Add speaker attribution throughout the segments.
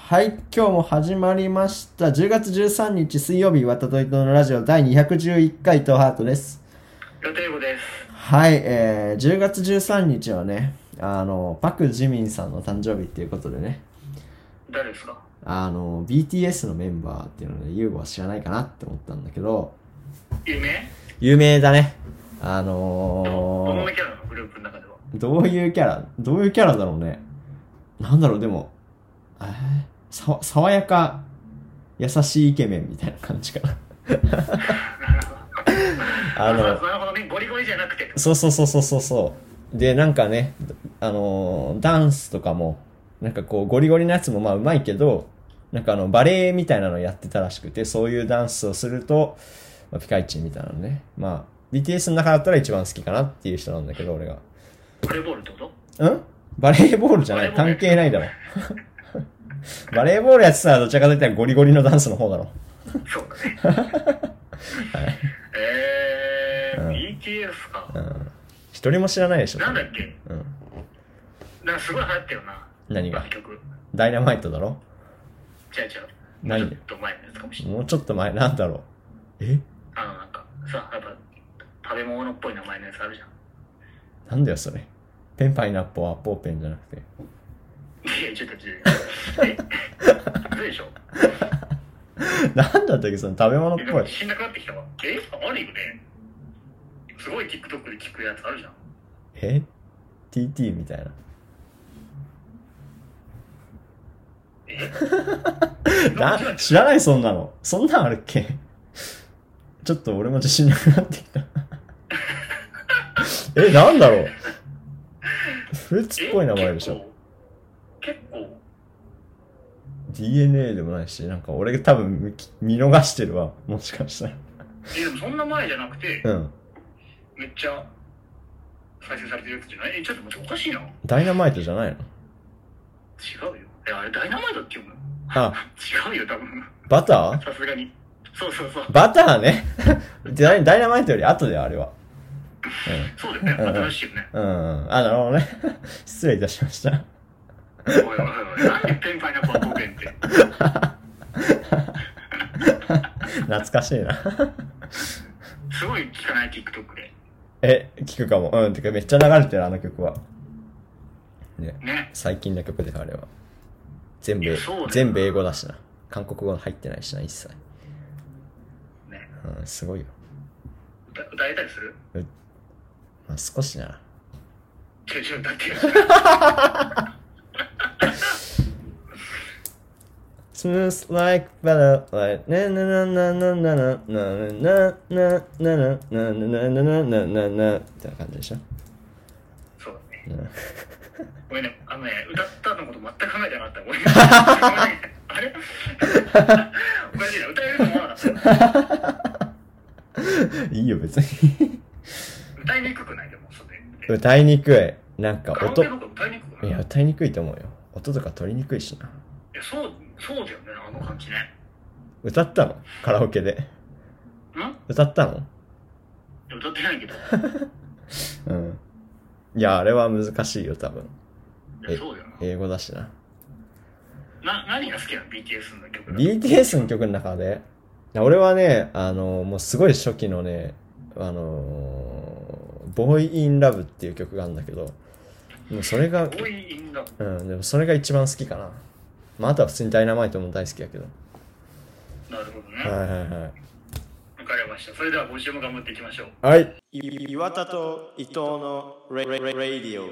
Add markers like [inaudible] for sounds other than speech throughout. Speaker 1: はい、今日も始まりました。10月13日水曜日、わたといとのラジオ第211回とハートです。
Speaker 2: 予定部です。
Speaker 1: はい、えー、10月13日はね、あの、パク・ジミンさんの誕生日っていうことでね、
Speaker 2: 誰ですか
Speaker 1: あの、BTS のメンバーっていうので、ユーゴは知らないかなって思ったんだけど、
Speaker 2: 夢
Speaker 1: 有名だね。あ
Speaker 2: どどん
Speaker 1: の
Speaker 2: なキャラなのグループの中では。
Speaker 1: ー、どういうキャラどういうキャラだろうね。なんだろう、でも、えー、さ、爽やか、優しいイケメンみたいな感じかな。 [laughs] あ
Speaker 2: なる
Speaker 1: の、
Speaker 2: ほどね。ゴリゴリじゃなくて。
Speaker 1: そうそうそうそうそうそう。で、なんかね、あのー、ダンスとかも、なんかこう、ゴリゴリのやつもまあうまいけど、なんかあの、バレエみたいなのやってたらしくて、そういうダンスをすると、まあ、ピカイチみたいなのね。まあ、BTS の中だったら一番好きかなっていう人なんだけど、俺が。
Speaker 2: プレーボールって
Speaker 1: [laughs]
Speaker 2: こと
Speaker 1: んバレーボールじゃない
Speaker 2: バレーボール
Speaker 1: 関係ないだろ。 [laughs] バレーボールやってたらどちらかといったらゴリゴリのダンスの方だろ。
Speaker 2: そうだね。えー、BTS
Speaker 1: う
Speaker 2: か。
Speaker 1: ん。一人も知らないでしょ。
Speaker 2: なんだっけ
Speaker 1: うん。
Speaker 2: なんかすごい流行ってるな。
Speaker 1: 何が
Speaker 2: あの曲。
Speaker 1: ダイナマイトだろ
Speaker 2: 違う違う。
Speaker 1: 何
Speaker 2: ちょっと前のやつかもしれない。
Speaker 1: もうちょっと前、なんだろう。え
Speaker 2: あの、なんか、さ、やっぱ、食べ物っぽい名前のやつあるじゃん。
Speaker 1: なんだよ、それ。ペンパイナッポーアッポーペンじゃなくて。 [laughs]
Speaker 2: いや、ちょっと違う。え
Speaker 1: [laughs]
Speaker 2: どうでしょう
Speaker 1: なんだったっけ、その食べ物っ
Speaker 2: えで
Speaker 1: ぽい
Speaker 2: も。死んなくなってきたわ。えあるよね。すごい TikTok で聞くやつあるじゃん。
Speaker 1: え ?TT みたいな。
Speaker 2: え
Speaker 1: な、知らない、そんなの。そんなんあるっけちょっと俺も自信なくなってきた。え、なんだろう。フルーツっぽい名前でしょ。
Speaker 2: 結構結
Speaker 1: DNA でもないし、なんか俺多分見見逃してるわ。もしかしたら。
Speaker 2: 構えでもそんな前じゃなくて、
Speaker 1: うん。
Speaker 2: めっちゃ再生されてるやつじゃないえちょっと待っておかしいな違
Speaker 1: ダイナマイトじゃないの
Speaker 2: うよえあれダイナマイトって読む
Speaker 1: あ、
Speaker 2: の違うよ多分
Speaker 1: バター
Speaker 2: さすがにそうそうそう
Speaker 1: バターね。ダイダイナマイトより後だよ、あれは。
Speaker 2: そうだよね新しいよね
Speaker 1: うん。うん。あ、なるほどね。失礼いたしました。
Speaker 2: おいおいおいなんでペンパイナップルは5って
Speaker 1: 懐かしいな。
Speaker 2: すごい聞かない TikTok で
Speaker 1: え、聞くかも。うん。てか、めっちゃ流れてる、あの曲は。ね。
Speaker 2: ね
Speaker 1: 最近の曲で、あれは。全部
Speaker 2: いやそうだよ、な
Speaker 1: 全部英語だしな。韓国語入ってないしな、一切。
Speaker 2: ね
Speaker 1: うん、すごいよ。
Speaker 2: 歌歌えたりする
Speaker 1: まあ、少しな。
Speaker 2: 違う違う歌ってる
Speaker 1: スムース like butter like なななななななななななななななななななってな感じでしょ
Speaker 2: そうだね
Speaker 1: うん
Speaker 2: ごめんね、あのね、歌ったのこと全く考えてなかった。ご
Speaker 1: [laughs]
Speaker 2: めんね。あれ [laughs] おかしいな、歌えると思わなかった。
Speaker 1: いいよ別に
Speaker 2: 歌いにくくないでも、それ。
Speaker 1: 歌いにくいなんか
Speaker 2: カラオ
Speaker 1: 音
Speaker 2: ケ
Speaker 1: い
Speaker 2: の方が歌いにくくないい
Speaker 1: や
Speaker 2: や
Speaker 1: 歌いにくいと思うよ音とか取りにくいしな
Speaker 2: そう、そうだよね、あの感じね。
Speaker 1: 歌ったのカラオケで
Speaker 2: んいや
Speaker 1: 歌ったの
Speaker 2: 歌ってないけど。い
Speaker 1: うんいやあれは難しいよ多分 [laughs] え
Speaker 2: やそうだよ
Speaker 1: 英語だしな
Speaker 2: な。な、何が好きなの ?BTS の曲。
Speaker 1: BTS の曲の中で俺はねあのもうすごい初期のねあの「Boy in Love」っていう曲があるんだけどもうそれが
Speaker 2: 多いんだ。
Speaker 1: うんでもそれが一番好きかなまああとは普通に「ダイナマイトも大好きやけど
Speaker 2: なるほどね。
Speaker 1: はいはいはい
Speaker 2: わかりました。それでは、今週も頑張っていきましょう。
Speaker 1: はい
Speaker 3: 岩田と伊藤のレレレレディオ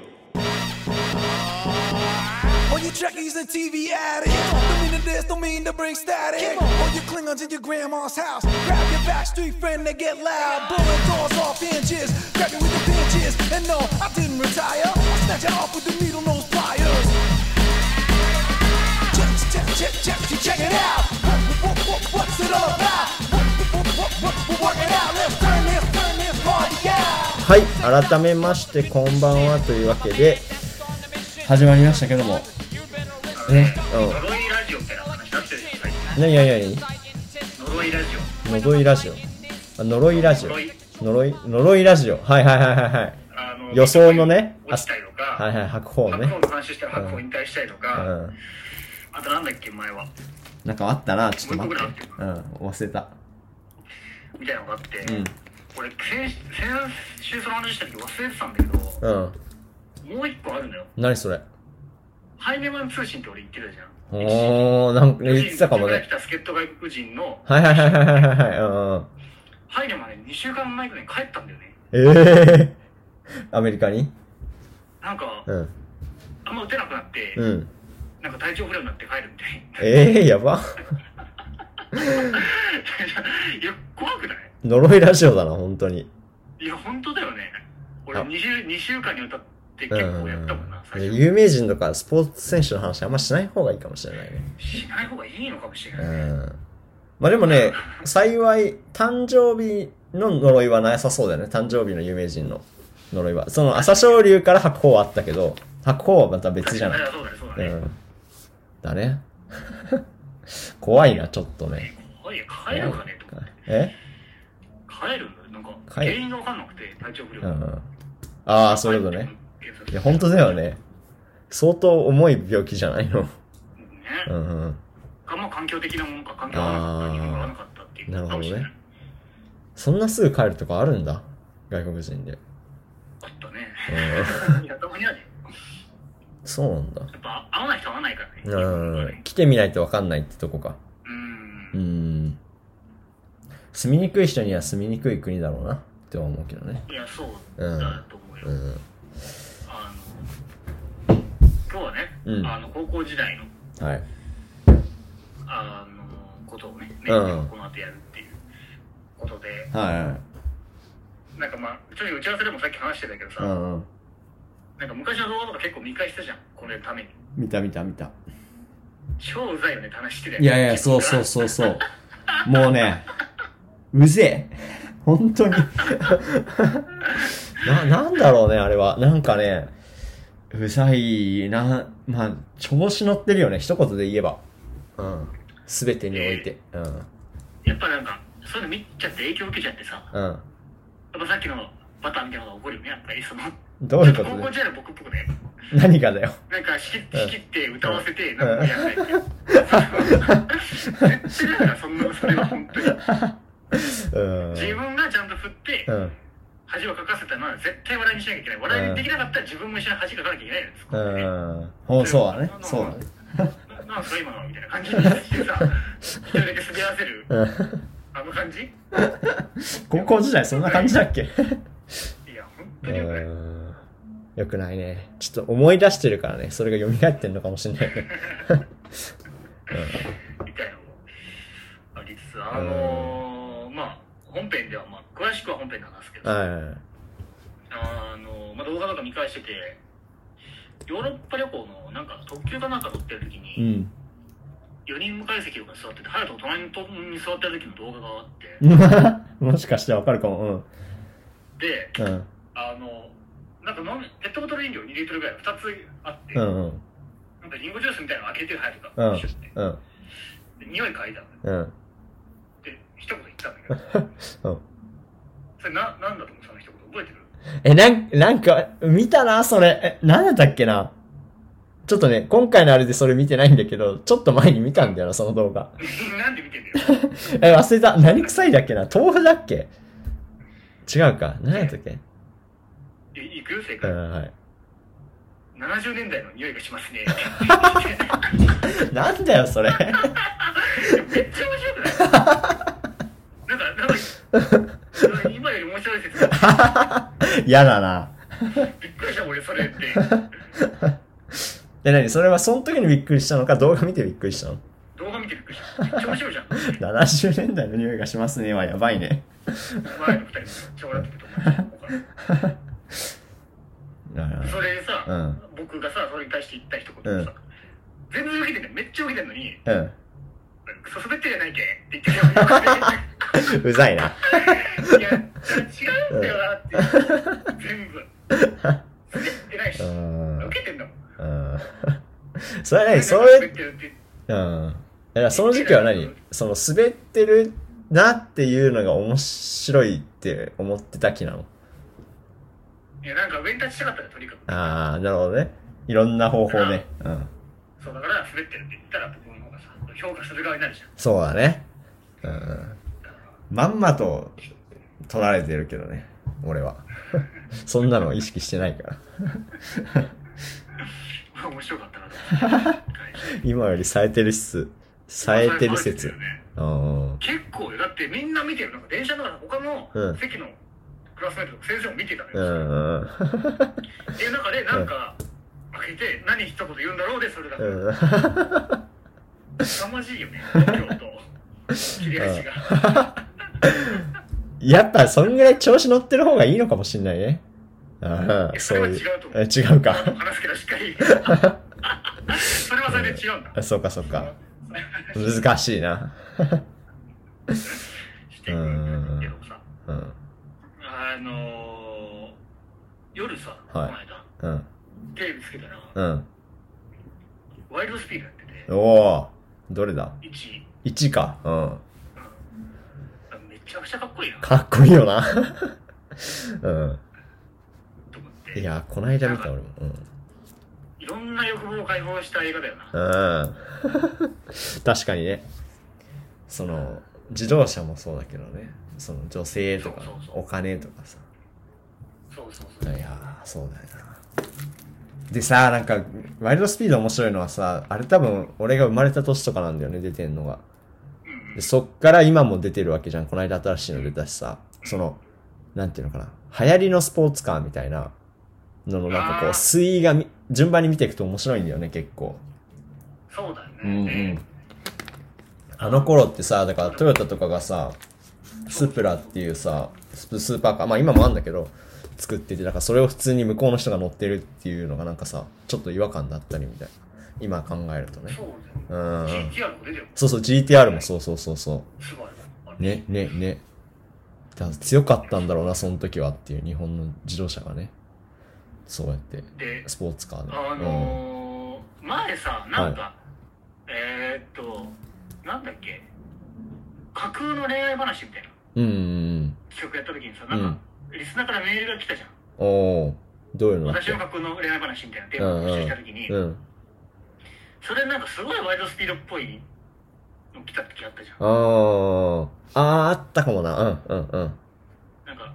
Speaker 4: All you trekkies and TV addicts Don't mean to this, don't mean to bring static All you Klingons in your grandma's house Grab your back street friend, they get loud Blowing doors off hinges Grab you with the pinches And no, I didn't retire I snatch it off with the needle nose pliers Check, check, check, check, check, check it out what, what, what, What's it all about? What, what, what, what, work it out Let's turn this, turn this party out
Speaker 1: はい改めましてこんばんはというわけで始まりましたけどもね
Speaker 2: 呪いラジオみたいな話になってるじゃん最
Speaker 1: うん何何何
Speaker 2: 近。呪いラジオ。
Speaker 1: 呪いラジオあ呪いラジオ
Speaker 2: 呪い
Speaker 1: 呪い呪いラジオはいはいはいはいはい
Speaker 2: あの
Speaker 1: 予想のね
Speaker 2: 落ちたりとか、
Speaker 1: はいはい白鵬
Speaker 2: 白鵬
Speaker 1: ね
Speaker 2: の話したら白鵬引退したりとか、
Speaker 1: うん
Speaker 2: あとなんだっけ、前は。
Speaker 1: なんかあったな、ちょっと待っ
Speaker 2: もう一
Speaker 1: て
Speaker 2: 個。ぐ
Speaker 1: うん、忘れた。
Speaker 2: みたいなのがあって、
Speaker 1: うん。
Speaker 2: 俺先、先週その話した時忘れてたんだけど、
Speaker 1: うん。
Speaker 2: もう一個あるのよ。
Speaker 1: 何それ。
Speaker 2: ハイネマン通信って俺言ってたじゃん。
Speaker 1: おー、なんか言ってたかも
Speaker 2: 巨人
Speaker 1: ね
Speaker 2: 来。た助っ人外国人の、
Speaker 1: はいはいはいはいはいはい。うんうん。
Speaker 2: ハイネマンね、2週間前くらいに帰ったんだよね。
Speaker 1: ええー。アメリカに
Speaker 2: なんか、
Speaker 1: うん。
Speaker 2: あんま打てなくなって、
Speaker 1: うん。
Speaker 2: なんか体調不良になって帰るみたいな。
Speaker 1: ええー、やば。
Speaker 2: [laughs] いや、怖くない
Speaker 1: 呪いラジオだな、本当に。
Speaker 2: いや、本当だよね。俺
Speaker 1: あ
Speaker 2: 2, 週2週間にわたって
Speaker 1: うん
Speaker 2: 結
Speaker 1: うん
Speaker 2: 構やったもんな、
Speaker 1: うん。
Speaker 2: 最初。
Speaker 1: 有名人とかスポーツ選手の話あんましない方がいいかもしれないね。
Speaker 2: しない方がいいのかもしれ
Speaker 1: う
Speaker 2: ないね。
Speaker 1: ん。まあでもね、幸い、誕生日の呪いはなさそうだよね。誕生日の有名人の呪いは。その、朝青龍から白鵬はあったけど、白鵬はまた別じゃない
Speaker 2: い。やそうだね、 [laughs] そうだ
Speaker 1: う
Speaker 2: ね。
Speaker 1: ん。だね。 [laughs] 怖いな、ちょっとね。
Speaker 2: おい、帰るかねと思って。
Speaker 1: え
Speaker 2: 帰るのなんか、
Speaker 1: 帰る
Speaker 2: 原因がわかんなくて、体調不良。
Speaker 1: うん。ああ、そういうことね。いや、本当だよね。相当重い病気じゃないの。うん
Speaker 2: ね。
Speaker 1: うん。
Speaker 2: あんま環境的なものか、環境が
Speaker 1: あー
Speaker 2: 合わなかったっていうことかもしれ
Speaker 1: な
Speaker 2: な
Speaker 1: る
Speaker 2: い。
Speaker 1: そんなすぐ帰るとこあるんだ。外国人で。
Speaker 2: あったね。
Speaker 1: うん。
Speaker 2: いや、たまにはね、
Speaker 1: そうなんだ。
Speaker 2: やっぱ合わない人は合わないからね。
Speaker 1: うん。来てみないとわかんないってとこか。
Speaker 2: うん
Speaker 1: う。ん。住みにくい人には住みにくい国だろうなって思うけどね。
Speaker 2: いや、そうだと思うよ。
Speaker 1: うん。
Speaker 2: あの、今日はね、
Speaker 1: うん
Speaker 2: あの、高校時代の、
Speaker 1: はい。
Speaker 2: あの、ことをね、
Speaker 1: うん
Speaker 2: この後やるっていうことで、
Speaker 1: はいはい。
Speaker 2: なんかまあ、ちょい打ち合わせでもさっき話してたけどさ、
Speaker 1: うんうん。
Speaker 2: なんか昔の動画とか結構見返したじゃん、これのために。
Speaker 1: 見た見た見た。
Speaker 2: 超うざいよね、話してたよ
Speaker 1: い
Speaker 2: ね
Speaker 1: やいや、そうそうそうそう。もうね、うぜえ。本当に。 [laughs] な、なんだろうね、あれは。なんかね、うざいな、まあ、調子乗ってるよね、一言で言えば。うん。すべてにおいて。うん。
Speaker 2: やっぱなんか、そういうの見ちゃって影響受けちゃってさ、や
Speaker 1: うん。
Speaker 2: っぱさっきのパターンみたいなのが起こるよね、やっぱりその、
Speaker 1: どういうこ
Speaker 2: 高
Speaker 1: と
Speaker 2: 校
Speaker 1: で
Speaker 2: 時代の僕っぽくね、
Speaker 1: 何がだよ。
Speaker 2: なんか仕切って、
Speaker 1: うん
Speaker 2: 仕切って歌わせて、なんかやらないっていう。絶対だから、そんな、それは本当に。
Speaker 1: うん。
Speaker 2: 自分がちゃんと振って、
Speaker 1: うん。
Speaker 2: 恥をかかせたのは絶対笑いにしなきゃいけない。笑いにできなかったら自分も一緒に恥かかなきゃいけないんです。
Speaker 1: うん。ほうそうだね。そうだね。
Speaker 2: ななんすか今のみたいな感じにしてさ、一人だけ滑らせる、
Speaker 1: うん。
Speaker 2: あの感じい
Speaker 1: 高校時代そんな感じだっけ
Speaker 2: や、本
Speaker 1: う
Speaker 2: 当によくない。
Speaker 1: んよくないね。ちょっと思い出してるからね、それが蘇ってんのかもしれないね。
Speaker 2: みたいなのもありつつ、あのー、まあ、本編では、まあ、詳しくは本編で話すけど、
Speaker 1: はいはいはい。
Speaker 2: あの、まあ、動画とか見返してて、ヨーロッパ旅行のなんか特急かなんか乗ってる時
Speaker 1: う
Speaker 2: に、
Speaker 1: ん。 [laughs]
Speaker 2: 4人向かい席とかに座ってて、隼人が隣に座ってる時の動画があって、
Speaker 1: もしかしてわかるかも。
Speaker 2: で、
Speaker 1: うん。うん。
Speaker 2: あの、なんか飲み、ペットボトル飲料2リットルぐらいの2つあって、
Speaker 1: うんうん。
Speaker 2: なんかリンゴジュースみたいなの開けてる隼人
Speaker 1: う
Speaker 2: が、
Speaker 1: ん
Speaker 2: シュッて。
Speaker 1: うん。
Speaker 2: で匂い嗅いだの。
Speaker 1: うん。
Speaker 2: で、一言言ったんだ
Speaker 1: [laughs]
Speaker 2: けど、
Speaker 1: うん
Speaker 2: それな、なんだと思うその一言覚えてる
Speaker 1: え、なん、なんか、見たな、それ。え、なんだったっけな。ちょっとね、今回のあれでそれ見てないんだけど、ちょっと前に見たんだよな、その動画。
Speaker 2: [laughs] なんで見てん
Speaker 1: [laughs]
Speaker 2: だよ。
Speaker 1: え、忘れた。何臭いだっけな豆腐だっけ違うか。何やったっけ
Speaker 2: い行くよ、正
Speaker 1: う
Speaker 2: 解。
Speaker 1: ん、はい。
Speaker 2: 70年代の匂いがしま
Speaker 1: [laughs]
Speaker 2: すね。
Speaker 1: なんだよ、それ。 [laughs]
Speaker 2: めっちゃ面白くないなんか、なんか、今より面白い説明
Speaker 1: 嫌だな。
Speaker 2: びっくりした、俺、それって。
Speaker 1: で、何それはその時にびっくりしたのか、動画見てびっくりしたの
Speaker 2: 動画見てびっくりした。めっちゃ面白いじゃん。
Speaker 1: 70年代の匂いがしますねはやばいね。
Speaker 2: 前の二人めっちゃ笑ってると思う。それでさ、
Speaker 1: うん
Speaker 2: 僕がさ、それに対して言った一言さ、全然受けてんだよ。めっちゃ受けてんのに、
Speaker 1: うん。 [laughs]
Speaker 2: クソ滑ってるやないけって言ってたよ。
Speaker 1: うざいな。
Speaker 2: いや、違うんだよなって。全部。滑ってないし、
Speaker 1: うん。 [laughs] うん
Speaker 2: 受けてんだもん。
Speaker 1: それは何そ
Speaker 2: 滑
Speaker 1: れ
Speaker 2: っ、てるって
Speaker 1: うん。だからその時期は何その滑ってるなっていうのが面白いって思ってた気なの。
Speaker 2: いや、なんか上に立ちたかったらとにかく。
Speaker 1: ああ、なるほどね。いろんな方法ね。うん。
Speaker 2: そうだから滑ってるって言ったら僕の方がさ評価する側になるじゃん
Speaker 1: そうだね。うん。まんまと取られてるけどね。俺は。 [laughs] そんなの意識してないから。
Speaker 2: 面白かったなと
Speaker 1: 今より冴えてる説。 [laughs] 冴えてる説
Speaker 2: 冴えて。ね
Speaker 1: うん。
Speaker 2: 結構よだってみんな見てるなんか電車の中で他
Speaker 1: うん
Speaker 2: の席のクラスメートとか先生も見てたの
Speaker 1: う
Speaker 2: よ、
Speaker 1: ん。 [laughs] うん。
Speaker 2: っていう中でなんか開けて何一言言うんだろうでそれだけ、
Speaker 1: うん
Speaker 2: 凄まじいよね東京と切れ味が
Speaker 1: やっぱそんぐらい調子乗ってる方がいいのかもしんないね。ああ、
Speaker 2: え
Speaker 1: そういう
Speaker 2: それは違うと。思
Speaker 1: え
Speaker 2: う
Speaker 1: 違うか。
Speaker 2: 話すけどしっ
Speaker 1: [laughs]
Speaker 2: かりそれはそれで違うんだ
Speaker 1: あそうかそうか。難しいな。
Speaker 2: していくんだけどさ
Speaker 1: うん。
Speaker 2: あのー、夜さ、この間
Speaker 1: うん。
Speaker 2: テレビつけたら
Speaker 1: うん。
Speaker 2: ワイルドスピードやってて
Speaker 1: おおどれだ
Speaker 2: 1
Speaker 1: ?1 か。うん。
Speaker 2: めちゃくちゃかっこいいな
Speaker 1: かっこいいよな。 [laughs] う
Speaker 2: と思っ
Speaker 1: ん。
Speaker 2: て
Speaker 1: いや、こないだ見た俺も。うん。
Speaker 2: いろんな欲望を解放した映画だよな。
Speaker 1: うん。 [laughs] 確かにね。その、自動車もそうだけどね。その女性とか
Speaker 2: そうそう、そう
Speaker 1: お金とかさ。
Speaker 2: そうそう
Speaker 1: い
Speaker 2: そう。
Speaker 1: やー、そうだよな。でさ、なんか、ワイルドスピード面白いのはさ、あれ多分、俺が生まれた年とかなんだよね、出てんのが。でそっから今も出てるわけじゃん。この間新しいの出たしさ、その、なんていうのかな。流行りのスポーツカーみたいなのの、なんかこ
Speaker 2: あ
Speaker 1: う、
Speaker 2: ー
Speaker 1: 水がみ順番に見ていくと面白いんだよね、結構。
Speaker 2: そうだよね。
Speaker 1: うんあの頃ってさ、だからトヨタとかがさ、スプラっていうさ、ススーパーカー、まあ今もあんだけど、作ってて、だからそれを普通に向こうの人が乗ってるっていうのがなんかさ、ちょっと違和感だったりみたいな。今考えるとね。
Speaker 2: そう
Speaker 1: う
Speaker 2: だよ
Speaker 1: ん。
Speaker 2: ね。GTR も出てる
Speaker 1: そうそう、GTR もそうそうそうそ
Speaker 2: すごい。あ
Speaker 1: う。
Speaker 2: れ
Speaker 1: ね、ね、ね。だから強かったんだろうな、その時はっていう、日本の自動車がね。そうやって、
Speaker 2: で、
Speaker 1: スポーツカーで。
Speaker 2: あのー、前さ、なんか、えーっと、なんだっけ、架空の恋愛話みたいな
Speaker 1: うん。うんうん
Speaker 2: 企画やった時にさ、なんか、リスナーからメールが来たじゃん。
Speaker 1: うん。おー。どういうのだっ
Speaker 2: 私
Speaker 1: け
Speaker 2: の架空の恋愛話みたいなテーマを募集した時に、
Speaker 1: うん。
Speaker 2: それなんかすごいワイドスピードっぽいの来た時あったじゃん。
Speaker 1: ああ、ああったかもな。うん、うん、うん。
Speaker 2: なんか、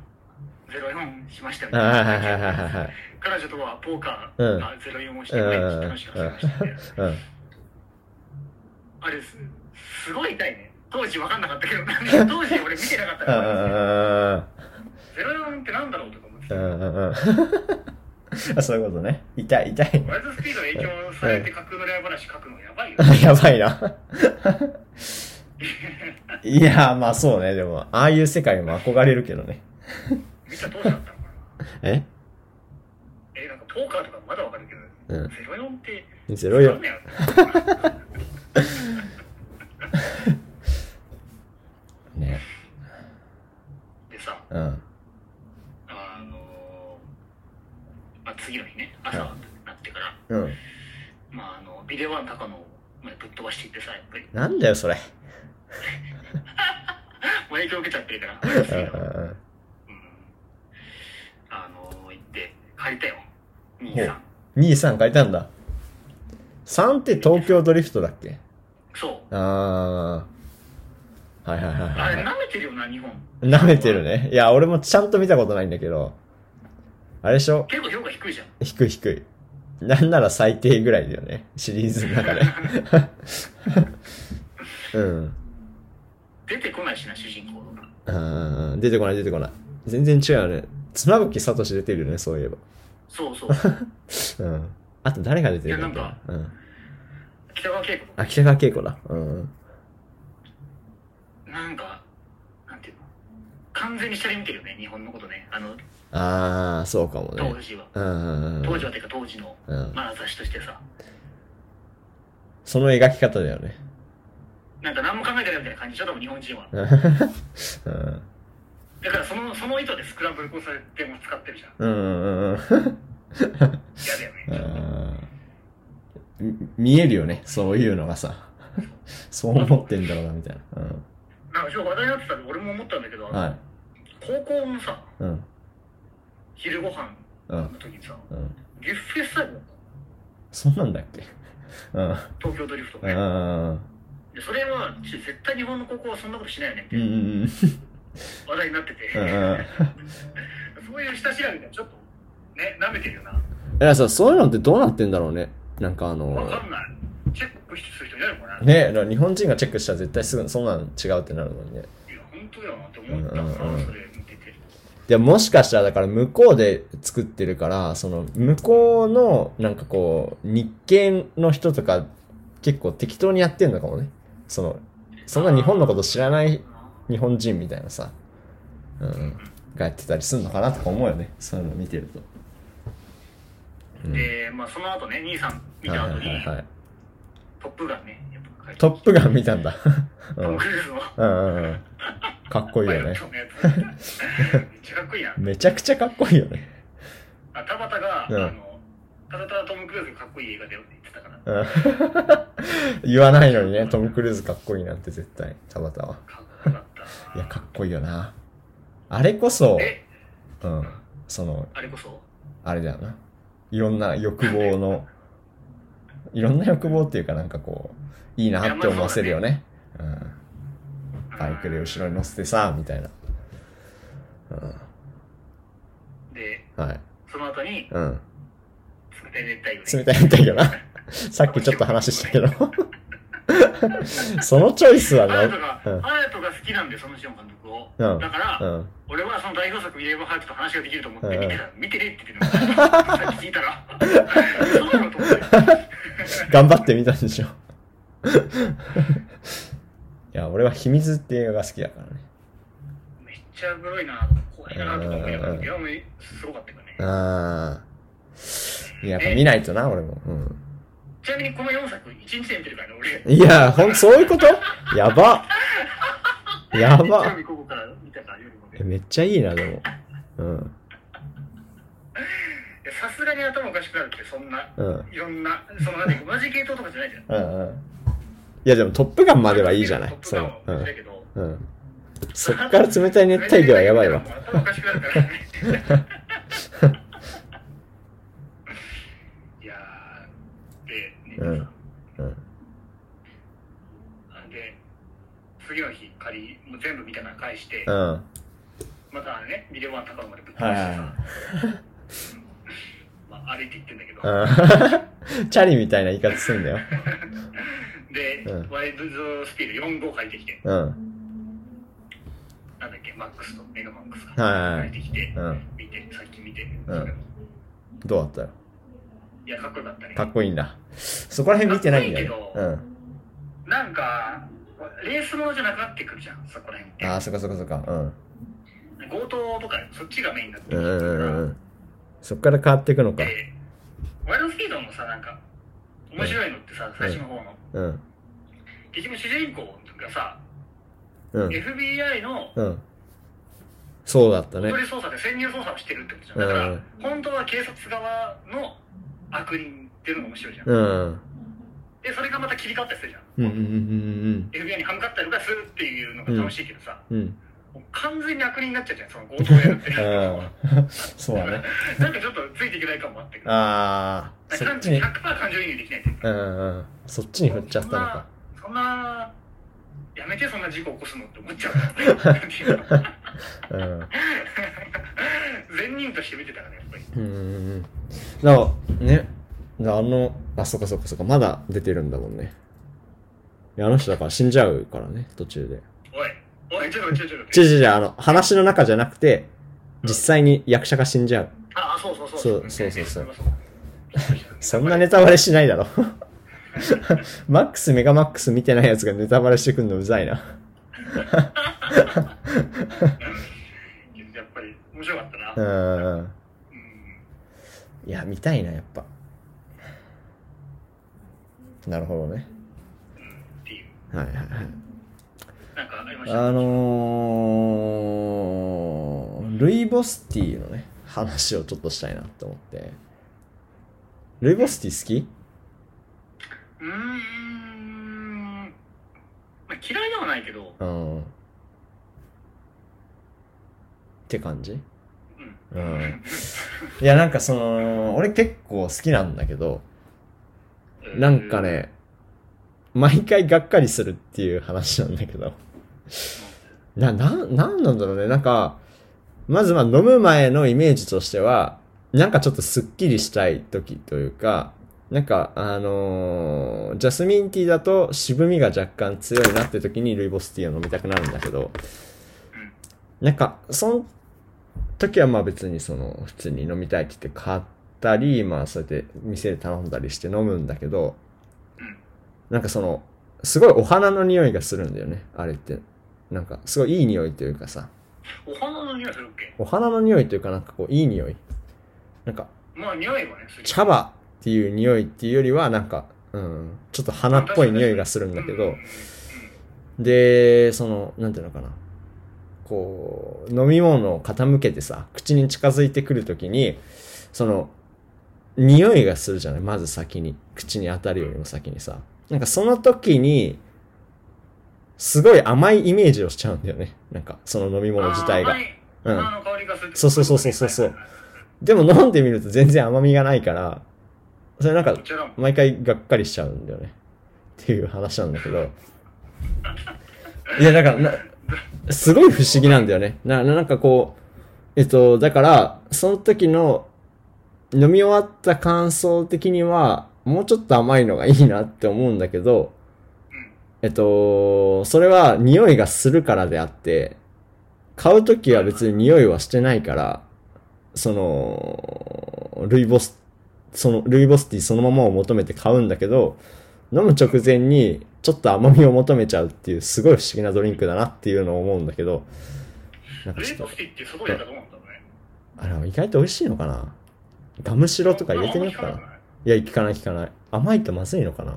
Speaker 2: 04しましたみたい
Speaker 1: はいはいはいはい
Speaker 2: な。
Speaker 1: はいはい。
Speaker 2: 彼女とはポーカ
Speaker 1: う
Speaker 2: ー
Speaker 1: ん
Speaker 2: が04をしてくれて楽しく遊びましたね
Speaker 1: うん。
Speaker 2: あれす、すごい痛いね。当時分かんなかったけど、当時俺見てなかった
Speaker 1: う
Speaker 2: から、
Speaker 1: ん
Speaker 2: 04ってなんだろうとか思って
Speaker 1: う
Speaker 2: た。
Speaker 1: んうんうんうん。あそういうことね。痛い、痛い。
Speaker 2: ワイルドスピードに影響されて架空の恋愛話書くのやばいよ。
Speaker 1: やばいな。いや、まあそうね。でも、ああいう世界も憧れるけどね。
Speaker 2: 見た当時だったのかな。
Speaker 1: え
Speaker 2: え、なんかポーカーとかまだ分かるけど、
Speaker 1: うん
Speaker 2: 04って、
Speaker 1: ?04
Speaker 2: なん。だよ
Speaker 1: ね。
Speaker 2: でさ、
Speaker 1: うん。
Speaker 2: あのー、まあ、次の日ね、朝になってから、
Speaker 1: うん。
Speaker 2: まあ、あの、ビデオワン高野をまあぶっ飛ばしていってさ、やっぱり、 [laughs]
Speaker 1: なんだよ、それ。
Speaker 2: もう影響受けちゃってるから、ワイルドス
Speaker 1: う
Speaker 2: ピ
Speaker 1: ん
Speaker 2: ード
Speaker 1: う
Speaker 2: の
Speaker 1: ん
Speaker 2: うんあの行って借りたよ兄
Speaker 1: ほ
Speaker 2: さ。
Speaker 1: うん2、3書いたんだ。3って東京ドリフトだっけ
Speaker 2: そう
Speaker 1: ああ。はいはい
Speaker 2: あ
Speaker 1: はい
Speaker 2: れ
Speaker 1: はい。
Speaker 2: 舐めてるよな日本
Speaker 1: 舐めてるね。いや、俺もちゃんと見たことないんだけど。あれでしょ
Speaker 2: 結構評価低いじゃん
Speaker 1: 低い低い。なんなら最低ぐらいだよね。シリーズの中で。
Speaker 2: [laughs]
Speaker 1: うん。
Speaker 2: 出てこないしな主人公が
Speaker 1: あー出てこない出てこない。全然違うよね。妻夫木聡出てるよね、そういえば。
Speaker 2: そうそう
Speaker 1: [laughs] うん。あと誰が出てる
Speaker 2: いやなんか
Speaker 1: うん。
Speaker 2: 北川景
Speaker 1: あ、北川景子だ。うん。
Speaker 2: 子なんかなんていうの完全に下に見てるよね日本のことねあの
Speaker 1: ああ、そうかも
Speaker 2: 当
Speaker 1: ね。
Speaker 2: 時は、
Speaker 1: うんうんうん。
Speaker 2: 当時はっていうか当時の
Speaker 1: うん
Speaker 2: まあ雑誌としてさ
Speaker 1: その描き方だよね。 [laughs]
Speaker 2: なんか何も考えてないみたいな感じでしょ多分日本人は
Speaker 1: うん。
Speaker 2: だからそのその意図でスクランブル交差点も使ってるじゃん
Speaker 1: うんうんうん
Speaker 2: 嫌だよね
Speaker 1: う
Speaker 2: ちょっと
Speaker 1: ん。み見えるよね、そういうのがさ。そう思ってんだろうな、みたいな。
Speaker 2: なんかちょっと話題になってたんで俺も思ったんだけど、
Speaker 1: うん。はい。
Speaker 2: 高校のさ
Speaker 1: うん。
Speaker 2: 昼ご飯
Speaker 1: う
Speaker 2: の
Speaker 1: ん。
Speaker 2: 時にさ
Speaker 1: うん。
Speaker 2: ビュッフェスタイルだっ
Speaker 1: そんなんだっけうん。
Speaker 2: 東京ドリフト
Speaker 1: う
Speaker 2: ね、
Speaker 1: ん。
Speaker 2: でそれはち絶対日本の高校はそんなことしないよねっ
Speaker 1: う
Speaker 2: て
Speaker 1: ん。
Speaker 2: 話題になってて、
Speaker 1: うんうん
Speaker 2: そういう下調べがちょっとね舐めてるよな
Speaker 1: だからさ、そういうのってどうなってんだろうね。なんかあ
Speaker 2: わ
Speaker 1: の、
Speaker 2: かんないチェックする人いないのかな、
Speaker 1: ねだから日本人がチェックしたら絶対すぐそんなの違うってなるのにね。
Speaker 2: いや本当だよなって思ったさ、
Speaker 1: うんうんうん
Speaker 2: それ見てて
Speaker 1: でもしかしたらだから向こうで作ってるから、その向こうのなんかこう日系の人とか結構適当にやってんのかもね。その、そんな日本のこと知らない日本人みたいなさ、うん、がやってたりすんのかなとか思うよね。そういうの見てると。うん
Speaker 2: で、まあ、その後ね兄さん見
Speaker 1: はい
Speaker 2: た
Speaker 1: はい
Speaker 2: 後に、
Speaker 1: はいはい。
Speaker 2: トップガンねやっぱ書いて
Speaker 1: トップガン見たんだ。う
Speaker 2: トム・
Speaker 1: ん
Speaker 2: クルーズの
Speaker 1: うんうんうん。かっこいい
Speaker 2: [laughs]
Speaker 1: よね。
Speaker 2: パイロットのやつ [laughs] めっちゃかっこいいやん
Speaker 1: めちゃくちゃかっこいいよね。
Speaker 2: あ田畑が、
Speaker 1: うん
Speaker 2: あのただただトム・クルーズがかっこいい映画だよって言ってたから
Speaker 1: うん言わないのにね、トム・クルーズかっこいいなんて絶対、田畑は。
Speaker 2: かっこよかっ
Speaker 1: [laughs] い
Speaker 2: た
Speaker 1: や、かっこいいよな。あれこそ、
Speaker 2: え
Speaker 1: うん、その、
Speaker 2: あれこそ
Speaker 1: あれだよな。いろんな欲望の、 [laughs] いろんな欲望っていうかなんかこう、いいなって思わせるよね。うん。バイクで後ろに乗せてさ、みたいな。
Speaker 2: で
Speaker 1: はい。
Speaker 2: その後に
Speaker 1: うん。
Speaker 2: 冷たい熱帯魚
Speaker 1: 冷
Speaker 2: で
Speaker 1: たいみたいよな。 [laughs] さっきちょっと話したけど。 [laughs] そのチョイスは
Speaker 2: アヤト
Speaker 1: な
Speaker 2: が、
Speaker 1: うん。
Speaker 2: アヤトが好きなんで、そのシオン監督を。
Speaker 1: うん
Speaker 2: だから、
Speaker 1: うん
Speaker 2: 俺はその代表作見れば、ハヤトと話ができると思って
Speaker 1: うん
Speaker 2: 見てた、見てねって言ってるの。さっき聞いたら。そうなのと思って。
Speaker 1: 頑張ってみたんでしょ。い [laughs] や、俺は秘密っていう映画が好きだからね。
Speaker 2: めっちゃグロいな、怖いなとか思いながら、いや、もうすごかったよね。
Speaker 1: ああ。やっぱ見ないとな、俺も。
Speaker 2: ちなみにこの4作、1日で見てるからね、
Speaker 1: う
Speaker 2: 俺。
Speaker 1: ん。いや、ほん、そういうことやば。 [laughs] や
Speaker 2: 日
Speaker 1: ば
Speaker 2: 曜。日午後から見たから、夜まで。い
Speaker 1: えめっちゃいいな、でも。うん。
Speaker 2: やさすがに頭おかしくなるって、そんな、
Speaker 1: うん
Speaker 2: いろんな、その、なんていうか同じ系統とかじゃないじゃん。
Speaker 1: うんうん。いや、でもトップガンまではいいじゃない。
Speaker 2: そ
Speaker 1: そうう。うん
Speaker 2: だ。けど、
Speaker 1: うん。そっから冷たい熱帯魚はやばいわ。
Speaker 2: 頭おかしくなるからねいやーで、ね
Speaker 1: うんうん。
Speaker 2: で次の日仮もう全部見たから返して、
Speaker 1: うん。は
Speaker 2: またねビデオワン高尾までぶっ
Speaker 1: い
Speaker 2: 飛ばして
Speaker 1: はい
Speaker 2: さ、
Speaker 1: はい。
Speaker 2: まあ、歩いて行ってんだけど、
Speaker 1: うん [laughs] チャリみたいな言い方すんだよ。
Speaker 2: で、
Speaker 1: うん
Speaker 2: ワイルドスピード4号借りてきて
Speaker 1: うん。
Speaker 2: なんだっけマックスとメガマックスか、
Speaker 1: はいはいはい
Speaker 2: 借りてきて、
Speaker 1: うん
Speaker 2: 見てさっき見て、
Speaker 1: んどうだったよ。
Speaker 2: いやかっこよかったね
Speaker 1: かっこいいんだ。そこら辺見てないんだよ、ね。うん。
Speaker 2: なんかレースものじゃなくなってくるじゃんそこら辺って
Speaker 1: ああ、そっかそっかそっか。うん。
Speaker 2: 強盗とかそっちがメインになって
Speaker 1: う
Speaker 2: る
Speaker 1: ん
Speaker 2: か
Speaker 1: う
Speaker 2: ら
Speaker 1: んうんうん。そっから変わっていくのか。
Speaker 2: でワイルドスピードもさなんか面白いのってさ最初の方の、
Speaker 1: うん。
Speaker 2: 結局主人公がさ、
Speaker 1: うん。
Speaker 2: FBI の
Speaker 1: うん。そうだった
Speaker 2: 一
Speaker 1: ね
Speaker 2: 人。捜査で潜入捜査をしてるってことじゃん
Speaker 1: う
Speaker 2: だ
Speaker 1: ん
Speaker 2: から、本当は警察側の悪人っていうのが面白いじゃん、
Speaker 1: うん。
Speaker 2: でそれがまた切り替わったりするじゃ
Speaker 1: う
Speaker 2: ん
Speaker 1: んうんうん、
Speaker 2: FBI に歯向かったりとかするっていうのが楽しいけどさ、
Speaker 1: うんうん。うん。
Speaker 2: もう完全に悪人になっちゃうじゃんその強盗をやるって
Speaker 1: うん。そうだね。
Speaker 2: [laughs] なんかちょっとついていけない感もあったけど
Speaker 1: ああ、そっ
Speaker 2: 感
Speaker 1: ち
Speaker 2: 情
Speaker 1: に、
Speaker 2: 100%感情移入できないっていうか
Speaker 1: うんうんうん。そっちに振っちゃったのか。
Speaker 2: そんなそんなやめてそんな事故起こすのって思っ
Speaker 1: [laughs]
Speaker 2: ちゃうからなんていうの
Speaker 1: うん。
Speaker 2: 善人として見てたからねやっぱり
Speaker 1: うんうんうん。だから、ね。だからあの、あ、そっかそっかそっか。まだ出てるんだもんね。いやあの人だから死んじゃうからね、途中で。
Speaker 2: おいおいちょっとちょっとちょっ
Speaker 1: 違う違う
Speaker 2: と
Speaker 1: 違う、あの、話の中じゃなくて、実際に役者が死んじゃう。
Speaker 2: ああそうそうそう
Speaker 1: そうそうそう
Speaker 2: そう
Speaker 1: そんなネタバレしないだろ。 [laughs] マックス、メガマックス見てないやつがネタバレしてくんのうざいな。
Speaker 2: やっぱり面白かったな
Speaker 1: うーん。
Speaker 2: うん
Speaker 1: いや、見たいな、やっぱ。なるほどね。
Speaker 2: っていう
Speaker 1: はいはいはい。
Speaker 2: なんかありました
Speaker 1: あのー、ルイ・ボスティのね、話をちょっとしたいなと思って。ルイ・ボスティ好き
Speaker 2: うーんまあ嫌いではないけど
Speaker 1: うん。って感じ
Speaker 2: う
Speaker 1: う
Speaker 2: ん
Speaker 1: ん。いや、なんかその、俺結構好きなんだけど、
Speaker 2: うん
Speaker 1: なんかね、毎回がっかりするっていう話なんだけど。な、な、なんなんだろうね。なんか、まずまあ飲む前のイメージとしては、なんかちょっとスッキリしたい時というか、なんか、あのージャスミンティーだと渋みが若干強いなって時にルイボスティーを飲みたくなるんだけど、なんか、その時はまあ別にその、普通に飲みたいって言って買ったり、まあそうやって店で頼んだりして飲むんだけど、なんかその、すごいお花の匂いがするんだよね、あれって。なんか、すごいいい匂いというかさ、
Speaker 2: お花の匂いするっけ
Speaker 1: お花の匂いというかなんかこう、いい匂い。なんか、
Speaker 2: まあ匂いはね、する。
Speaker 1: 茶葉っていう匂いっていうよりは、なんか、うん、ちょっと花っぽい匂いがするんだけ
Speaker 2: う
Speaker 1: ど
Speaker 2: ん、
Speaker 1: で、その、なんていうのかな。こう、飲み物を傾けてさ、口に近づいてくるときに、その、匂いがするじゃないまず先に。口に当たるよりも先にさ。なんかその時に、すごい甘いイメージをしちゃうんだよね。なんか、その飲み物自体が
Speaker 2: あ。ー
Speaker 1: うん
Speaker 2: 甘い花の香りがするってこと
Speaker 1: そうそうそうそうそうそう
Speaker 2: はいはいはい
Speaker 1: でも飲んでみると全然甘みがないから、それなんか
Speaker 2: こ、ちらも。
Speaker 1: 毎回がっかりしちゃうんだよね。っていう話なんだけど。いや、だからな、すごい不思議なんだよね。な、ななんかこう、えっと、だから、その時の飲み終わった感想的には、もうちょっと甘いのがいいなって思うんだけど、えっと、それは匂いがするからであって、買う時は別に匂いはしてないから、その、ルイボス、その、ルイボスティーそのままを求めて買うんだけど、飲む直前にちょっと甘みを求めちゃうっていうすごい不思議なドリンクだなっていうのを思うんだけど、なんか
Speaker 2: レ
Speaker 1: ちょ
Speaker 2: イ
Speaker 1: っ
Speaker 2: ボ
Speaker 1: と
Speaker 2: ス、ティーってすごいやったと思うんだろうね。
Speaker 1: あれ意外と美味しいのかなガムシロとか入れてみようかな。い
Speaker 2: な。
Speaker 1: や、効かない効かない。甘いとまずいのかな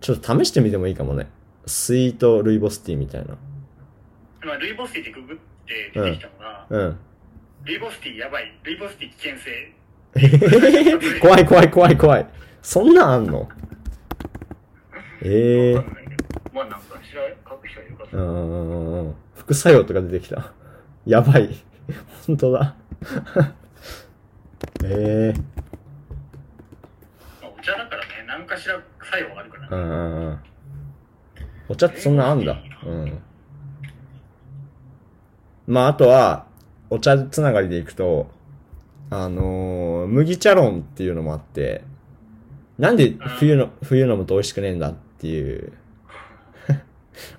Speaker 1: ちょっと試してみてもいいかもね。スイートルイボスティーみたいな。
Speaker 2: まあ、ルイボスティーってググって出てきたのが、
Speaker 1: うん。 [laughs]
Speaker 2: ルイボスティーやばい、ルイボスティー危険性。
Speaker 1: 怖い怖い怖い怖い。そんなんあんのええ
Speaker 2: わ
Speaker 1: ー
Speaker 2: か。んないけど、まあなんか知らん、書く人はいるから
Speaker 1: う
Speaker 2: さ
Speaker 1: んうんうんうん。副作用とか出てきた。やばい。本当だ。 [laughs] ええー。
Speaker 2: まあ、お茶だからね、何かしら作用があるから。
Speaker 1: うんうんうん。お茶ってそんなあんだ。うん。まあ、あとは、お茶つながりでいくと、あのー麦茶論っていうのもあって、なんで冬の、冬飲むと美味しくねえんだっていう。 [laughs]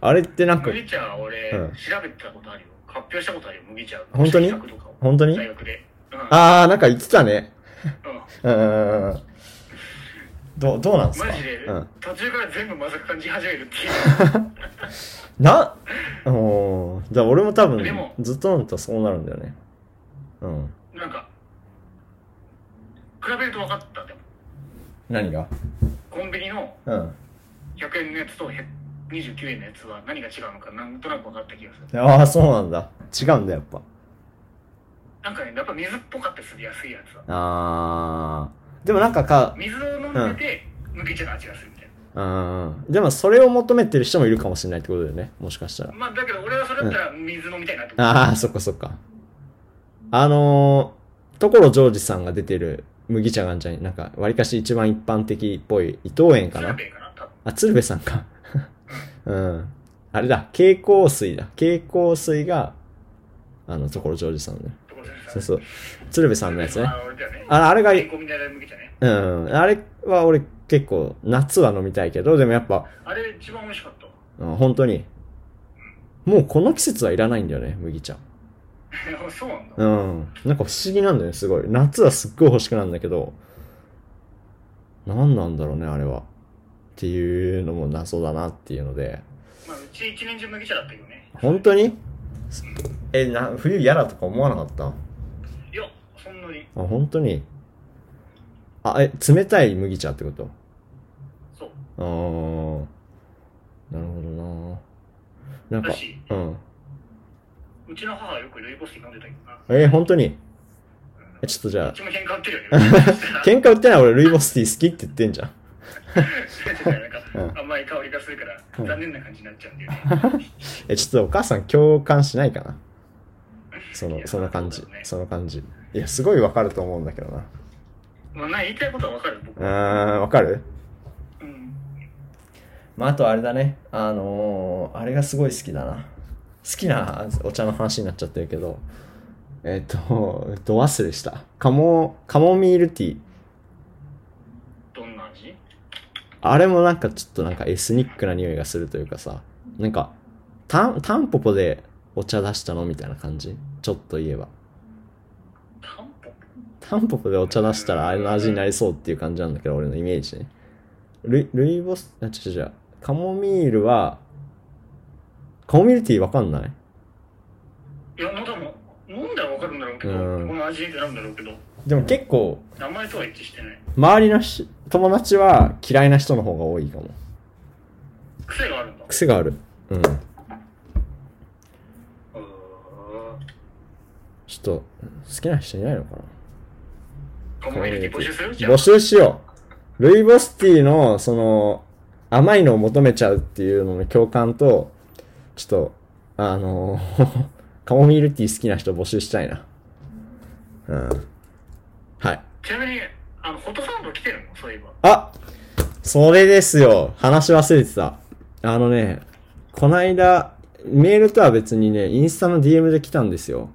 Speaker 1: あれってなんか、
Speaker 2: 麦茶は俺、
Speaker 1: うん
Speaker 2: 調べたことあるよ。発表したことあるよ、麦茶。
Speaker 1: 本当に
Speaker 2: 大学とかを
Speaker 1: 本当に
Speaker 2: 大学で。うん、
Speaker 1: あー、なんか言ってたね。
Speaker 2: うん
Speaker 1: うんうんうんうん。どう、どうなんですか
Speaker 2: マジで、
Speaker 1: うん。
Speaker 2: 途中から全部まずく感じ始めるってい
Speaker 1: な、おー、だから俺も多分
Speaker 2: でも、
Speaker 1: ずっと飲むとそうなるんだよね。うん。
Speaker 2: う。なんか、比べると分かった。でも、
Speaker 1: 何が
Speaker 2: コンビニの
Speaker 1: うん。
Speaker 2: 100円のやつと29円のやつは何が違うのか、なんとなく分かった気がする。
Speaker 1: ああ、そうなんだ。違うんだ、やっぱ。
Speaker 2: なんかね、やっぱ水っぽかったりする、安いやつは。
Speaker 1: ああ。でもなんかか、
Speaker 2: 水を飲んでて、麦茶の味がするみたいな。
Speaker 1: うん。でもそれを求めてる人もいるかもしれないってことだよね。もしかしたら。
Speaker 2: まあ、だけど俺はそれだったら水飲みたいなと思
Speaker 1: ああ、そっかそっか。あのー、所ジョージさんが出てる麦茶があんじゃん。なんか、わりかし一番一般的っぽい、伊藤園
Speaker 2: う。
Speaker 1: か
Speaker 2: スー
Speaker 1: な
Speaker 2: ペーかな、多分。
Speaker 1: あ、鶴瓶さんか。 [laughs] うん。あれだ、蛍光水だ。蛍光水が、あの、所ジョージさんのね。
Speaker 2: 所先生
Speaker 1: そうそう。鶴瓶さんのやつね。
Speaker 2: あ、俺だよね。
Speaker 1: あれあれが
Speaker 2: 健康みたいな麦茶ね。
Speaker 1: うん。あれは俺結構夏は飲みたいけど、でもやっぱ、
Speaker 2: あれ一番美味しかったわ。
Speaker 1: うん本当に、もうこの季節はいらないんだよね、麦茶。
Speaker 2: [laughs] そうなんだ。
Speaker 1: うん。なんか不思議なんだよね、すごい。夏はすっごい欲しくなるんだけど、何なんだろうね、あれは。っていうのも謎だなっていうので。
Speaker 2: まあ、うち一年中麦茶だったけどね。
Speaker 1: 本当にえ、な、冬嫌だとか思わなかったあ、
Speaker 2: いや、そんなに。
Speaker 1: 本当にあ、え、冷たい麦茶ってこと
Speaker 2: そう。
Speaker 1: あーなるほどななんか
Speaker 2: だし、
Speaker 1: うん。
Speaker 2: うちの母はよくルイボスティー飲んでたけどな。
Speaker 1: えー、本当にえちょっとじ
Speaker 2: う
Speaker 1: ゃ
Speaker 2: ちも喧嘩売ってるよね。
Speaker 1: あ、喧嘩売ってない俺ルイボスティー好きって言ってんじゃん。
Speaker 2: なん
Speaker 1: うん
Speaker 2: [laughs] か甘い香りがするから、残念な感じになっちゃうんだよね。
Speaker 1: え、ちょっとお母さん共感しないかなそ
Speaker 2: い
Speaker 1: の、
Speaker 2: や
Speaker 1: その感じ
Speaker 2: そうだよ、ね
Speaker 1: その感じ。いや、すごいわかると思うんだけど
Speaker 2: まあ、な言いたいことはわかる、僕。
Speaker 1: な。うーん、わかるまあ、あとあれだね。あのーあれがすごい好きだな。好きなお茶の話になっちゃってるけど、えっ、と、ど忘れした。カモ、カモミールティー。
Speaker 2: どんな味
Speaker 1: あれもなんかちょっとなんかエスニックな匂いがするというかさ、なんか、たん、タンポポでお茶出したのみたいな感じちょっと言えば。
Speaker 2: タンポポ
Speaker 1: タンポポでお茶出したらあれの味になりそうっていう感じなんだけど、俺のイメージね。ルイ、ルイボス、あ、違う違う。カモミールは、カモミールティーわかんない
Speaker 2: いや、まだもう飲んだらわかるんだろうけど、
Speaker 1: うん
Speaker 2: この味ってなんだろうけど、
Speaker 1: でも結構、
Speaker 2: 名前とは一致してない。
Speaker 1: 周りのし友達は嫌いな人の方が多いかも。
Speaker 2: 癖があるんだ。
Speaker 1: 癖がある。うん。ちょ
Speaker 2: うー
Speaker 1: っと、好きな人いないのかな
Speaker 2: ん。コミュニティ募集するじゃあ
Speaker 1: 募集しよう。ルイボスティーの、その、甘いのを求めちゃうっていうのの共感と、ちょっと、あの [laughs] カモミールティー好きな人募集したいな。うん。はい。
Speaker 2: ちなみに、あの、ホットサンド来てるのそういえば。
Speaker 1: あそれですよ。話忘れてた。あのね、こないだ、メールとは別にね、インスタの DM で来たんですよ。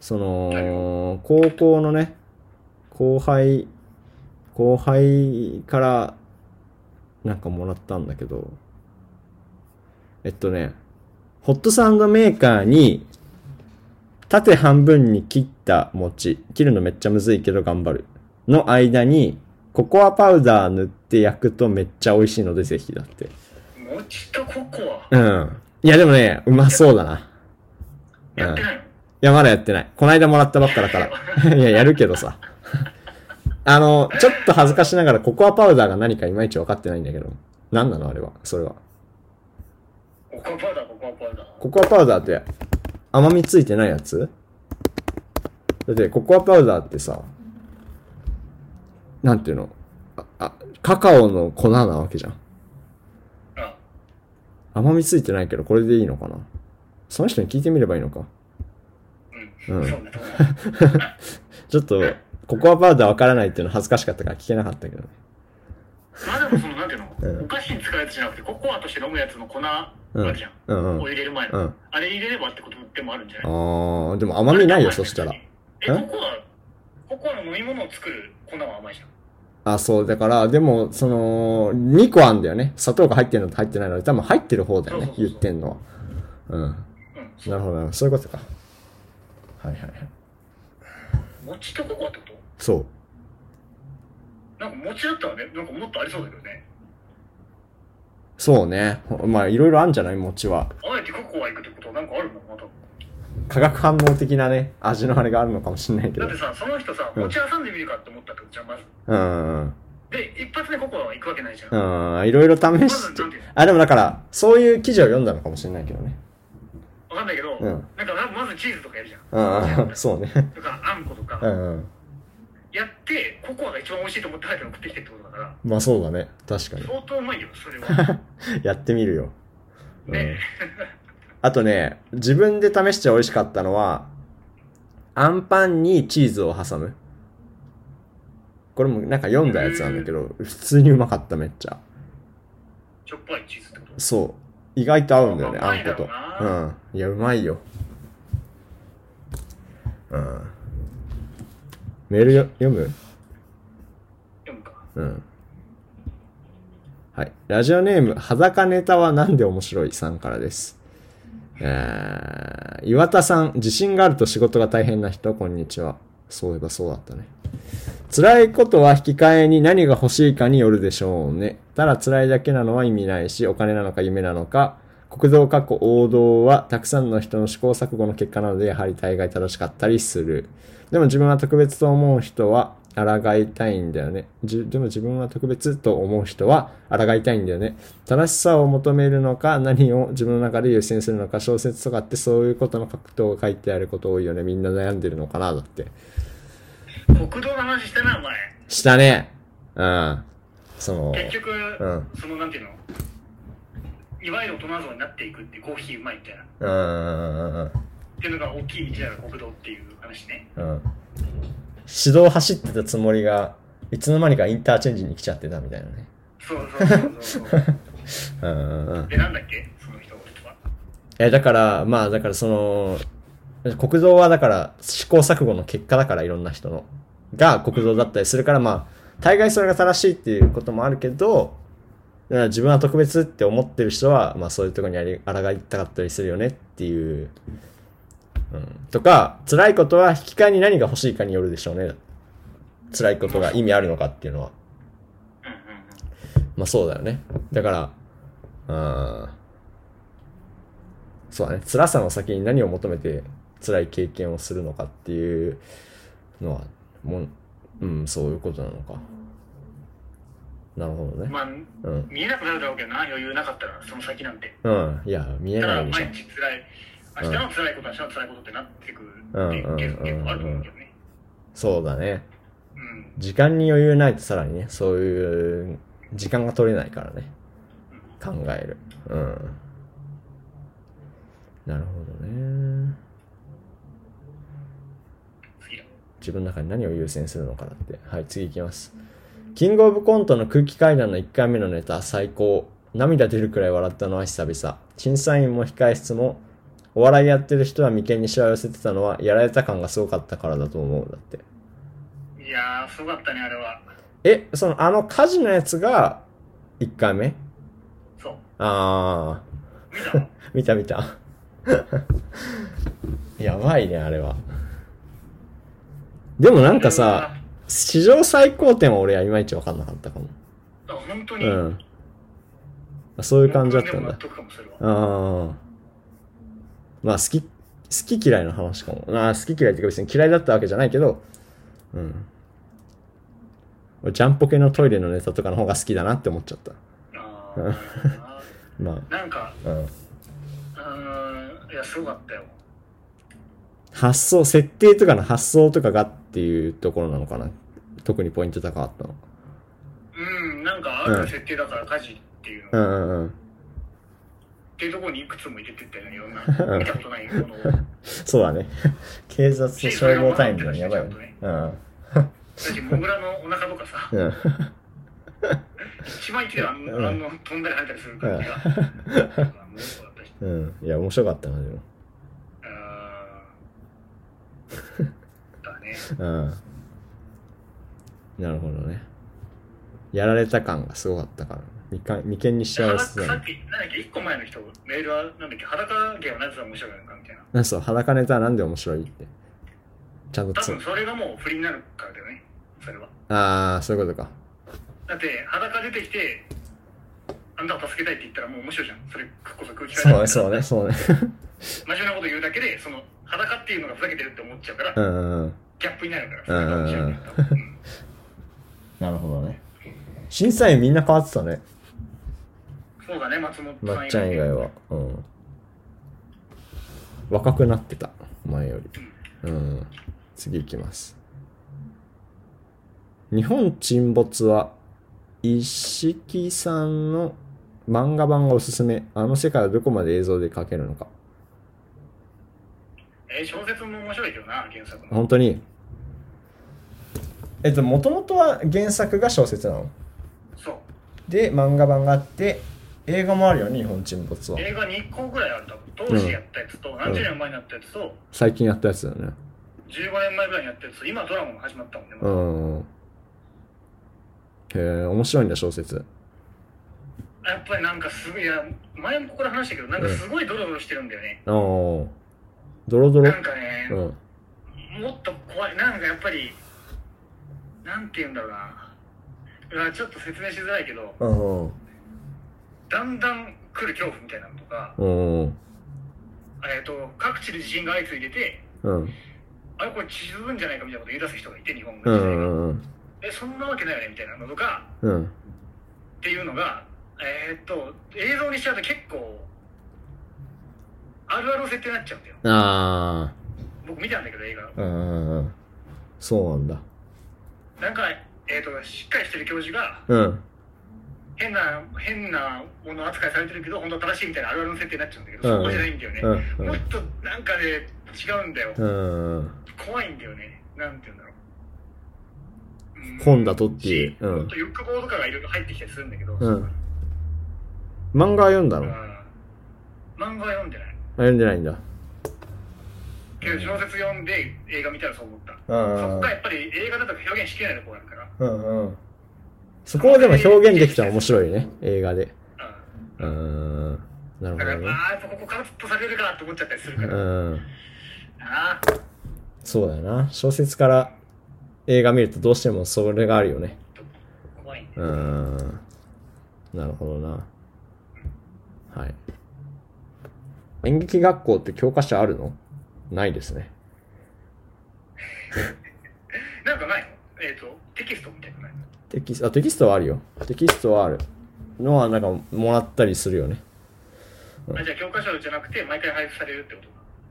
Speaker 1: その、高校のね、後輩、後輩から、なんかもらったんだけど、えっとね、ホットサンドメーカーに、縦半分に切った餅、切るのめっちゃむずいけど頑張る。の間に、ココアパウダー塗って焼くとめっちゃ美味しいのでぜひだって。
Speaker 2: 餅とココ
Speaker 1: う
Speaker 2: ア、
Speaker 1: ん。いやでもね、うまそうだな。うん。
Speaker 2: やって
Speaker 1: い
Speaker 2: ないの
Speaker 1: や、まだやってない。こないだもらったばっかだから。い [laughs] や、やるけどさ。あの、ちょっと恥ずかしながらココアパウダーが何かいまいち分かってないんだけど。何なのあれは。それは。
Speaker 2: ココアパウダー、ココアパウダー。
Speaker 1: ココアパウダーって甘みついてないやつだってココアパウダーってさ、なんていうのあ、あ、カカオの粉なわけじゃん。
Speaker 2: あ、
Speaker 1: 甘みついてないけど、これでいいのかなその人に聞いてみればいいのか。
Speaker 2: うん。
Speaker 1: うん
Speaker 2: そうね、そうね。
Speaker 1: ちょっと、ココアパウダーわからないっていうの恥ずかしかったから聞けなかったけどね。
Speaker 2: まあでもその、なんていう
Speaker 1: うん
Speaker 2: の、お菓子に使うやつじゃなくて、ココアとして飲むやつの粉あるじゃん。
Speaker 1: うんう
Speaker 2: を
Speaker 1: ん。
Speaker 2: 入れる前
Speaker 1: う
Speaker 2: の
Speaker 1: ん。
Speaker 2: あれ入れればってことでもあるんじゃない
Speaker 1: あー、でも甘みないよ、そしたら。
Speaker 2: え、ココア、ココアの飲み物を作る粉は甘いじゃん。
Speaker 1: あ、そう、だから、でも、その、2個あんだよね。砂糖が入ってるのと入ってないので、多分入ってる方だよね、
Speaker 2: そうそうそう
Speaker 1: 言ってんのは。うん。
Speaker 2: うん、そう
Speaker 1: なるほどな、そういうことか。はいはいはい。
Speaker 2: 餅とココアってこ
Speaker 1: そう。
Speaker 2: となんか餅だったらね、なんかもっとありそうだけどね。
Speaker 1: そうね。ほまあ、いろいろあんじゃない餅は。
Speaker 2: あえてココア行くってことはなんかあるのまた。
Speaker 1: 化学反応的なね、味のあれがあるのかもしれないけ
Speaker 2: だ
Speaker 1: ど
Speaker 2: っ。てさ、その人さ、
Speaker 1: うん
Speaker 2: 餅挟んでみるかって思ったってことじゃん、まず。
Speaker 1: うんうん。
Speaker 2: で、一発でココアは行くわけないじゃん。
Speaker 1: う
Speaker 2: ま
Speaker 1: ん、いろいろ試
Speaker 2: ず、
Speaker 1: して
Speaker 2: なん。ていう
Speaker 1: あ、でもだから、そういう記事を読んだのかもしれないけどね。
Speaker 2: のわかんないけど、
Speaker 1: うん
Speaker 2: なんかまずチーズとかやるじゃん。
Speaker 1: うんうん、そうね。
Speaker 2: とか、あんことか。
Speaker 1: うんうん。
Speaker 2: やって、ココアが一番美味しいと思って入って送ってきてってことだから、
Speaker 1: まあそうだね。確かに。
Speaker 2: 相当うまいよ、
Speaker 1: [laughs]
Speaker 2: それは。
Speaker 1: やってみるよ。う
Speaker 2: ね
Speaker 1: ん。あとね、自分で試して美味しかったのは、アンパンにチーズを挟む。これもなんか読んだやつなんだけど、普通にうまかっためっちゃ。
Speaker 2: しょっぱいチーズってこと
Speaker 1: そう。意外と合うんだよね、
Speaker 2: まあ
Speaker 1: あんこと
Speaker 2: うまいだ。
Speaker 1: う。
Speaker 2: ろうん
Speaker 1: いや、うまいよ。うん。メールよ読む
Speaker 2: 読むか。
Speaker 1: うん。はい。ラジオネーム、裸ネタはなんで面白いさんからです。えー、岩田さん、自信があると仕事が大変な人、こんにちは。そういえばそうだったね。辛いことは引き換えに何が欲しいかによるでしょうね。ただ辛いだけなのは意味ないし、お金なのか夢なのか、国道過去王道はたくさんの人の試行錯誤の結果なので、やはり大概正しかったりする。でも自分は特別と思う人は、抗いたいんだよね。じでも自分は特別と思う人は、抗いたいんだよね。正しさを求めるのか、何を自分の中で優先するのか、小説とかってそういうことの格闘が書いてあること多いよね。みんな悩んでるのかな、だって。
Speaker 2: 国道の話したな、お前。
Speaker 1: したね。うん。その、
Speaker 2: 結局、
Speaker 1: ん
Speaker 2: そのなんていうのいわゆる大人像になっていくってコーヒーうまいみたいなっ
Speaker 1: うんうんうんうん
Speaker 2: ていうのが大きい道だから国道っていう話ね
Speaker 1: うん。うん。指導走ってたつもりが、いつの間にかインターチェンジに来ちゃってたみたいなね。 [laughs]
Speaker 2: そうそうそうそう
Speaker 1: うんうんうん。
Speaker 2: で、なんだっけその人は。
Speaker 1: え、だから、まあ、だからその、国造はだから試行錯誤の結果だからいろんな人の。が国造だったりするから、まあ、大概それが正しいっていうこともあるけど、だから自分は特別って思ってる人は、まあそういうところにあり、抗いたかったりするよねっていう。うん。とか、辛いことは引き換えに何が欲しいかによるでしょうね。辛いことが意味あるのかっていうのは。
Speaker 2: うんうんうん。
Speaker 1: まあそうだよね。だから、うん。そうだね。辛さの先に何を求めて辛い経験をするのかっていうのは、もう、うん、そういうことなのか。なるほどね。
Speaker 2: まあ、
Speaker 1: うん。
Speaker 2: 見えなくなるだろうけどな、余裕なかったら、その先なんて。
Speaker 1: うん。いや、見え
Speaker 2: だか
Speaker 1: な
Speaker 2: ら、
Speaker 1: いでしょ
Speaker 2: 毎。日辛い、明日の辛いこと、明日の辛いことってなってくる
Speaker 1: うん
Speaker 2: っていうケース結構あると思うけどね。
Speaker 1: そうだね。
Speaker 2: うん。
Speaker 1: 時間に余裕ないとさらにね、そういう、時間が取れないからね。考える。うん。なるほどね。
Speaker 2: 次だ。
Speaker 1: 自分の中に何を優先するのかだって。はい、次いきます。キングオブコントの空気階段の1回目のネタ最高。涙出るくらい笑ったのは久々。審査員も控え室も、お笑いやってる人は眉間にしわ寄せてたのは、やられた感がすごかったからだと思う。だって。
Speaker 2: いやー、すごかったね、あれは。
Speaker 1: え、その、あの火事のやつが、1回目
Speaker 2: そう。
Speaker 1: あ
Speaker 2: 見たの
Speaker 1: ー、見た見た。 [laughs] やばいね、あれは。でも [laughs] なんかさ、史上最高点は俺はいまいちわかんなかったかも。
Speaker 2: あ本当に。
Speaker 1: うん。そういう感じだったん
Speaker 2: 本当に
Speaker 1: だ。
Speaker 2: でも納得かもそれは。
Speaker 1: ああ。まあ、好き、好き嫌いの話かも。まあ、好き嫌いっていうか別に嫌いだったわけじゃないけど、うん。俺、ジャンポケのトイレのネタとかの方が好きだなって思っちゃった。
Speaker 2: あー
Speaker 1: ま
Speaker 2: なんか、
Speaker 1: あ、 [laughs] うん。
Speaker 2: うーん、いや、すごかったよ。
Speaker 1: 発想、設定とかの発想とかがっていうところなのかな。特にポイント高かったの。
Speaker 2: うん、なんか、ある設定だから、家事っていうの。
Speaker 1: う
Speaker 2: っ
Speaker 1: んうんうん。
Speaker 2: ていうところにいくつも入れてったよね、いろんな。見たことないものを。だ
Speaker 1: そうだね。 [laughs] 警察と消防隊員みたいなやばいよね。うん。
Speaker 2: し、モグラのお腹とかさ、
Speaker 1: うん。
Speaker 2: 一枚一であの、あの飛んだり跳ねたりする感じが。なんかもうそうだったし
Speaker 1: うん。いや、面白かったな、でも。
Speaker 2: う
Speaker 1: [laughs]
Speaker 2: ーんだね。
Speaker 1: うん。なるほどね。やられた感がすごかったから。眉間眉間にしちゃ
Speaker 2: 裸
Speaker 1: う
Speaker 2: さ
Speaker 1: だ
Speaker 2: っき、なんだっ
Speaker 1: な。
Speaker 2: け、一個前の人、メールは、なんだっけ、裸芸はなぜ面白いのかみたいな。
Speaker 1: なんそう、裸ネタはなんで面白いって。ちゃんと
Speaker 2: 多
Speaker 1: つ
Speaker 2: 分、、それがもう不利になるからだよね、それは。
Speaker 1: ああ、そういうことか。
Speaker 2: だって、裸出てきて、あんたを助けたいって言ったらもう面白いじゃん。それこそ空気
Speaker 1: そうね、
Speaker 2: そ
Speaker 1: そうね、そうね。
Speaker 2: 真面目なこと言うだけで、その、裸っていうのがふざけてるって思っちゃうから、
Speaker 1: うんうんうん。
Speaker 2: ギャップになるから、それが面白いね多分うん
Speaker 1: なるほどね。審査員みんな変わってたね。
Speaker 2: そうだね、松本さん
Speaker 1: まっちゃん以外は。うん。若くなってた。前より。うん。次行きます。日本沈没は、一色さんの漫画版がおすすめ。あの世界はどこまで映像で描けるのか。
Speaker 2: えー小説も面白いけどな、原作の。
Speaker 1: 本当に。えっと、もともとは原作が小説なの。
Speaker 2: そう。
Speaker 1: で、漫画版があって、映画もあるよね、日本沈没は。
Speaker 2: 映画2個ぐらいあるんだ当時やったやつと、何十年前にやったやつと、
Speaker 1: 最近やったやつだよね。
Speaker 2: 15年前ぐらいにやったやつと、今ドラマも始まったもんね。
Speaker 1: う
Speaker 2: まだ
Speaker 1: ん。へえ、面白いんだ、小説。
Speaker 2: やっぱりなんかすごい、いや、前もここで話したけど、なんかすごいドロドロしてるんだよね。
Speaker 1: ああ。ドロドロ
Speaker 2: なんかね、
Speaker 1: うん。
Speaker 2: もっと怖い、なんかやっぱり、なんて言うんだろうな。うわちょっと説明しづらいけど、
Speaker 1: うん。
Speaker 2: だんだん来る恐怖みたいなのとか、
Speaker 1: うん。
Speaker 2: えっ、と、各地で地震が相次いでて、
Speaker 1: うん。
Speaker 2: あれこれ沈むんじゃないかみたいなこと言い出す人がいて、日本
Speaker 1: う
Speaker 2: が。
Speaker 1: ん。
Speaker 2: え、そんなわけないよねみたいなのとか、
Speaker 1: うん。
Speaker 2: っていうのが、えーっと、映像にしちゃうと結構、あるあるの設定になっちゃうんだよ。
Speaker 1: あ
Speaker 2: 僕見たんだけど、映画を
Speaker 1: あ。うん。そうなんだ。
Speaker 2: なんか、えーっと、しっかりしてる教授が、
Speaker 1: うん。
Speaker 2: 変な、変なもの扱いされてるけど、本当は正しいみたいなあるあるの設定になっちゃうんだけど、
Speaker 1: うん
Speaker 2: そこじゃないんだよね。
Speaker 1: うん
Speaker 2: もっと、なんかね、違うんだよ。
Speaker 1: うん。
Speaker 2: 怖いんだよね。なんて言うんだろう。うん
Speaker 1: 本だとっていう
Speaker 2: し
Speaker 1: うん
Speaker 2: もっと欲望とかがいろいろ入ってきたりするんだけど、
Speaker 1: うん漫画は読んだの
Speaker 2: うん
Speaker 1: あ
Speaker 2: 漫画は読んでない
Speaker 1: 読んでないんだ。
Speaker 2: けど小説読んで映画見たらそう思った
Speaker 1: うん
Speaker 2: そこがやっぱり映画だと表現しきれないところだから
Speaker 1: うんうん。そこをでも表現できたら面白いね、映画で。
Speaker 2: う
Speaker 1: うーん。なるほ
Speaker 2: んだから
Speaker 1: どね。
Speaker 2: まあやっぱここカラッとされるかって思っちゃったりするから
Speaker 1: うん。
Speaker 2: な
Speaker 1: そうだよな。小説から映画見るとどうしてもそれがあるよね。
Speaker 2: 怖いね
Speaker 1: うーん。なるほどな。はい。演劇学校って教科書あるのないですね。
Speaker 2: なんかないのえっ、とテキストみたいなのないの
Speaker 1: テキスト、あ、テキストはあるよ。テキストはある。のはなんかもらったりするよね。
Speaker 2: あじゃあ教科書じゃなくて毎回配布されるってこ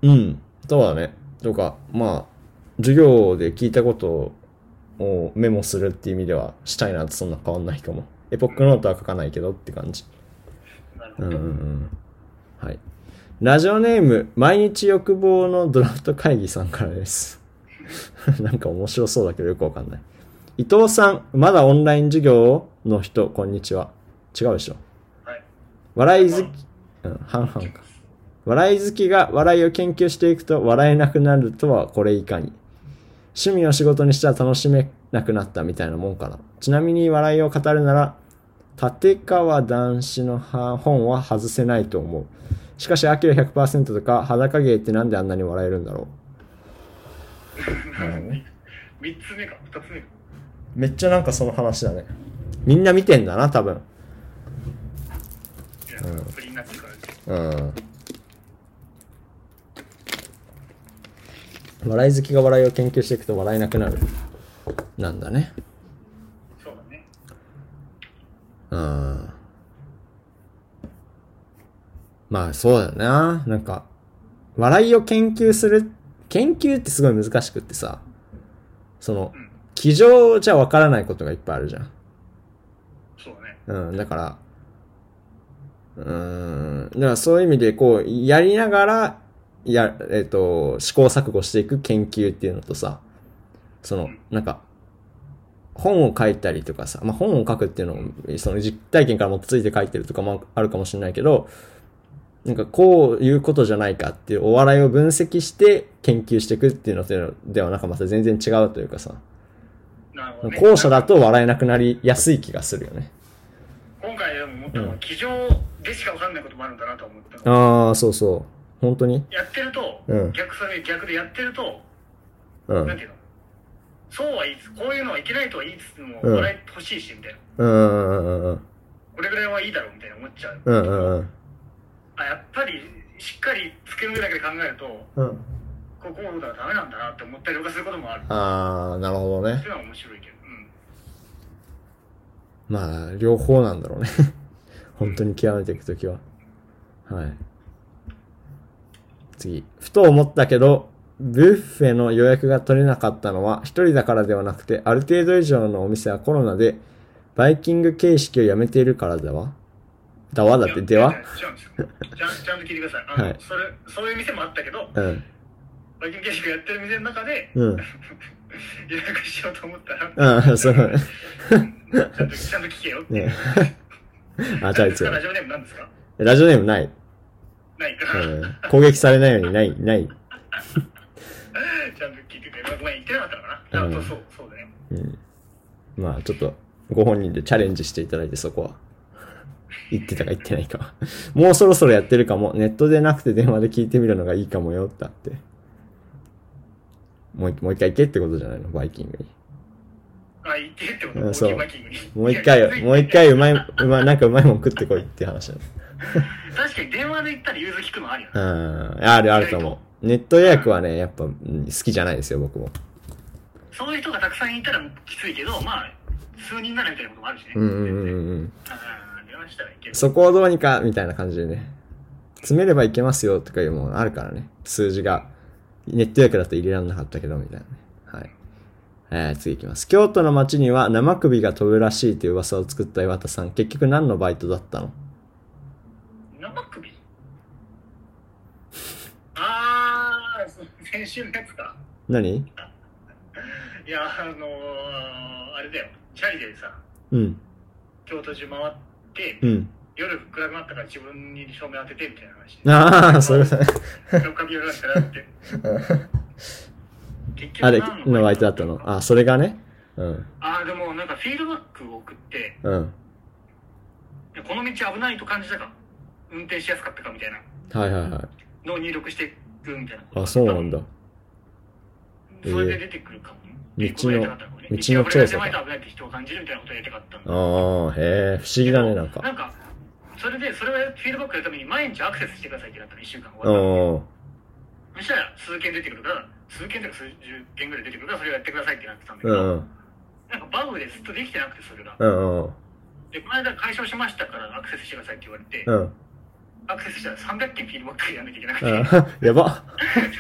Speaker 2: と
Speaker 1: うん。そうだね。とか、まあ、授業で聞いたことをメモするっていう意味ではしたいなってそんな変わんないかも。エポックノートは書かないけどって感じ。
Speaker 2: なるほ
Speaker 1: うん
Speaker 2: ど、
Speaker 1: うんうん。はい。ラジオネーム、毎日欲望のドラフト会議さんからです。 [laughs] なんか面白そうだけどよくわかんない。伊藤さん、まだオンライン授業をの人、こんにちは。違うでしょ。
Speaker 2: はい
Speaker 1: 笑い好き、うん、半々か。笑い好きが笑いを研究していくと笑えなくなるとはこれいかに。趣味を仕事にしたら楽しめなくなったみたいなもんかな。ちなみに笑いを語るなら、立川男子の本は外せないと思う。しかし、アキラ100%とか、裸芸ってなんであんなに笑えるんだろ
Speaker 2: [laughs] 三つ目か二つ目か
Speaker 1: う。めっちゃなんかその話だね。みんな見てんだな、多分。
Speaker 2: いやなんか不倫になってるから
Speaker 1: うん。笑い好きが笑いを研究していくと笑えなくなる。なんだね。
Speaker 2: そうだね
Speaker 1: うん。まあそうだよな。なんか、笑いを研究する、研究ってすごい難しくってさ、その、机上じゃわからないことがいっぱいあるじゃん。
Speaker 2: そうだね
Speaker 1: うん、だから、うーん、だからそういう意味で、こう、やりながら、や、えっ、と、試行錯誤していく研究っていうのとさ、その、なんか、本を書いたりとかさ、まあ、本を書くっていうのを、その実体験から基づいて書いてるとかもあるかもしれないけど、なんかこういうことじゃないかっていうお笑いを分析して研究していくっていうのとではなんかまた全然違うというかさ、
Speaker 2: なるほどね
Speaker 1: 後者だと笑えなくなりやすい気がするよね。
Speaker 2: 今回でも思ったのは机上でしか分かんないこともあるんだなと思ったの
Speaker 1: ああ、そうそう。本当に
Speaker 2: やってると、
Speaker 1: うん
Speaker 2: 逆それ逆でやってると、
Speaker 1: う
Speaker 2: なん
Speaker 1: ん。
Speaker 2: ていうのそうは言いつつこういうのはいけないとは言いつつも、
Speaker 1: うん
Speaker 2: 笑い欲しいしみたいな
Speaker 1: うんうんうんうん。
Speaker 2: これぐらいはいいだろうみたいな思っちゃう、
Speaker 1: うんうんうん。
Speaker 2: あやっぱりしっかり机の上だけで考えると
Speaker 1: うん。
Speaker 2: こうこうだらダメなんだなって思ったりとかすることもあるっ
Speaker 1: ああ、なるほど
Speaker 2: て
Speaker 1: ね
Speaker 2: いう。のは面白いけどうん
Speaker 1: まあ、両方なんだろうね。 [laughs] 本当に極めていくときは。はい。次。ふと思ったけど、ブッフェの予約が取れなかったのは、一人だからではなくて、ある程度以上のお店はコロナで、バイキング形式をやめているからだわ。だわだって、では
Speaker 2: 違うんですよち
Speaker 1: [laughs]
Speaker 2: ゃんちゃんと聞いてくださいあの、
Speaker 1: はい
Speaker 2: それそういう店もあったけど
Speaker 1: うん。
Speaker 2: バイキング形式やってる店の中で、
Speaker 1: うん。
Speaker 2: [laughs] 予約しようと思ったら、
Speaker 1: うん、そう。
Speaker 2: ちゃんとちゃんと聞けよっていう
Speaker 1: ねあ、じゃあいつ
Speaker 2: ラジオネームなんですか
Speaker 1: ラジオネームない。
Speaker 2: ないか
Speaker 1: う
Speaker 2: ら、
Speaker 1: ん攻撃されないようにない、ない。
Speaker 2: [laughs] ちゃんと聞いてくれ、まあ、ごめん言ってなかったのかな、
Speaker 1: うん
Speaker 2: あとそうそうだね
Speaker 1: まあ、ちょっと、ご本人でチャレンジしていただいて、そこは。言ってたか言ってないかは。もうそろそろやってるかも。ネットでなくて電話で聞いてみるのがいいかもよってあって。もう一もう一回行けってことじゃないのバイキングに。
Speaker 2: あ言ってってこと
Speaker 1: うん
Speaker 2: 大
Speaker 1: そう
Speaker 2: きいバイキングに
Speaker 1: もう一
Speaker 2: いや [laughs] つい
Speaker 1: 回、
Speaker 2: て
Speaker 1: もう一回うまい、うまい、なんかうまいもん食ってこいって話だよ。
Speaker 2: 確かに電話で言ったら融通聞くのあるよね
Speaker 1: うん。あるあると思う。ネット予約はね、やっぱ、うん好きじゃないですよ、僕も。
Speaker 2: そういう人がたくさんいたらきついけどまあ数人ならみたいなこともあるしね
Speaker 1: うんうんうんうんうん。
Speaker 2: あー電話したらいける
Speaker 1: そこをどうにか、みたいな感じでね。詰めればいけますよとかいうものあるからね。数字が。ネット予約だと入れられなかったけど、みたいなね。はい。えー、次いきます。京都の街には生首が飛ぶらしいという噂を作った岩田さん。結局何のバイトだったの
Speaker 2: 生首ああ先週のやつか
Speaker 1: 何
Speaker 2: いやあのー、あれだよチャリでさ
Speaker 1: うん。
Speaker 2: 京都中回って
Speaker 1: うん。
Speaker 2: 夜クラブあったから自分に照明当ててみたいな話で。
Speaker 1: ああ、そういうことね。
Speaker 2: 浮かび上がったらって。
Speaker 1: [laughs]
Speaker 2: 結局
Speaker 1: あれ
Speaker 2: 何
Speaker 1: の相手だったの。あ、それがね。うん。
Speaker 2: ああ、でもなんかフィードバックを送って、
Speaker 1: うん。
Speaker 2: いやこの道危ないと感じたか、運転しやすかったかみたいな
Speaker 1: はいはいはい。
Speaker 2: のを入力していくみたいなこと。
Speaker 1: あ、そうなんだ。
Speaker 2: それで出てくるかもね。
Speaker 1: ええ
Speaker 2: っていうことをやりたかったのね
Speaker 1: 道の道の調査
Speaker 2: 道が狭いと危ないって人を感じるみたいなことをやりたかったん
Speaker 1: あ
Speaker 2: だ
Speaker 1: あ、へえ、不思議だね、なん
Speaker 2: な
Speaker 1: か。
Speaker 2: んか、それで、それをフィードバックやるために毎日アクセスしてくださいってなったの、1週間
Speaker 1: う
Speaker 2: 終わっ
Speaker 1: ん。
Speaker 2: た。そしたら、数件出てくるから、数件とか数十件ぐらい出てくるから、それをやってくださいってなってたんだけ
Speaker 1: う
Speaker 2: ど、
Speaker 1: ん。
Speaker 2: なんかバグでずっとできてなくて、それが。
Speaker 1: うん。うん。
Speaker 2: で、この間解消しましたから、アクセスしてくださいって言われて、
Speaker 1: うん。
Speaker 2: アクセスしたら300件フィードバックやらなきゃいけなく
Speaker 1: う
Speaker 2: て、
Speaker 1: ん。やば。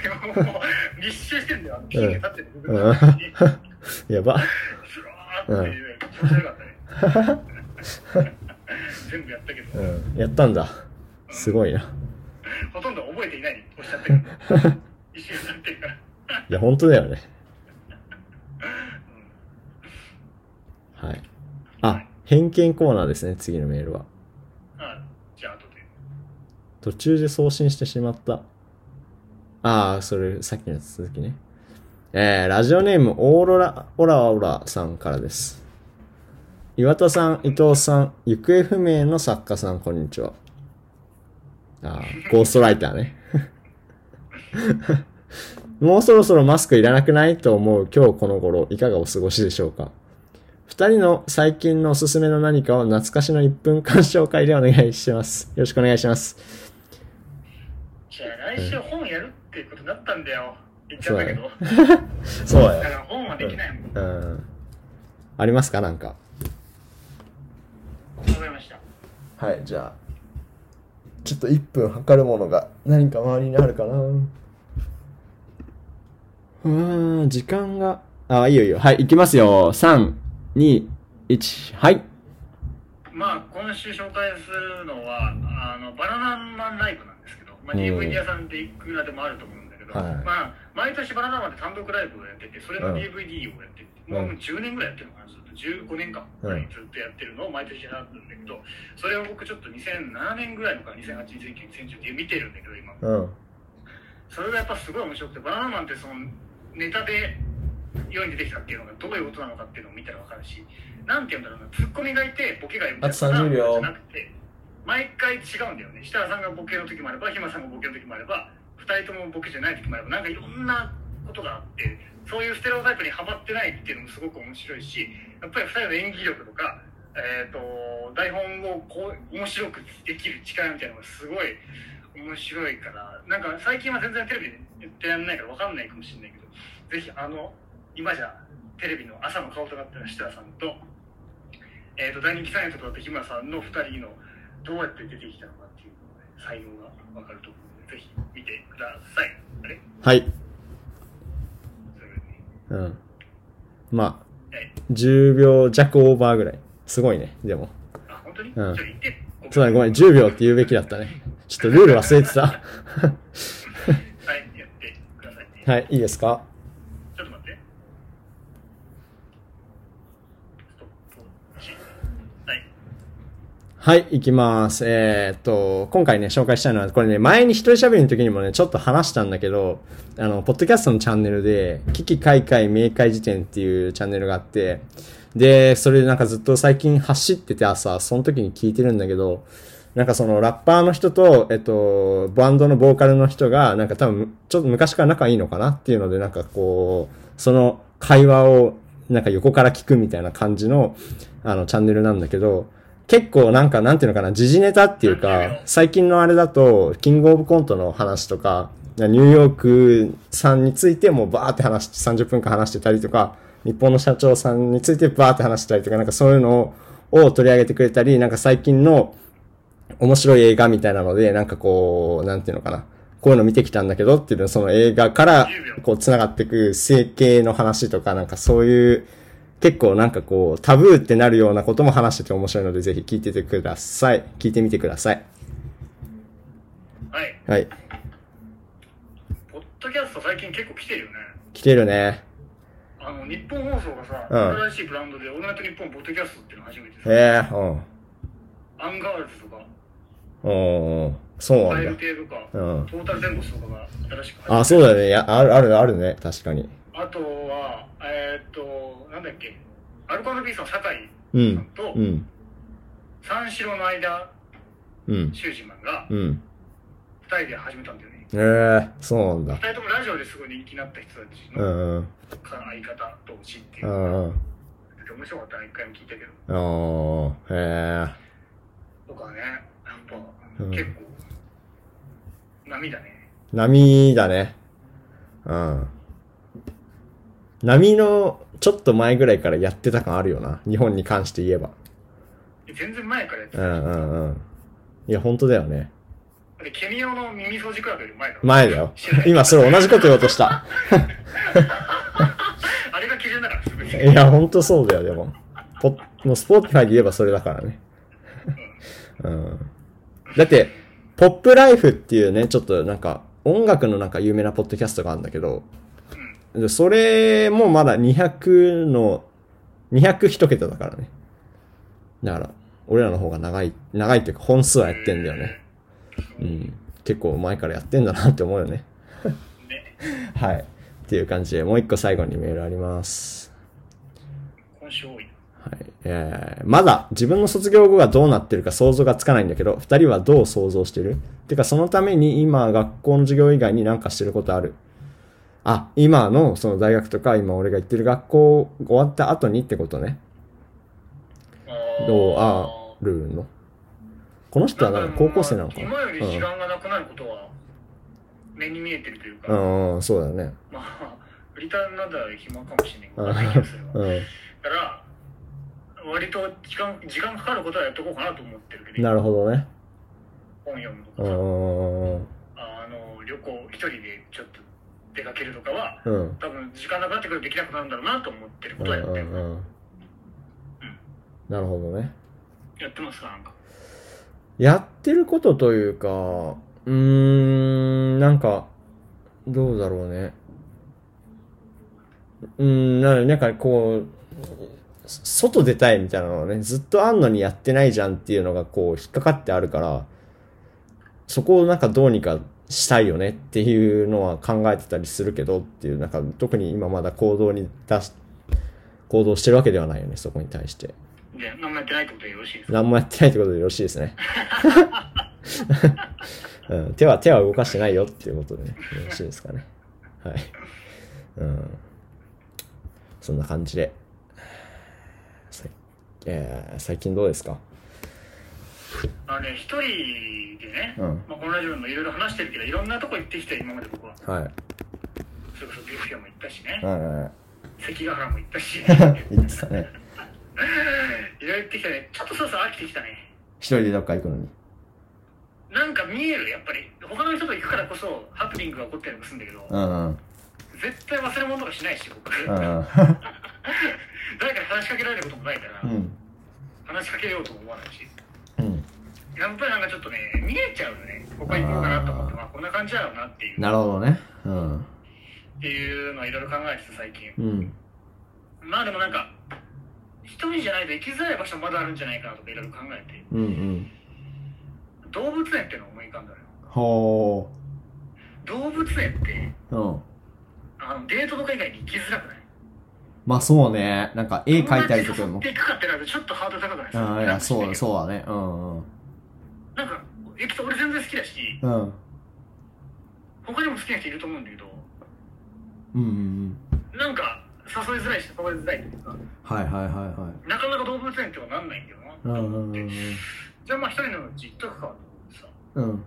Speaker 2: でももう [laughs] 密集してんだよ、ピンで立ってる部
Speaker 1: う
Speaker 2: 分
Speaker 1: ん
Speaker 2: に。ずら。
Speaker 1: [laughs] やば。
Speaker 2: ーっていう、気持ち悪かったね。全部やったけど、
Speaker 1: うん。やったんだ。すごいな。
Speaker 2: ほとんど覚えていないにおっしゃってる。一瞬になってるから。
Speaker 1: いや、本当だよね。はい。あ、偏見コーナーですね、次のメールは。
Speaker 2: あじゃあ後で。
Speaker 1: 途中で送信してしまった。ああ、それ、さっきの続きね。えー、ラジオネーム、オーロラ、オラオラさんからです。岩田さん、伊藤さん、行方不明の作家さん、こんにちは。ああ、ゴーストライターね。 [laughs] もうそろそろマスクいらなくないと思う今日この頃、いかがお過ごしでしょうか二人の最近のおすすめの何かを懐かしの1分間紹介でお願いします。よろしくお願いします。
Speaker 2: じゃあ来週本やるっていうことになったんだよ。言っちゃったけど。
Speaker 1: そう
Speaker 2: だ
Speaker 1: だ
Speaker 2: から本はできないもん。わ
Speaker 1: うん。ありますかなんか。
Speaker 2: かりました。
Speaker 1: はい、じゃあ。ちょっと1分測るものが何か周りにあるかな。うーん、時間が。あ、いいよいいよ。はい、いきますよ。3、2、1、はい。
Speaker 2: まあ今週紹介するのは、あの、バナナマンライブなんですけど、まあ
Speaker 1: うん
Speaker 2: DVD 屋さんでいくらでもあると思うんだけど、
Speaker 1: はい
Speaker 2: まあ毎年バナナマンで単独ライブをやってて、それの DVD をやってて、
Speaker 1: うん
Speaker 2: もう10年ぐらいやってるのかな、ずっと15年間ぐらいずっとやってるのを毎年やるんだけど、それを僕ちょっと2007年ぐらいのか、2008、2009、2010で見てるんだけど、今。
Speaker 1: うん。
Speaker 2: それがやっぱすごい面白くてバナナマンってそのネタで世に出てきたっていうのがどういうことなのかっていうのを見たら分かるしなんて言うんだろうなツッコミがいてボケがいるみたいな
Speaker 1: あと30秒
Speaker 2: じゃなくて毎回違うんだよね設楽さんがボケの時もあれば日村さんがボケの時もあれば2人ともボケじゃない時もあればなんかいろんなことがあってそういうステレオタイプにはまってないっていうのもすごく面白いしやっぱり2人の演技力とか、えー、と台本をこう面白くできる力みたいなのがすごい面白いからなんか最近は全然テレビで言ってやんないから分かんないかもしれないけどぜひあの今じゃテレビの朝の顔となってる設楽さんと,、えー、と大人気サイエントとなった日村さんの2人のどうやって出てきたのかっていうのがね才能が分かると思うのでぜひ見てくださいあれ
Speaker 1: はい。
Speaker 2: それぐらいね
Speaker 1: うん。ま
Speaker 2: はい
Speaker 1: あ、10秒弱オーバーぐらい。すごいね、でも。
Speaker 2: あ本当に、
Speaker 1: うん
Speaker 2: ちょっと言って
Speaker 1: そうだね、ごめん、10秒って言うべきだったね。ちょっとルール忘れてた。[laughs]
Speaker 2: [laughs] はいやってくださいね、
Speaker 1: はい、いいですか
Speaker 2: ちょっと待ってストップウォッチはい
Speaker 1: はい、行きます。えーっと、今回ね、紹介したいのは、これね、前に一人喋りの時にもね、ちょっと話したんだけど、あの、ポッドキャストのチャンネルで、危機開会明快辞典っていうチャンネルがあって、で、それでなんかずっと最近走ってて朝、その時に聞いてるんだけど、なんかそのラッパーの人と、えっと、バンドのボーカルの人が、なんか多分、ちょっと昔から仲いいのかなっていうので、なんかこう、その会話を、なんか横から聞くみたいな感じの、あの、チャンネルなんだけど、結構なんか、なんていうのかな、時事ネタっていうか、最近のあれだと、キングオブコントの話とか、ニューヨークさんについてもうバーって話して、30分間話してたりとか、日本の社長さんについてバーって話したりとか、なんかそういうのをを取り上げてくれたり、なんか最近の、面白い映画みたいなので、なんかこう、なんていうのかな。こういうの見てきたんだけどっていうの、その映画から、こう、繋がってく整形の話とか、なんかそういう、結構なんかこう、タブーってなるようなことも話してて面白いので、ぜひ聞いててください。聞いてみてください。
Speaker 2: はい
Speaker 1: はい。
Speaker 2: ポッドキャスト最近結構来てるよね。
Speaker 1: 来てるね。
Speaker 2: あの、日本放送がさ、
Speaker 1: うん
Speaker 2: 新しいブランドで、オールナイトニッポンポッドキャストっていうのを始めてさ、
Speaker 1: ええうん。
Speaker 2: アンガールズとか、
Speaker 1: うんうん。そう
Speaker 2: カ
Speaker 1: な
Speaker 2: エ
Speaker 1: ん
Speaker 2: ル
Speaker 1: だ。
Speaker 2: テーとか、
Speaker 1: うん
Speaker 2: トータルテンボスとかが新しく入って
Speaker 1: あ、そうだね。いや、ある、ある、あるね。確かに。
Speaker 2: あとは、えーっと、なんだっけ、アルコピースの酒
Speaker 1: う
Speaker 2: 井さん
Speaker 1: ん。
Speaker 2: と、
Speaker 1: うん。
Speaker 2: 三四郎の間、
Speaker 1: うん。
Speaker 2: 修士マンが
Speaker 1: うん。
Speaker 2: 二人で始めたんだよね。
Speaker 1: ええ、そうなん
Speaker 2: 二
Speaker 1: だ。
Speaker 2: 人ともラジオですごい人気になった人たち
Speaker 1: う
Speaker 2: の
Speaker 1: んうん。
Speaker 2: 相方同士っていううのが
Speaker 1: んうん。
Speaker 2: 面白かったな、一回も聞いたけど。
Speaker 1: ああ、へえ。
Speaker 2: とかね、やっぱ、
Speaker 1: うん
Speaker 2: 結構、波だね。
Speaker 1: 波だね。うん。波のちょっと前ぐらいからやってた感あるよな。日本に関して言えば。
Speaker 2: 全然前からやって
Speaker 1: う
Speaker 2: た。
Speaker 1: んうんうん。いや、本当だよね。
Speaker 2: で、ケミオの耳掃除クラブより前だろ
Speaker 1: 前だよ
Speaker 2: 知らな。い
Speaker 1: 今それ同じこと言おうとした。
Speaker 2: あれが基準だから、すぐに。
Speaker 1: いや、本当そうだよ、でも。ポッもうスポーティファイで言えばそれだからね。 [laughs] うん。だって、ポップライフっていうね、ちょっとなんか、音楽のなんか有名なポッドキャストがあるんだけど、でそれもまだ200の、200一桁だからね。だから、俺らの方が長い、長いっていうか本数はやってんだよね。うん。結構前からやってんだなって思うよね。 [laughs]
Speaker 2: ね、
Speaker 1: はい。っていう感じで、もう一個最後にメールあります。
Speaker 2: 今週多い。
Speaker 1: はいえー、まだ自分の卒業後がどうなってるか想像がつかないんだけど、二人はどう想像してるてかそのために今学校の授業以外に何かしてることあるあ、今のその大学とか今俺が行ってる学校終わった後にってことね。どうあるのこの人はなんか高校生なのかな
Speaker 2: 今より時間がなくなることは、目に見えてるという
Speaker 1: う
Speaker 2: か、
Speaker 1: ん、うん、そうだね。
Speaker 2: まあ、フリーターなんだら暇かもしれない。
Speaker 1: うん
Speaker 2: わかんないけどそれは
Speaker 1: う
Speaker 2: だから、割と時間、時間かかることはやっとこうかなと思ってるけ
Speaker 1: ん、
Speaker 2: ど、
Speaker 1: なるほどね。
Speaker 2: 本読むと
Speaker 1: う
Speaker 2: か、
Speaker 1: ん、うん
Speaker 2: あの、旅行、一人でちょっと出かけるとかは、
Speaker 1: うん、
Speaker 2: 多分時間なくなってくるとできなくなるんだろうなと思ってる
Speaker 1: う
Speaker 2: ことはやってる。
Speaker 1: ん。なるほどね。
Speaker 2: やってますか、なんか。
Speaker 1: やってることというか、うーん、なんか、どうだろうね。うーん、ななんかこう、そ外出たいみたいなのはね、ずっとあんのにやってないじゃんっていうのがこう引っかかってあるから、そこをなんかどうにかしたいよねっていうのは考えてたりするけどっていう、なんか特に今まだ行動に出し、行動してるわけではないよね、そこに対して。
Speaker 2: じゃあ、何もやってないってことでよろしいですか
Speaker 1: 何もやってないってことでよろしいですね。うん、手は手は動かしてないよっていうことでね、よろしいですかね。はい。うん、そんな感じで。さいえー最近どうですか
Speaker 2: あのね、一人でね、
Speaker 1: うん
Speaker 2: まあ、このラジオでもいろいろ話してるけど、いろんなとこ行ってきて、今まで僕は。
Speaker 1: はい。
Speaker 2: それこそビュッフェも行ったしね
Speaker 1: う、ん、 [laughs]
Speaker 2: 関ヶ原も行ったし、い
Speaker 1: 言ってたね。
Speaker 2: ろいろ行ってきたね。ちょっとそうそう飽きてきたね。
Speaker 1: 一人でどっか行くのに。
Speaker 2: なんか見える、やっぱり。他の人と行くからこそ、ハプニングが起こったりもするんだけど、
Speaker 1: うんうん。
Speaker 2: 絶対忘れ物とかしないし、僕。
Speaker 1: うんう
Speaker 2: 誰か
Speaker 1: ん。
Speaker 2: [laughs] に話しかけられることもないから、
Speaker 1: うん。
Speaker 2: 話しかけようとも思わないし。
Speaker 1: うん。
Speaker 2: やっぱりなんかちょっとね、見えちゃうよね。ここ行こうかなと思って、まあこんな感じだろうなっていう。
Speaker 1: なるほどね。うん。
Speaker 2: っていうのをいろいろ考えてて最近。
Speaker 1: うん。
Speaker 2: まあでもなんか、一人じゃないと行きづらい場所まだあるんじゃないかなとかいろいろ考えて、
Speaker 1: うんうん。
Speaker 2: 動物園っていうのを思い浮かんだのよ。
Speaker 1: ほ
Speaker 2: 動物園って、
Speaker 1: う。うん。
Speaker 2: あの、デートとか以外に行きづらくない
Speaker 1: まあそうね。なんか絵描いたりとか
Speaker 2: 友
Speaker 1: も
Speaker 2: 達。誘って行くかってなるとちょっとハードル高くないです
Speaker 1: うん、いや、そう、
Speaker 2: う。
Speaker 1: そうだね。うんうん。
Speaker 2: なんか、駅と俺全然好きだし、
Speaker 1: うん。
Speaker 2: 他にも好きな人いると思うんだけど、
Speaker 1: うんうんうん。
Speaker 2: なんか誘いづらいし誘いづらいというか、
Speaker 1: はいはいはいは
Speaker 2: なかなか動物園ってはなんないんだよ
Speaker 1: い。う
Speaker 2: なと
Speaker 1: んう
Speaker 2: 思
Speaker 1: ん
Speaker 2: っ
Speaker 1: う
Speaker 2: て。
Speaker 1: ん
Speaker 2: じゃあまあ一人のうち行っとくかと思ってさ。
Speaker 1: うん。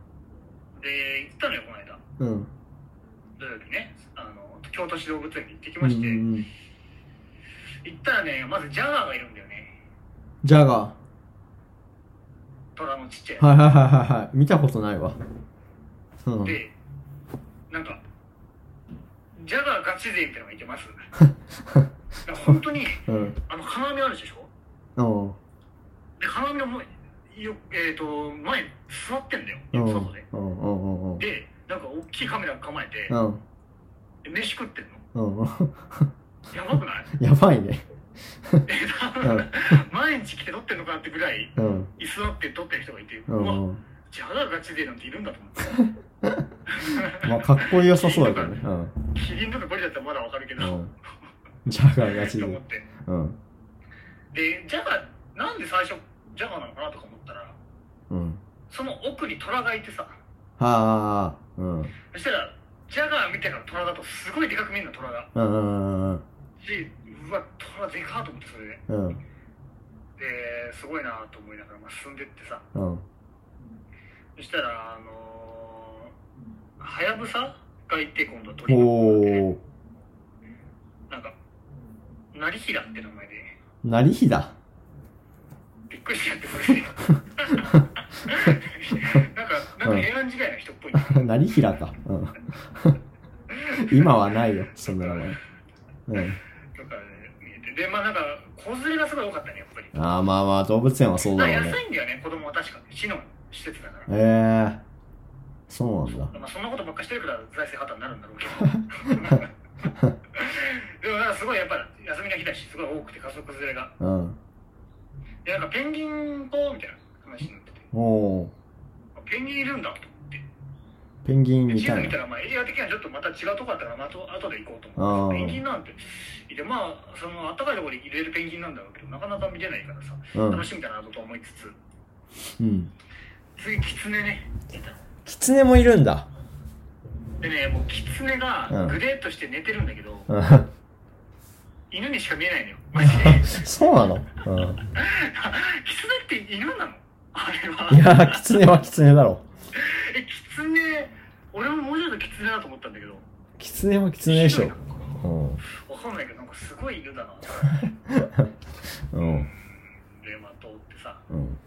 Speaker 2: で、行ったのよ、この間。
Speaker 1: うん。うん。
Speaker 2: 土曜日ね、あの、京都市動物園に行ってき
Speaker 1: う
Speaker 2: ま
Speaker 1: んう
Speaker 2: して、
Speaker 1: ん。
Speaker 2: 行ったらね、まずジャガーがいるんだよね。
Speaker 1: ジャガ
Speaker 2: 虎のちっちゃい
Speaker 1: ー。。はいはいはいはいはい。見たことないわ。うん。
Speaker 2: で、なんか、ジャガーガチ勢みたいなのがいて
Speaker 1: [laughs]
Speaker 2: ます。なんか本当に、
Speaker 1: うん。
Speaker 2: あの、金網あるでしょ
Speaker 1: うん。
Speaker 2: で、金網のもうよ、えっ、と、前に座ってんだよ、
Speaker 1: うん。うん。
Speaker 2: 外で。
Speaker 1: うんうんうん。
Speaker 2: で、なんか大きいカメラ構えて
Speaker 1: う、ん。
Speaker 2: で飯食ってんの。
Speaker 1: うん。 [laughs]
Speaker 2: やばくない
Speaker 1: やばいね。
Speaker 2: 毎日来て撮ってんのかなってぐらい、
Speaker 1: うん。
Speaker 2: 居座って撮ってる人がいて、
Speaker 1: う
Speaker 2: うわ、
Speaker 1: ん。
Speaker 2: じゃあがガチでなんているんだと思って。
Speaker 1: まあ、かっこよさそうだけどね。
Speaker 2: キリンとかゴリラだったらまだわかるけ
Speaker 1: う
Speaker 2: ど、
Speaker 1: ん。うん。ジャガーがち
Speaker 2: と思っ
Speaker 1: で。
Speaker 2: て。
Speaker 1: うん。
Speaker 2: で、ジャガ、なんで最初、ジャガなのかなとか思ったら、
Speaker 1: うん。
Speaker 2: その奥に虎がいてさ、
Speaker 1: はあ、うん。うん
Speaker 2: そしたら、ジャガー見てから虎だとすごいでかく見えるの、虎が。
Speaker 1: うん。
Speaker 2: し、うわ、虎でかーと思って、それで。
Speaker 1: うん。うん。
Speaker 2: で、すごいなと思いながら、まあ、進んでってさ、
Speaker 1: うん。
Speaker 2: そしたら、あのー、はやぶさがいて、今度は鳥
Speaker 1: おー。
Speaker 2: なんか、成平って名前で、
Speaker 1: 成肥だ。
Speaker 2: びっくりしちゃっ
Speaker 1: [laughs]
Speaker 2: て、それで。なんか、なんか平安時代の人っぽ
Speaker 1: [laughs]
Speaker 2: いな。
Speaker 1: 成平か。うん。 [laughs] 今はないよ、そんな名前。うん。
Speaker 2: なんか、ね、見えて。で、まあなんか、子連れがすごい多かったね、やっぱり。
Speaker 1: ああ、まあまあ、動物園はそうだ
Speaker 2: まあ
Speaker 1: ろうね
Speaker 2: 安。いんだよね、子供は確かね。市の施設だから。
Speaker 1: ええそうなんだ。
Speaker 2: まあ、そんなことばっかしてるから財政破綻になるんだろうけど。
Speaker 1: [laughs]
Speaker 2: でもなんかすごいやっぱ休みの日だし、すごい多くて家族連れが。
Speaker 1: うん。
Speaker 2: で、なんかペンギンこうみたいな話になってて、
Speaker 1: おー。
Speaker 2: あペンギンいるんだと思って。
Speaker 1: ペンギン
Speaker 2: で
Speaker 1: み
Speaker 2: 地図
Speaker 1: たい
Speaker 2: 見た
Speaker 1: な。
Speaker 2: ら、まあ、エリア的にはちょっとまた違うとこだったから、また後で行こうと
Speaker 1: あ
Speaker 2: 思
Speaker 1: ー
Speaker 2: って。ペンギンなんて。で、まあ、その、あったかいところに入れるペンギンなんだろうけど、なかなか見れないからさ、
Speaker 1: うん
Speaker 2: 楽。しみだなと思いつつ、
Speaker 1: うん。
Speaker 2: 次、キツネね、出た。
Speaker 1: キツネもいるんだ。
Speaker 2: でね、もうキツネがグレーっとして寝てるんだけど、
Speaker 1: うん。 [laughs]
Speaker 2: 犬にしか見えないのよ。マジで。
Speaker 1: そうなのうん。
Speaker 2: キツネって犬なのあれ
Speaker 1: い
Speaker 2: は。
Speaker 1: やー、キツネはキツネだろ。
Speaker 2: え、キツネ、俺ももうちょっとキツネだと思ったんだけど。
Speaker 1: キツネはキツネでしょ
Speaker 2: 白い。
Speaker 1: う
Speaker 2: のわかんないけど、なんかすごい犬だな。
Speaker 1: ん。うん。
Speaker 2: で、まあ、通ってさ。
Speaker 1: うん。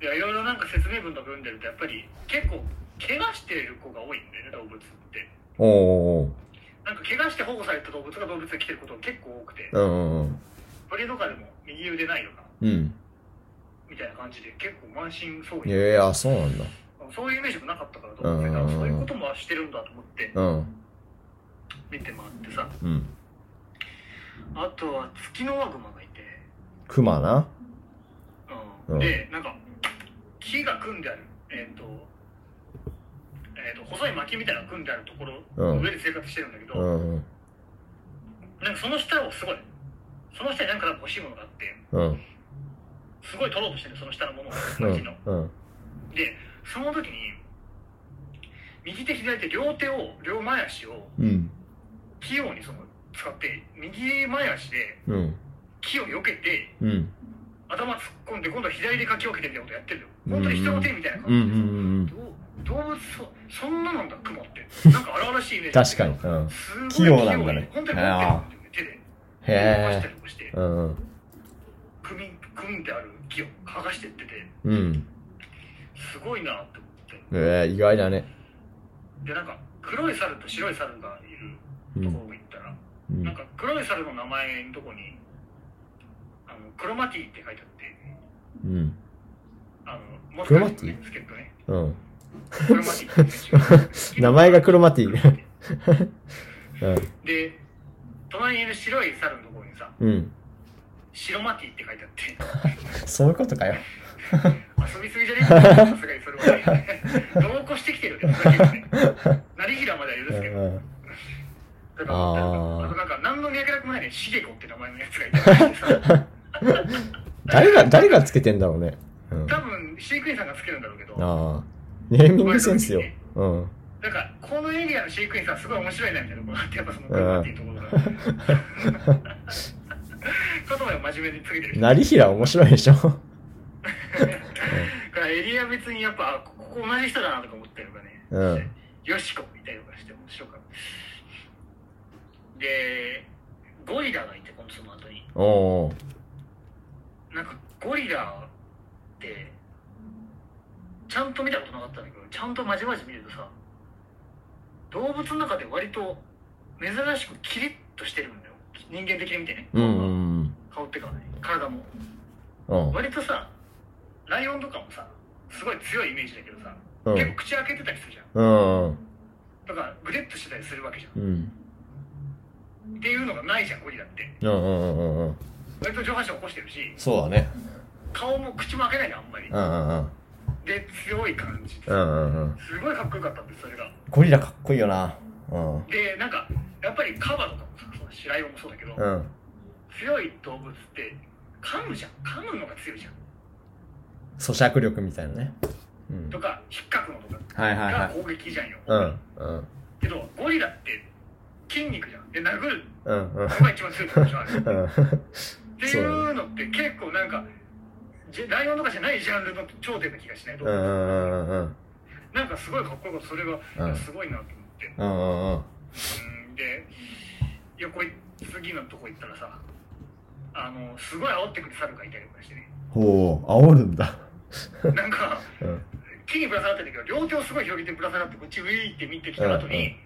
Speaker 2: いや、いろいろなんか説明文とか読んでると、やっぱり結構、怪我してる子が多いんだよね、動物って。
Speaker 1: おーおー
Speaker 2: なんか怪我して保護された動物が動物が来てることが結構多くて
Speaker 1: おー。、うんうん
Speaker 2: 鳥とかでも右腕ないよな、
Speaker 1: うん。うん。
Speaker 2: みたいな感じで、結構満身創
Speaker 1: い
Speaker 2: 痍。
Speaker 1: やいや、そうなんだ。
Speaker 2: そういうイメージもなかったから、動物が
Speaker 1: うん
Speaker 2: そういうこともしてるんだと思って、
Speaker 1: うん。
Speaker 2: 見て回ってさ。
Speaker 1: うん。
Speaker 2: あとは、ツキノワグマがいて、
Speaker 1: クマな。う
Speaker 2: う、
Speaker 1: んん
Speaker 2: で、なんか、木が組んである、えっ、と、えっ、と、細い薪みたいなのが組んであるところの上で生活してるんだけど、
Speaker 1: うんうん。
Speaker 2: なんかその下をすごい、その下になんか多分欲しいものがあって、
Speaker 1: うん。
Speaker 2: すごい取ろうとしてる、その下のものを、
Speaker 1: う
Speaker 2: 薪の
Speaker 1: ん。。うん。
Speaker 2: で、その時に、右手左手両手を、両前足を
Speaker 1: うん。
Speaker 2: 器用にその使って、右前足で
Speaker 1: うん。
Speaker 2: 木を避けて、
Speaker 1: うん。
Speaker 2: 頭突っ込んで、今度は左でかき分けてみたいなことやってるよ。本当に人の手みたいな
Speaker 1: うん。うん。
Speaker 2: 感じでさ。
Speaker 1: うん。
Speaker 2: どう動物そ、そんななんだ、雲
Speaker 1: [laughs]
Speaker 2: って。なんか荒々しいイメージ。
Speaker 1: 確かに。。うん。
Speaker 2: すごい
Speaker 1: 器用なんだね
Speaker 2: 本当に持ってるんだよね、手で。
Speaker 1: へ
Speaker 2: 動かした
Speaker 1: え。
Speaker 2: りとかして、
Speaker 1: うん。
Speaker 2: 組み、組んである木を剥がしてってて、
Speaker 1: うん。
Speaker 2: すごいなって思って。
Speaker 1: ええ、意外だね。
Speaker 2: で、なんか、黒い猿と白い猿がいる
Speaker 1: う
Speaker 2: と
Speaker 1: ん。
Speaker 2: ころに行ったら、
Speaker 1: う
Speaker 2: なん
Speaker 1: ん。
Speaker 2: か黒い猿の名前のとこに、あの、クロマティって書いてあって、
Speaker 1: うん。
Speaker 2: あの、も
Speaker 1: クロマティ
Speaker 2: スケットね。
Speaker 1: うん。
Speaker 2: クロマティって選手が
Speaker 1: [laughs] 名前がクロマティ。うん。
Speaker 2: で、隣にいる白い猿のところにさ、
Speaker 1: うん。
Speaker 2: 白マティって書いてあって、
Speaker 1: そういうことかよ。
Speaker 2: 遊びすぎじゃねえかさすがにそれはね。同行してきてるよね、さっきのね。成平までは許
Speaker 1: う
Speaker 2: す
Speaker 1: ん
Speaker 2: けど。
Speaker 1: うん。
Speaker 2: だから、
Speaker 1: あー
Speaker 2: あとなんか、何の脈絡もないね、シゲコって名前のやつがいてさ、
Speaker 1: 誰が、誰がつけてんだろうね。うん。
Speaker 2: 多分、飼育員さんがつけるんだろうけど、
Speaker 1: ああ。ネーミングセンスよ。うん。
Speaker 2: なんか、このエリアの飼育員さんすごい面白いな、みたいなところがあって、やっぱその、クロマティっていうところが。
Speaker 1: [laughs]
Speaker 2: 言葉を真面目につけてる人。だ
Speaker 1: 成平面白いでしょ。
Speaker 2: から、エリア別にやっぱ、あここ同じ人だなとか思ったりとかね。
Speaker 1: うん。
Speaker 2: よしこみたいなのがして面白かった。で、ゴリラがいて、このその後に。
Speaker 1: おー。
Speaker 2: なんか、ゴリラって、ちゃんと見たことなかったんだけど、ちゃんとまじまじ見るとさ、動物の中で割と珍しくキリッとしてるんだよ。人間的に見てね。
Speaker 1: うんうん
Speaker 2: 顔っていうか、体も。
Speaker 1: うん。うん。
Speaker 2: 割とさ、ライオンとかもさ、すごい強いイメージだけどさ、
Speaker 1: うん
Speaker 2: 結構口開けてたりするじゃん。
Speaker 1: うん。
Speaker 2: だから、グレッとしてたりするわけじゃん。
Speaker 1: うん。
Speaker 2: っていうのがないじゃん、ゴリラって。
Speaker 1: うんうんうんうん。
Speaker 2: 割と上半身起こしてるし
Speaker 1: そうだね。
Speaker 2: 顔も口も開けないであんまり
Speaker 1: うんうんうん。
Speaker 2: で強い感じ
Speaker 1: うんうんうん。
Speaker 2: すごいかっこよかったんですそれが
Speaker 1: ゴリラかっこいいよな。うん。
Speaker 2: でなんかやっぱりカバとかもそうだしライオンもそうだけ
Speaker 1: う
Speaker 2: ど、
Speaker 1: ん。
Speaker 2: 強い動物って噛むじゃん噛むのが強いじゃん
Speaker 1: 咀嚼力みたいなね。うん
Speaker 2: と。か引っかくのとか
Speaker 1: はいはいは
Speaker 2: が
Speaker 1: い。
Speaker 2: 攻撃じゃんよ、
Speaker 1: うん。うん。
Speaker 2: けどゴリラって筋肉じゃんで殴る
Speaker 1: うんうん。
Speaker 2: のが一番強い感
Speaker 1: [laughs]
Speaker 2: じあるっ
Speaker 1: うん。
Speaker 2: ていうのって結構なんかじライオンとかじゃないジャンルの頂点な気がしないと、
Speaker 1: うんうんうんうん。
Speaker 2: なんかすごいかっこよかったそれが、
Speaker 1: うん
Speaker 2: すごいなと思って
Speaker 1: うんうんうん。
Speaker 2: うんでいやこれ次のとこ行ったらさあのすごい煽ってくる猿がいたりとかし
Speaker 1: [laughs]
Speaker 2: てね
Speaker 1: ほう、煽るんだ。
Speaker 2: なんか
Speaker 1: うん。
Speaker 2: 木にぶら下がってるけど両手をすごい広げてぶら下がってこっちウィーって見てきた後に、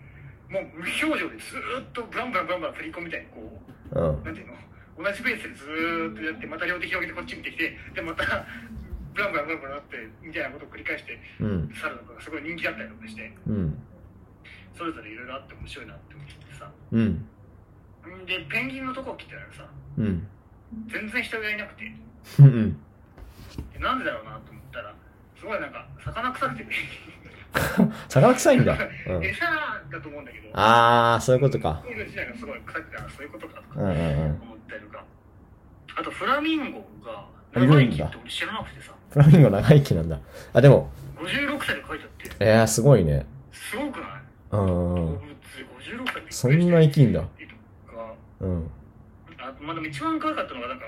Speaker 2: もう無表情でずーっとブランブランブランブラン振り込みたいにこう
Speaker 1: うん。
Speaker 2: なんていうの同じペースでずーっとやってまた両手広げてこっち見てきてでまたブランブランブランブランってみたいなことを繰り返して
Speaker 1: うん。
Speaker 2: 猿の子がすごい人気だったりとかして
Speaker 1: うん。
Speaker 2: それぞれいろいろあって面白いなって思ってさ
Speaker 1: うん。
Speaker 2: んでペンギンのとこ来てたらさ
Speaker 1: うん。
Speaker 2: 全然人がいなくて
Speaker 1: うん。
Speaker 2: でなんでだろうなと思ったらすごいなんか魚臭くて
Speaker 1: 魚臭いんだ。うん。
Speaker 2: 餌だと思うんだけど
Speaker 1: あー、そういうことか。
Speaker 2: ビール自体がすごい臭くて、あそういうことかとか
Speaker 1: うんうんうん。
Speaker 2: 思ったりとか、あとフラミンゴが
Speaker 1: いるんだ
Speaker 2: 長生きって俺知らなくてさ、
Speaker 1: フラミンゴ長生きなんだ。あ、でも、
Speaker 2: 56歳で書いてあって、
Speaker 1: えー、すごいね。
Speaker 2: すごくない
Speaker 1: うん
Speaker 2: 動
Speaker 1: う
Speaker 2: 物
Speaker 1: ん。
Speaker 2: 56歳で
Speaker 1: そんな生きんだ。
Speaker 2: とか、
Speaker 1: うん。
Speaker 2: あまあ、でも一番可愛かったのがなんか、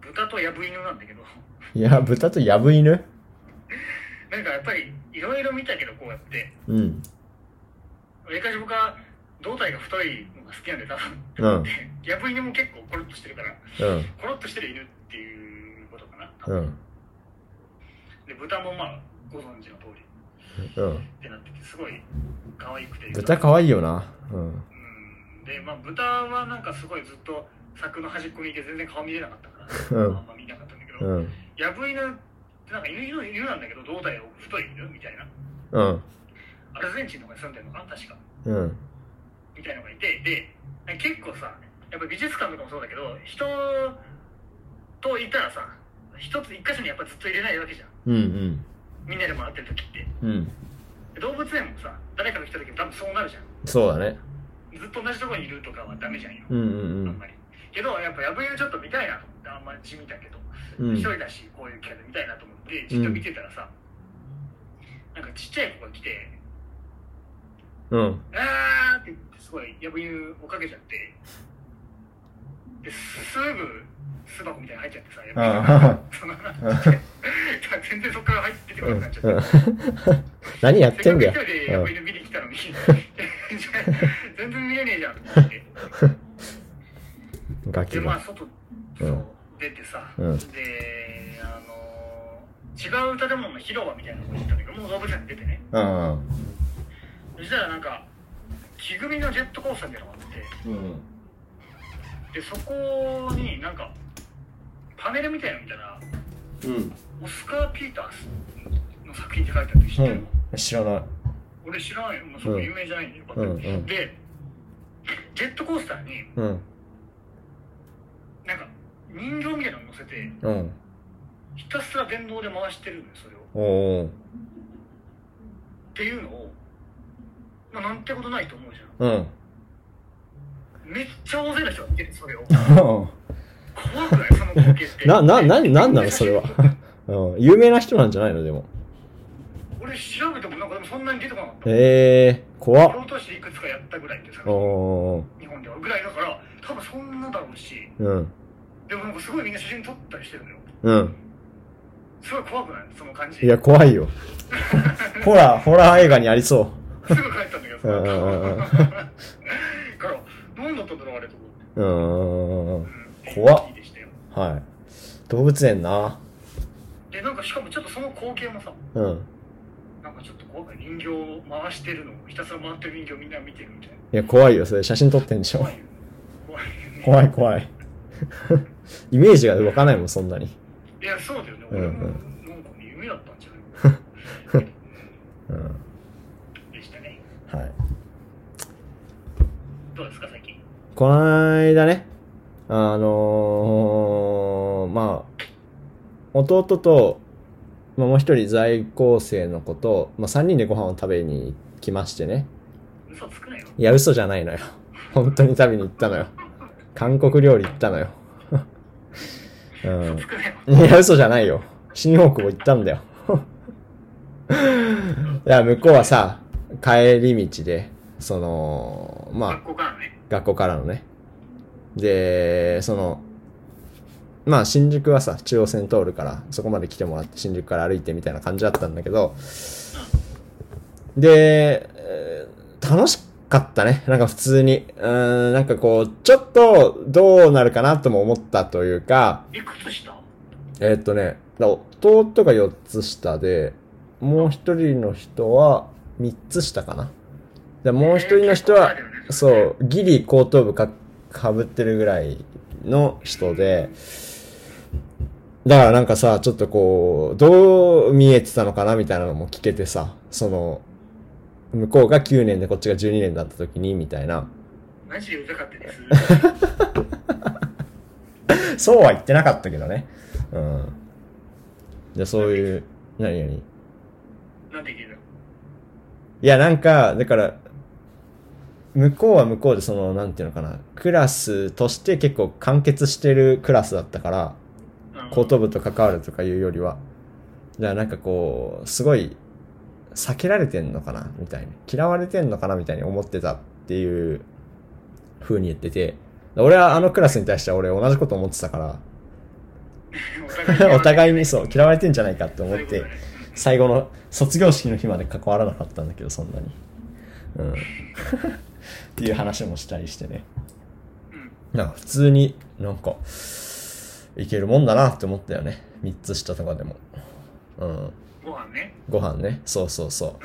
Speaker 2: 豚とヤブ犬なんだけど、
Speaker 1: いや、豚とヤブ犬
Speaker 2: なんかやっぱりいろいろ見たけどこうやって、
Speaker 1: うん。
Speaker 2: わりかし僕は胴体が太いのが好きなんで多
Speaker 1: う
Speaker 2: 分
Speaker 1: ん。
Speaker 2: でヤブ犬も結構コロッとしてるから、
Speaker 1: うん。
Speaker 2: コロッとしてる犬っていうことかな。多
Speaker 1: う
Speaker 2: 分
Speaker 1: ん。
Speaker 2: で豚もまあご存知の通り
Speaker 1: うん。
Speaker 2: ってなっててすごい可愛くて
Speaker 1: 豚可愛いよな。うん。
Speaker 2: うんでまあ豚はなんかすごいずっと柵の端っこにいて全然顔見れなかったから、
Speaker 1: うん
Speaker 2: あんま見なかったんだけど、
Speaker 1: うん。
Speaker 2: ヤブ犬ってなんか犬の犬なんだけど胴体を太い犬みたいな
Speaker 1: うん。
Speaker 2: アルゼンチンとかに住んでるのかな確か
Speaker 1: うん。
Speaker 2: みたいのがいてで結構さやっぱ美術館とかもそうだけど人といたらさ一つ一箇所にやっぱずっと入れないわけじゃん
Speaker 1: うん。うん。
Speaker 2: みんなで回ってる時って
Speaker 1: うん。
Speaker 2: で動物園もさ誰かが来た時も多分そうなるじゃん
Speaker 1: そうだね。
Speaker 2: ずっと同じところにいるとかはダメじゃんよ、
Speaker 1: うん
Speaker 2: あんまりけどやっぱやぶゆちょっと見たいなと思ってあんまり地味だけど
Speaker 1: うんうん。う
Speaker 2: 一、
Speaker 1: ん。
Speaker 2: 人だしこういうキャラ見たいなと思ってじっと見てたらさ、なんかちっちゃい子が来て
Speaker 1: うん。
Speaker 2: 「あー」って言ってすごいやぶゆ追っかけちゃってですすぐ巣箱みたいに入っちゃってさやぶゆが
Speaker 1: あ
Speaker 2: そのちっちゃい全然そこから入って出てこ
Speaker 1: う
Speaker 2: なく
Speaker 1: ん
Speaker 2: なっちゃって。
Speaker 1: うん何やっ
Speaker 2: せ
Speaker 1: て
Speaker 2: っ
Speaker 1: ん
Speaker 2: かく
Speaker 1: だよ
Speaker 2: 一人。で
Speaker 1: う
Speaker 2: ヤ
Speaker 1: ん
Speaker 2: ブ犬見に来たのに全然見えねえじゃんと思って。
Speaker 1: ガ [laughs]
Speaker 2: で
Speaker 1: キ
Speaker 2: まあ
Speaker 1: が。
Speaker 2: 外
Speaker 1: うん
Speaker 2: そう出てさ、
Speaker 1: うん
Speaker 2: であの違う建物の広場みたいなとこに行ったんだけどもう動物園出てね
Speaker 1: うん
Speaker 2: そしたらなんか木組みのジェットコースターみたいなのがあっ
Speaker 1: うん。
Speaker 2: てでそこになんかパネルみたいなの見たら
Speaker 1: うん。
Speaker 2: オスカー・ピータースの作品って書いてあって知ってる、
Speaker 1: うん。知らない。
Speaker 2: 俺知らないよもうそこ有名じゃないんでよかった、
Speaker 1: うんうん
Speaker 2: でジェットコースターに
Speaker 1: うん。
Speaker 2: なんか人形みたいなの乗せて
Speaker 1: うん。
Speaker 2: ひたすら電動で回してるのよそれを
Speaker 1: おー。
Speaker 2: っていうのを、まあ、なんてことないと思うじゃん
Speaker 1: うん。
Speaker 2: めっちゃ大勢の人が見てるそれを
Speaker 1: う
Speaker 2: 怖くないその光景って
Speaker 1: んな、な、な、なんなのそれは。うん。有名な人なんじゃないのでも。
Speaker 2: [laughs] 俺調べてもなんかでもそんなに出てこなかった
Speaker 1: えー、怖っ。
Speaker 2: 京都市いくつかやったぐらいってさ
Speaker 1: おー。
Speaker 2: 日本ではぐらいだから多分そんなだろうし
Speaker 1: うん。
Speaker 2: でもなんかすごいみんな写真撮ったりしてるのよ
Speaker 1: うん。
Speaker 2: すごい怖くないその感じ
Speaker 1: いや、怖いよ。ホラー、ホラー映画にありそ
Speaker 2: [laughs] すぐ帰ったんだけどさ
Speaker 1: うんうんうんうん
Speaker 2: [laughs] だから何だったんだろうあれと思って
Speaker 1: う。うん。
Speaker 2: うん
Speaker 1: 怖っ
Speaker 2: いいでしたよ
Speaker 1: はい。動物園な。
Speaker 2: でなんかしかもちょっとその光景もさ
Speaker 1: うん。
Speaker 2: なんかちょっと怖くない人形を回してるのをひたすら回ってる人形をみんな見てるみたいない
Speaker 1: や、怖いよ。それ写真撮ってんでしょ [laughs]
Speaker 2: 怖。いよね怖いよね
Speaker 1: 怖い怖い。 [laughs] イメージが湧かないもん、そんなに。
Speaker 2: いや、そうだよね。
Speaker 1: うん
Speaker 2: 俺
Speaker 1: う
Speaker 2: も、なんんかね夢だったんじゃない
Speaker 1: うん。
Speaker 2: でしたね。
Speaker 1: はい。
Speaker 2: どうですか、最近。
Speaker 1: この間ね、あのーの、まあ、弟と、まあ、もう一人在校生の子と、まあ、三人でご飯を食べに来ましてね。
Speaker 2: 嘘つくなよ。
Speaker 1: いや、嘘じゃないのよ。 [laughs] 本当に食べに行ったのよ。韓国料理行ったのよ。 [laughs] うん
Speaker 2: 嘘つ。くなよ。
Speaker 1: いや、嘘じゃないよ。新大久保行ったんだよ。 [laughs] いや、向こうはさ、帰り道で、その、ま
Speaker 2: 学校からね
Speaker 1: あ。、学校からのね。で、その、まあ、新宿はさ、中央線通るから、そこまで来てもらって、新宿から歩いてみたいな感じだったんだけど、で、えー楽しかったね。なんか普通に。うーん、なんかこう、ちょっとどうなるかなとも思ったというか、
Speaker 2: いくつした
Speaker 1: えーっとね、だ弟が4つ下で、もう一人の人は3つ下かな。でもう一人の人は、そう、ギリ後頭部か、かぶってるぐらいの人で、だからなんかさ、ちょっとこう、どう見えてたのかなみたいなのも聞けてさ、その、向こうが9年でこっちが12年だった時に、みたいな。
Speaker 2: マジでうざかったです。
Speaker 1: そうは言ってなかったけどね。うん。で、そういう、何々。
Speaker 2: なんて言うの
Speaker 1: いや、なんか、だから、向こうは向こうで、その、なんていうのかな、クラスとして結構完結してるクラスだったから、
Speaker 2: うん
Speaker 1: 後頭部と関わるとかいうよりは、だからなんかこう、すごい、避けられてんのかな、みたいな。嫌われてんのかな、みたいに思ってたっていう風に言ってて、俺はあのクラスに対しては俺同じこと思ってたから、 [laughs] お互いにそう、嫌われてんじゃないかって思っ
Speaker 2: そういう
Speaker 1: て
Speaker 2: ことね、
Speaker 1: 最後の卒業式の日まで関わらなかったんだけど、そんなに。うん。っていう話もしたりしてね。なんか普通になんか、いけるもんだなって思ったよね。3つ下とかでも。うん。
Speaker 2: ご飯ね。
Speaker 1: ご飯ね。そうそうそう
Speaker 2: うん。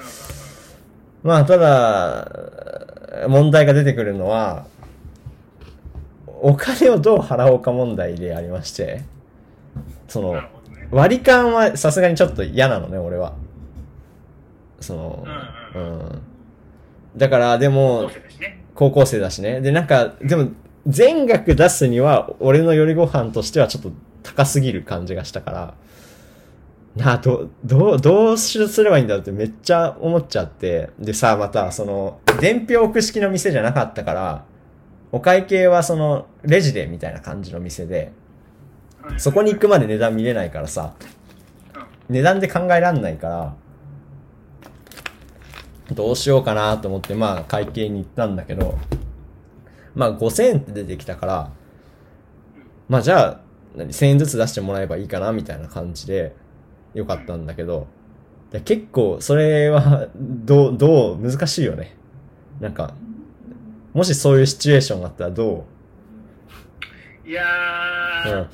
Speaker 1: まあ、ただ、問題が出てくるのは、お金をどう払おうか問題でありまして、その
Speaker 2: なる、ほどね。
Speaker 1: 割り勘はさすがにちょっと嫌なのね、俺は。その、
Speaker 2: う
Speaker 1: うん。だから、で
Speaker 2: ど
Speaker 1: も
Speaker 2: う、せだしね。
Speaker 1: 高校生だしね。で、なんか、でも、全額出すには、俺の夜ご飯としてはちょっと高すぎる感じがしたから、なあ、ど、どう、どうすればいいんだろうってめっちゃ思っちゃって。でさ、また、その、伝票置く式の店じゃなかったから、お会計はその、レジでみたいな感じの店で、
Speaker 2: うん
Speaker 1: そこに行くまで値段見れないからさ、値段で考えらんないから、どうしようかなと思って、まあ会計に行ったんだけど、まあ5000円って出てきたから、まあじゃあ、何1000円ずつ出してもらえばいいかなみたいな感じで、よかったんだけど、で結構それは、どう、どう、難しいよね。なんか、もしそういうシチュエーションがあったらど
Speaker 2: いや
Speaker 1: うう
Speaker 2: ー
Speaker 1: ん、、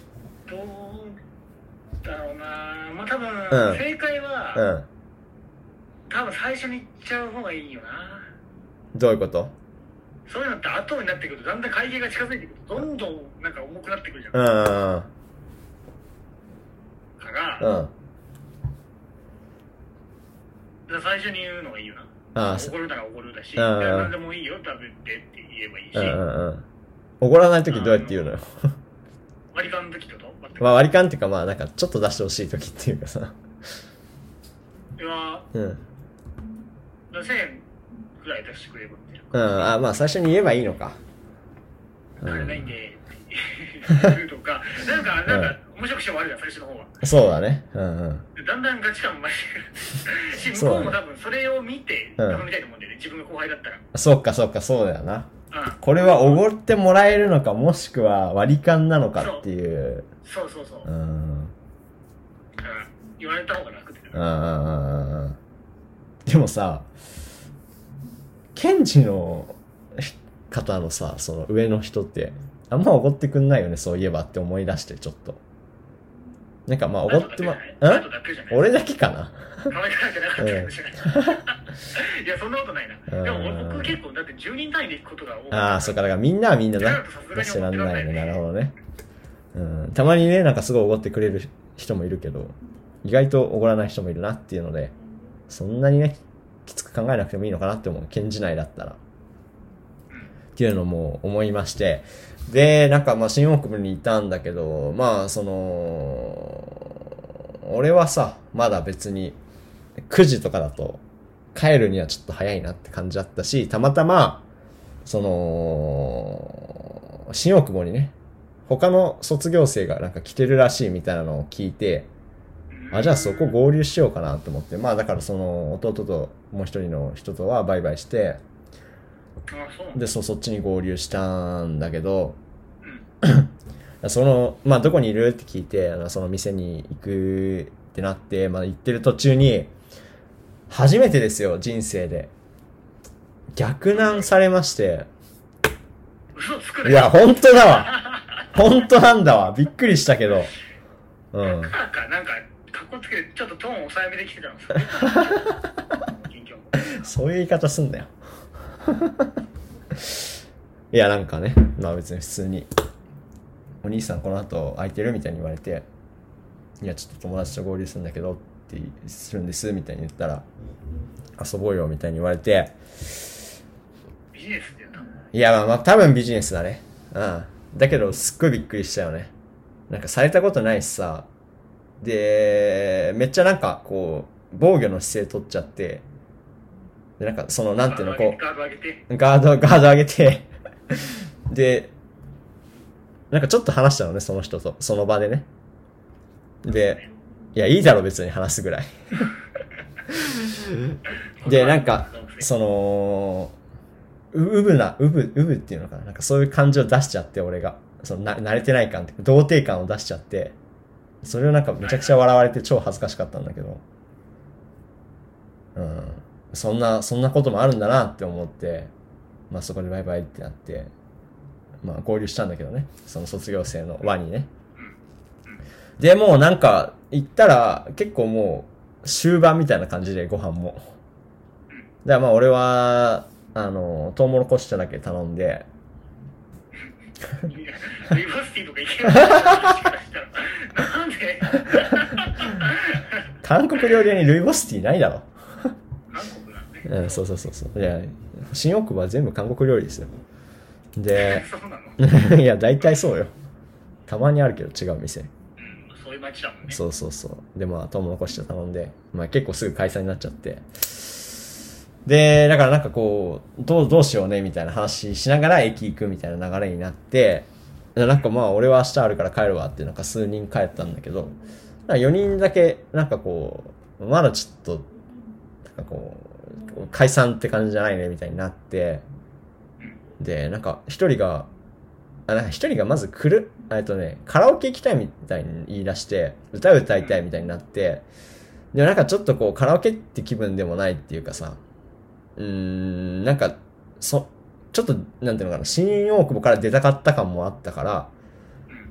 Speaker 2: どうだろうなまあ多分、
Speaker 1: うん
Speaker 2: 正解
Speaker 1: う
Speaker 2: は、
Speaker 1: ん。
Speaker 2: 多分最初に行っちゃう方がいいよな
Speaker 1: どういうこと
Speaker 2: そういうのって後になってくると、だんだん会計が近づいてくると、どんどんなんか重くなってくるじゃん。
Speaker 1: うんうんうん。
Speaker 2: から、
Speaker 1: う
Speaker 2: だか
Speaker 1: ん。
Speaker 2: ら最初に言うのがいいよな。
Speaker 1: ああ、そ
Speaker 2: 怒るなら怒るだし、
Speaker 1: うんうん
Speaker 2: 何でもいいよ、食べてって言えばいいし、
Speaker 1: うんうんうん。怒らないときどうやって言うのよ。
Speaker 2: 割り勘の時ってこと待って
Speaker 1: まあ割り勘っていうかまあなんかちょっと出してほしいときっていうかさ。
Speaker 2: いや
Speaker 1: うん。
Speaker 2: ー1000円くらい出してくればみたいな。
Speaker 1: うん。あ、まあ最初に言えばいいのか。う
Speaker 2: 金ないん
Speaker 1: ん。
Speaker 2: で、って言うと
Speaker 1: [laughs]
Speaker 2: か、なんか、なんか、面白くしてもあるじゃん、最初の方は。
Speaker 1: そうだね。うんうん。
Speaker 2: でだんだんガチ感増
Speaker 1: [laughs]
Speaker 2: してくる。し、
Speaker 1: そ
Speaker 2: 向
Speaker 1: う
Speaker 2: こ
Speaker 1: だ
Speaker 2: う
Speaker 1: ね
Speaker 2: も多分それを見て、
Speaker 1: うん
Speaker 2: 頼みたいと思うんだよね、自分が後輩だったら。
Speaker 1: そっかそっかそうだよな。
Speaker 2: うん。
Speaker 1: これはおごってもらえるのかもしくは割り勘なのかっていう。
Speaker 2: そうそうそう。
Speaker 1: うん。うん
Speaker 2: だから言われた方が楽だよ
Speaker 1: う
Speaker 2: ね。
Speaker 1: んうんうんうん。でもさ、ケンジの方のさ、その上の人って、あんまおごってくんないよね、そういえばって思い出して、ちょっと。なんかまあ、おごってま、ん
Speaker 2: あとだけじゃない
Speaker 1: 俺だけかな
Speaker 2: 考えられてなかったかもしれない。いや、そんなことないな。
Speaker 1: うん
Speaker 2: でも僕結構、だって10人単位で行くことが多い。
Speaker 1: ああ、そうか、だからみんなはみんなな出してらんないよね。なるほどね。うん、たまにね、なんかすごいおごってくれる人もいるけど、意外とおごらない人もいるなっていうので、そんなにね、きつく考えなくてもいいのかなって思う。検事内だったら。っていうのも思いまして、で、なんかまあ新大久保にいたんだけど、まあその、俺はさ、まだ別に9時とかだと帰るにはちょっと早いなって感じだったし、たまたま、その、新大久保にね、他の卒業生がなんか来てるらしいみたいなのを聞いて、あ、じゃあそこ合流しようかなと思って、まあだからその弟ともう一人の人とはバイバイして、
Speaker 2: あそうなんだ
Speaker 1: で、そう、そっちに合流したんだけど、 [clears throat] その、まあどこにいるって聞いて、あのその店に行くってなって、まあ行ってる途中に、初めてですよ、人生で。逆難されまして、
Speaker 2: 嘘つく
Speaker 1: い
Speaker 2: ね
Speaker 1: や、本当だわ。本当なんだわ。びっくりしたけど。うん。
Speaker 2: カーカーなんか格好つけてちょっとトーン抑えめで来てたんですよ近況
Speaker 1: そういう言い方すんだよ。 [laughs] いや、なんかね、まあ別に普通に、お兄さんこの後空いてるみたいに言われて、いや、ちょっと友達と合流するんだけどって、するんですみたいに言ったら、遊ぼうよみたいに言われて、
Speaker 2: ビジネスって言うと
Speaker 1: いや、まあまあ多分ビジネスだね。うん。だけど、すっごいびっくりしたよね。なんかされたことないしさ。で、めっちゃなんかこう、防御の姿勢取っちゃって、で、なんかその、なんていうの、こう、
Speaker 2: ガード上げて
Speaker 1: ガード、ガード上げて、 [laughs] で、なんかちょっと話したのね、その人と、その場でね。で、いや、いいだろ、別に話すぐらい。で、なんか、その、う、うぶな、うぶ、うぶっていうのかな。なんかそういう感じを出しちゃって、俺が。その、な、慣れてない感って、童貞感を出しちゃって、それをなんかめちゃくちゃ笑われて超恥ずかしかったんだけど。うん。そんな、そんなこともあるんだなって思って、まあそこでバイバイってなって、まあ合流したんだけどね。その卒業生の輪にね。で、もうなんか行ったら結構もう終盤みたいな感じでご飯も。だからまあ俺は、あの、トウモロコシ茶だけ頼んで、
Speaker 2: いやリバーシティとか行けないもしかしたらな
Speaker 1: [laughs]
Speaker 2: んで
Speaker 1: 韓国料理屋にルイボスティーないだろ。
Speaker 2: 韓国なんで
Speaker 1: うん、そうそうそうそう。いや、新大久保は全部韓国料理ですよ。で、 [laughs]
Speaker 2: そうなの、
Speaker 1: いや、大体そうよ。たまにあるけど違う店。
Speaker 2: うん、そういう街だもんね
Speaker 1: そうそうそう。で、まあ、トウモロコシ茶頼んで、まあ結構すぐ解散になっちゃって。で、だからなんかこう、どう、どうしようね、みたいな話しながら駅行くみたいな流れになって、でなんかまあ、俺は明日あるから帰るわって、なんか数人帰ったんだけど、なんか4人だけ、なんかこう、まだちょっと、なんかこう、解散って感じじゃないね、みたいになって、で、なんか一人が、あ、なんか一人がまず来る、えっとね、カラオケ行きたいみたいに言い出して、歌歌いたいみたいになって、で、なんかちょっとこう、カラオケって気分でもないっていうかさ、うーん、なんか、そ、ちょっと、なんていうのかな、新大久保から出たかった感もあったから、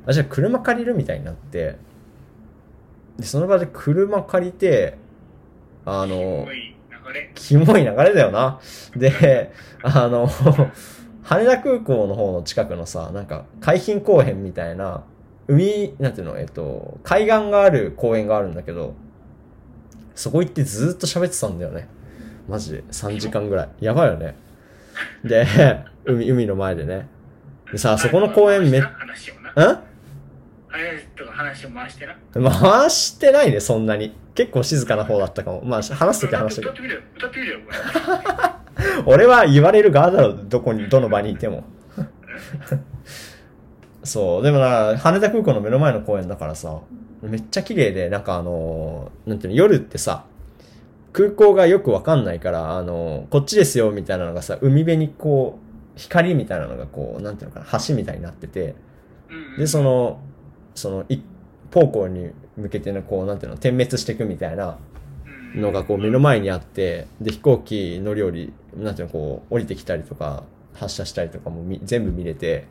Speaker 1: あ、じゃあ車借りるみたいになって、で、その場で車借りて、あの、
Speaker 2: すごい流れ
Speaker 1: キモい流れだよな。で、あの、 [laughs] 羽田空港の方の近くのさ、なんか、海浜公園みたいな、海、なんていうの、えっと、海岸がある公園があるんだけど、そこ行ってずーっと喋ってたんだよね。マジで。3時間ぐらい。やばいよね。で、海、海の前でね。でさ、そこの公園め、ん
Speaker 2: 話をな林とか話を回してな
Speaker 1: 回してないね、そんなに。結構静かな方だったかも。まあ、話すとき話しとけ
Speaker 2: 歌っ。てみるよ歌ってみるよこれ
Speaker 1: 俺は言われる側だろ、どこに、どの場にいても。そう、でもな、羽田空港の目の前の公園だからさ、めっちゃ綺麗で、なんかあの、なんていうの、夜ってさ、空港がよくわかんないから、あの、こっちですよ、みたいなのがさ、海辺にこう、光みたいなのがこう、なんていうのかな、橋みたいになってて、
Speaker 2: うんうん
Speaker 1: で、その、その、一方向に向けての、こう、なんていうの、点滅していくみたいな、
Speaker 2: うん
Speaker 1: のがこう目の前にあって、で、飛行機乗り降り、なんていうの、こう、降りてきたりとか、発射したりとかもみ全部見れて、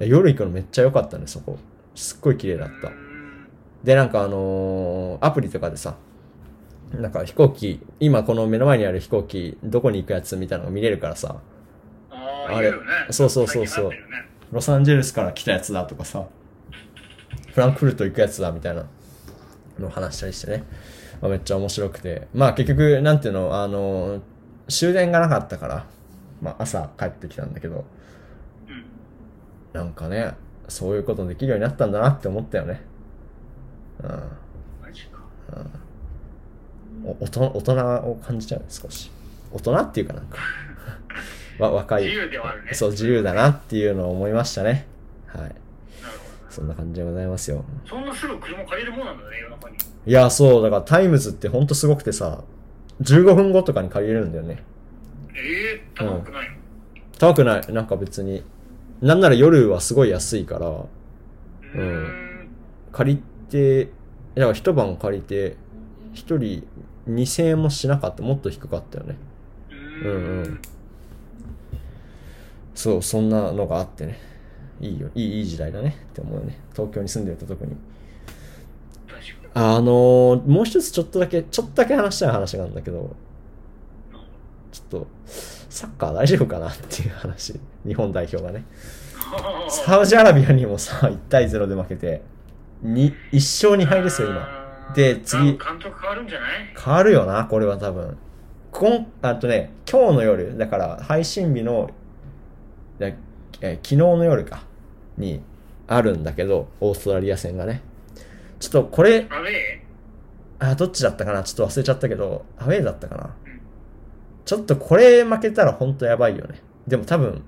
Speaker 1: 夜行くのめっちゃ良かったね、そこ。すっごい綺麗だった
Speaker 2: う。ん
Speaker 1: で、なんかあのーアプリとかでさ、なんか飛行機、今この目の前にある飛行機、どこに行くやつみたいなのが見れるからさ、
Speaker 2: あ
Speaker 1: あ
Speaker 2: あ
Speaker 1: れ
Speaker 2: れね
Speaker 1: そうそうそうそう
Speaker 2: 最近流行ってるね
Speaker 1: ロサンゼルスから来たやつだとかさ、フランクフルト行くやつだみたいなのを話したりしてね。まあ、めっちゃ面白くて。まあ結局、なんていうの、あの、終電がなかったから、まあ朝帰ってきたんだけど、なんかね、そういうことできるようになったんだなって思ったよね。うん。
Speaker 2: マジか。
Speaker 1: お大人大人を感じちゃう少し大人っていうかなんか [laughs] わ若い
Speaker 2: 自由ではあるね
Speaker 1: そう自由だなっていうのを思いましたねはい
Speaker 2: なるほ
Speaker 1: そんな感じでございますよ
Speaker 2: ど。そんなすぐ車借りるもんなんだね、夜中に。
Speaker 1: いやそうだからタイムズってほんとすごくてさ15分後とかに借りれるんだよね
Speaker 2: ええ高くないの、
Speaker 1: 高くないなんか別になんなら夜はすごい安いから
Speaker 2: うー
Speaker 1: うん
Speaker 2: ん。
Speaker 1: 借りてだから一晩借りて一人2000円もしなかったもっと低かったよね
Speaker 2: う
Speaker 1: うん
Speaker 2: ー
Speaker 1: うん
Speaker 2: ん。
Speaker 1: そう、そんなのがあってね。いいよ、いい、いい時代だねって思うよね。東京に住んでると特に。
Speaker 2: 確かに。
Speaker 1: あのーもう一つちょっとだけ、ちょっとだけ話したい話があるんだけど、ちょっと、サッカー大丈夫かなっていう話。 [laughs] 日本代表がね。サウジアラビアにもさ、1対0で負けて、に、1勝2敗ですよ、今。
Speaker 2: あー
Speaker 1: で次
Speaker 2: 監督変わるんじゃない
Speaker 1: 変わるよな、これは多分。こん、あとね、今日の夜、だから配信日の、だえ昨日の夜か、にあるんだけど、オーストラリア戦がね。ちょっとこれ、
Speaker 2: アウェー
Speaker 1: あ、どっちだったかなちょっと忘れちゃったけど、アウェイだったかなちょっとこれ負けたらほんとやばいよね。でも多分、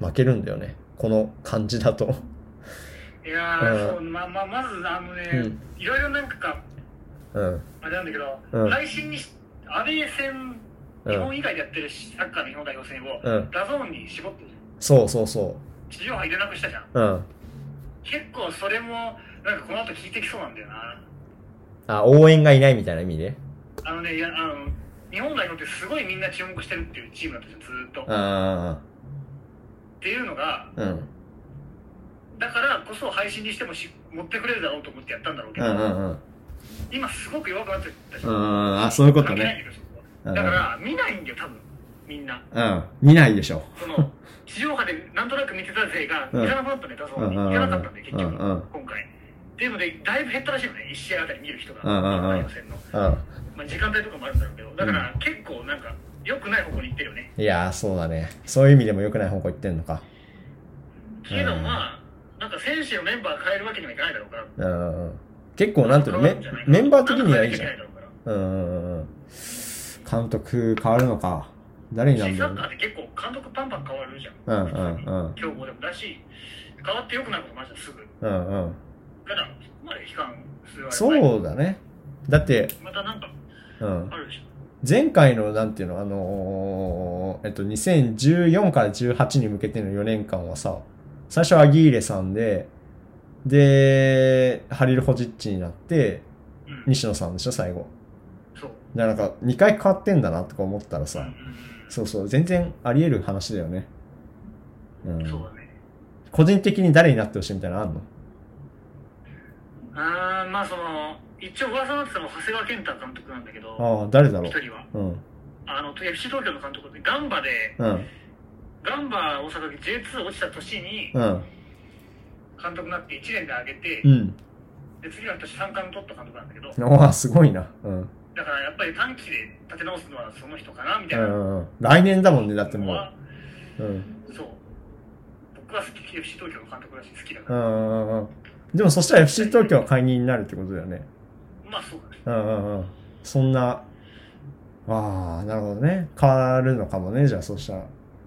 Speaker 1: 負けるんだよね。この感じだと。 [laughs]
Speaker 2: いやー、
Speaker 1: うん
Speaker 2: そうまままずあのね、
Speaker 1: うん
Speaker 2: いろいろなんか
Speaker 1: うん。
Speaker 2: あれなんだけど、
Speaker 1: うん
Speaker 2: 配信にしアウェー戦
Speaker 1: うん
Speaker 2: 日本以外でやってるしサッカーの日本代表戦を、
Speaker 1: うん
Speaker 2: ダゾーンに絞って
Speaker 1: そうそうそ
Speaker 2: 地上波入れなくしたじゃん
Speaker 1: う。うん。
Speaker 2: 結構それもなんかこの後効いてきそうなんだよな
Speaker 1: あ、応援がいないみたいな意味で。
Speaker 2: あのねいやあの日本代表ってすごいみんな注目してるっていうチームだったじゃんずーっとっ
Speaker 1: あ
Speaker 2: ていうのが
Speaker 1: あ、うん。
Speaker 2: だからこそ配信にしてもし持ってくれるだろうと思ってやったんだろうけ
Speaker 1: うん
Speaker 2: ど、
Speaker 1: うんうん。
Speaker 2: 今すごく弱くなってたじゃん
Speaker 1: うん、あ、そういうこと
Speaker 2: 関係な
Speaker 1: ね
Speaker 2: い。けど
Speaker 1: うん
Speaker 2: だから見ないんだよ多分みんな
Speaker 1: うん。見ないでしょ。[laughs]
Speaker 2: その地上波でなんとなく見てた勢が
Speaker 1: うん
Speaker 2: いらなくなったんで、ダゾーンに
Speaker 1: うんうんうん
Speaker 2: 行かなかったんで、結局、
Speaker 1: うんうん
Speaker 2: 今回。っていうので、だいぶ減ったらしいのね、1試合あたり見る人が、
Speaker 1: うんうんうん
Speaker 2: 予選の。
Speaker 1: う
Speaker 2: まあ、時間帯とかもあるんだろうけど、だから結構なんか、良くない方向に行ってるよね。
Speaker 1: ん。いやー、そうだね。そういう意味でも良くない方向行ってんのか。
Speaker 2: けど、まあ、なんか選手のメンバー変えるわけにはいかないだろうから、
Speaker 1: うん。結構、なんていうの、メ
Speaker 2: 変わるんじゃないかな
Speaker 1: メンバー的にはいいじゃん
Speaker 2: なん。か変えなきゃいけないだ
Speaker 1: う
Speaker 2: ろうから
Speaker 1: ん。うん監督変わるのか。誰になるん
Speaker 2: しサ
Speaker 1: だ
Speaker 2: ッカー
Speaker 1: ろ
Speaker 2: って結構監督パンパン変わるじゃん。
Speaker 1: うんうんうん
Speaker 2: 強豪でもだし、変わって良くなることもあるじゃん、すぐ。
Speaker 1: う。うんうん。
Speaker 2: ただ、そこまで悲観するわけない
Speaker 1: そうだね。だって、
Speaker 2: またなんか、
Speaker 1: うん
Speaker 2: あ。るでしょ。
Speaker 1: 前回の、なんていうの、あのーえっと、2014から18に向けての4年間はさ、最初はアギーレさんで、で、ハリル・ホジッチになって、
Speaker 2: うん。
Speaker 1: 西野さんでしょ、最後。
Speaker 2: そう。
Speaker 1: だからなんか2回変わってんだなとか思ったら
Speaker 2: う
Speaker 1: さ、
Speaker 2: ん
Speaker 1: そうそう、全然あり得る話だよね。う。
Speaker 2: うんそうんだね。
Speaker 1: 個人的に誰になってほしいみたいなのあんの
Speaker 2: あーまあその、一応噂になってたのは長谷川健太監督なんだけど、
Speaker 1: ああ、誰だろう
Speaker 2: 一。人は。
Speaker 1: うん。
Speaker 2: あの、FC 東京の監督で、ガンバで、
Speaker 1: うん。
Speaker 2: ガンバ大阪で J2 落ちた年に
Speaker 1: うん。
Speaker 2: 監督になって1年で上げて、
Speaker 1: うん。
Speaker 2: で次の年3冠取った監督なんだけど、
Speaker 1: おあ、すごいな。うん。
Speaker 2: だからやっぱり短期で立て直すのはその人かな、み
Speaker 1: う
Speaker 2: たいなのは、
Speaker 1: んうん。来年だもんね、だってもう。うん。
Speaker 2: そう。僕は好き、FC 東京の監督だし好きだか
Speaker 1: う
Speaker 2: ら。
Speaker 1: んうんうん。でもそしたら FC 東京は会議になるってことだよね。
Speaker 2: まあそうだね。
Speaker 1: うんうんうん。そんな、ああ、なるほどね。変わるのかもね、じゃあそしたら。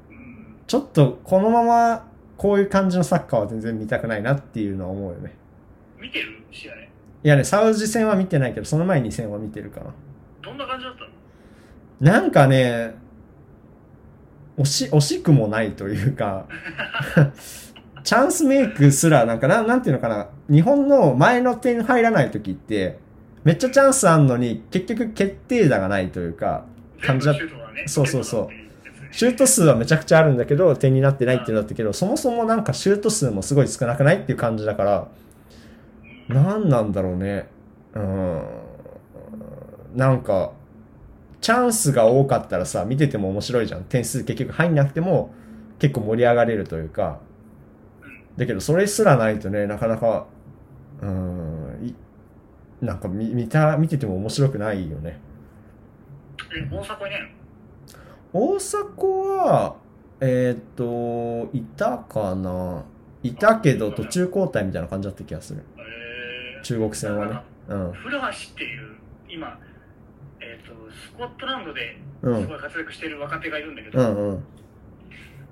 Speaker 2: うん。
Speaker 1: ちょっとこのままこういう感じのサッカーは全然見たくないなっていうのは思うよね。
Speaker 2: 見てる試合。
Speaker 1: いやね、サウジ戦は見てないけど、その前に戦は見てるか
Speaker 2: どんな感じだったの
Speaker 1: な。なんかね、惜し、惜しくもないというか、チャンスメイクすら、なんかな、なんていうのかな、日本の前の点入らない時って、めっちゃチャンスあんのに、結局決定打がないというか、
Speaker 2: 全
Speaker 1: 感
Speaker 2: 部
Speaker 1: じだ
Speaker 2: シュートはね。
Speaker 1: そうそうそう
Speaker 2: 決定打っていうやつね
Speaker 1: シュート数はめちゃくちゃあるんだけど、点になってないっていうのだったけど、そもそもなんかシュート数もすごい少なくないっていう感じだから、なんなんだろうね。うーん。なんか、チャンスが多かったらさ、見てても面白いじゃん。点数結局入んなくても、結構盛り上がれるというか。だけど、それすらないとね、なかなか、うーん、いなんか見、見た、見てても面白くないよね。
Speaker 2: え、大阪いないの
Speaker 1: 大阪は、えーっと、いたかないたけど途中交代みたいな感じだった気がする。
Speaker 2: えー
Speaker 1: 中国戦はね。うん。
Speaker 2: 古橋っていう今、えー、とスコットランドで
Speaker 1: うん
Speaker 2: すごい活躍してる若手がいるんだけど、
Speaker 1: うんうん。
Speaker 2: を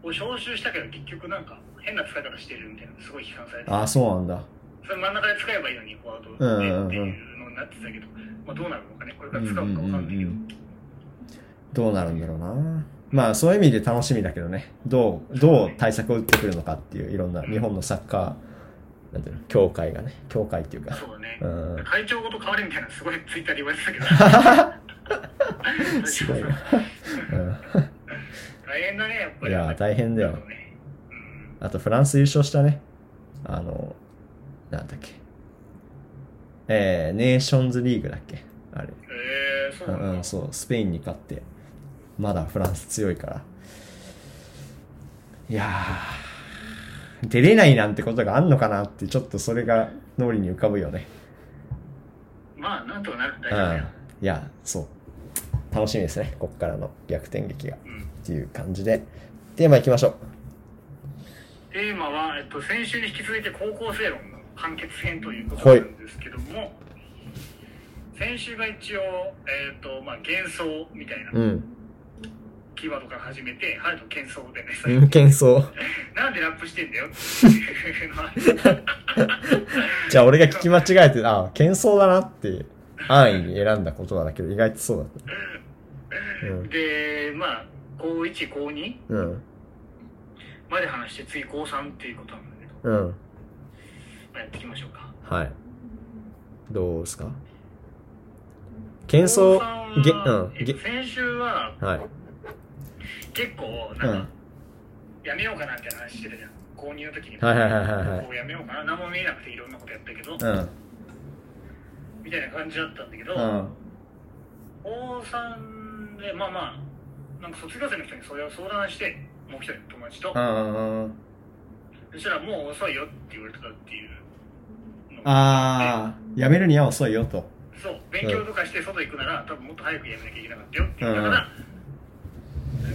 Speaker 2: 招集したけど結局なんか変な使い方してるみたいなのすごい批判されて
Speaker 1: ああ、そうなんだ。
Speaker 2: それ真ん中で使えばいいのにフォワー
Speaker 1: うんうんうん
Speaker 2: ドでっていうのになってたけど、まあ、どうなるのかねこれから使うかわかんない
Speaker 1: う
Speaker 2: けど、
Speaker 1: んうんうんうんどうなるんだろうな。まあそういう意味で楽しみだけどね。どう、どう対策を打ってくるのかっていう、いろんな日本のサッカー、なんていうの、協会がね、協会っていうか。
Speaker 2: そうだね、
Speaker 1: うん
Speaker 2: 会長ごと変われみたいなのすごいツイッターで言われてたけど
Speaker 1: [laughs] す
Speaker 2: [laughs]
Speaker 1: ごいな。うん。
Speaker 2: 大変だねやっぱり
Speaker 1: いやー大変だよ
Speaker 2: ねうん
Speaker 1: あとフランス優勝したね。あの、なんだっけ。えー、ネーションズリーグだっけあれ。
Speaker 2: えー、そう
Speaker 1: う
Speaker 2: なんだ、
Speaker 1: んうん、そう、スペインに勝って、まだフランス強いから。いやー、出れないなんてことがあんのかなって、ちょっとそれが脳裏に浮かぶよね。
Speaker 2: まあなんとかなる
Speaker 1: う
Speaker 2: 大
Speaker 1: ん。
Speaker 2: 丈夫だよ、
Speaker 1: いや、そう。楽しみですね。こっからの逆転劇が。っ
Speaker 2: うん
Speaker 1: ていう感じで。テーマいきましょう。
Speaker 2: テーマは、えっと、先週に引き続いて高校生論の完結編ということ
Speaker 1: はい
Speaker 2: なんですけども、先週が一応、えっとまあ、幻想みたいな
Speaker 1: うん。
Speaker 2: キーワードから始めて、ハルト幻想でね、
Speaker 1: うん、喧騒。
Speaker 2: なんでラップしてんだよっていうのは
Speaker 1: じゃあ俺が聞き間違えて、あ、喧騒だなって安易に選んだことだけど、意外とそうだった。うん。
Speaker 2: で、まあ、高1、高2
Speaker 1: うん。
Speaker 2: まで話して、次高3っていうことなんだけど、
Speaker 1: うん。
Speaker 2: まあ、やっていきましょうか。
Speaker 1: はい。どうですか喧
Speaker 2: 高
Speaker 1: 騒
Speaker 2: 三、
Speaker 1: げ、
Speaker 2: は
Speaker 1: うん、
Speaker 2: えっ
Speaker 1: げ
Speaker 2: と、先週は、
Speaker 1: はい。
Speaker 2: 結構、
Speaker 1: う
Speaker 2: なん
Speaker 1: ん
Speaker 2: か、。やめようかなみたいな話してたじゃん。購入の時に。
Speaker 1: はいはいはいはいはい
Speaker 2: こうやめようかな。何も見えなくていろんなことやったけど、
Speaker 1: うん。
Speaker 2: みたいな感じだったんだけど、
Speaker 1: うん。
Speaker 2: 高3で、まあまあ、なんか卒業生の人にそれを相談して、もう一人の友達と
Speaker 1: う、んうん。
Speaker 2: そしたらもう遅いよって言われてたっていうのが
Speaker 1: あー、やめるには遅いよと。
Speaker 2: そう、勉強とかして外行くなら、多分もっと早くやめなきゃいけなかったよって言ったから、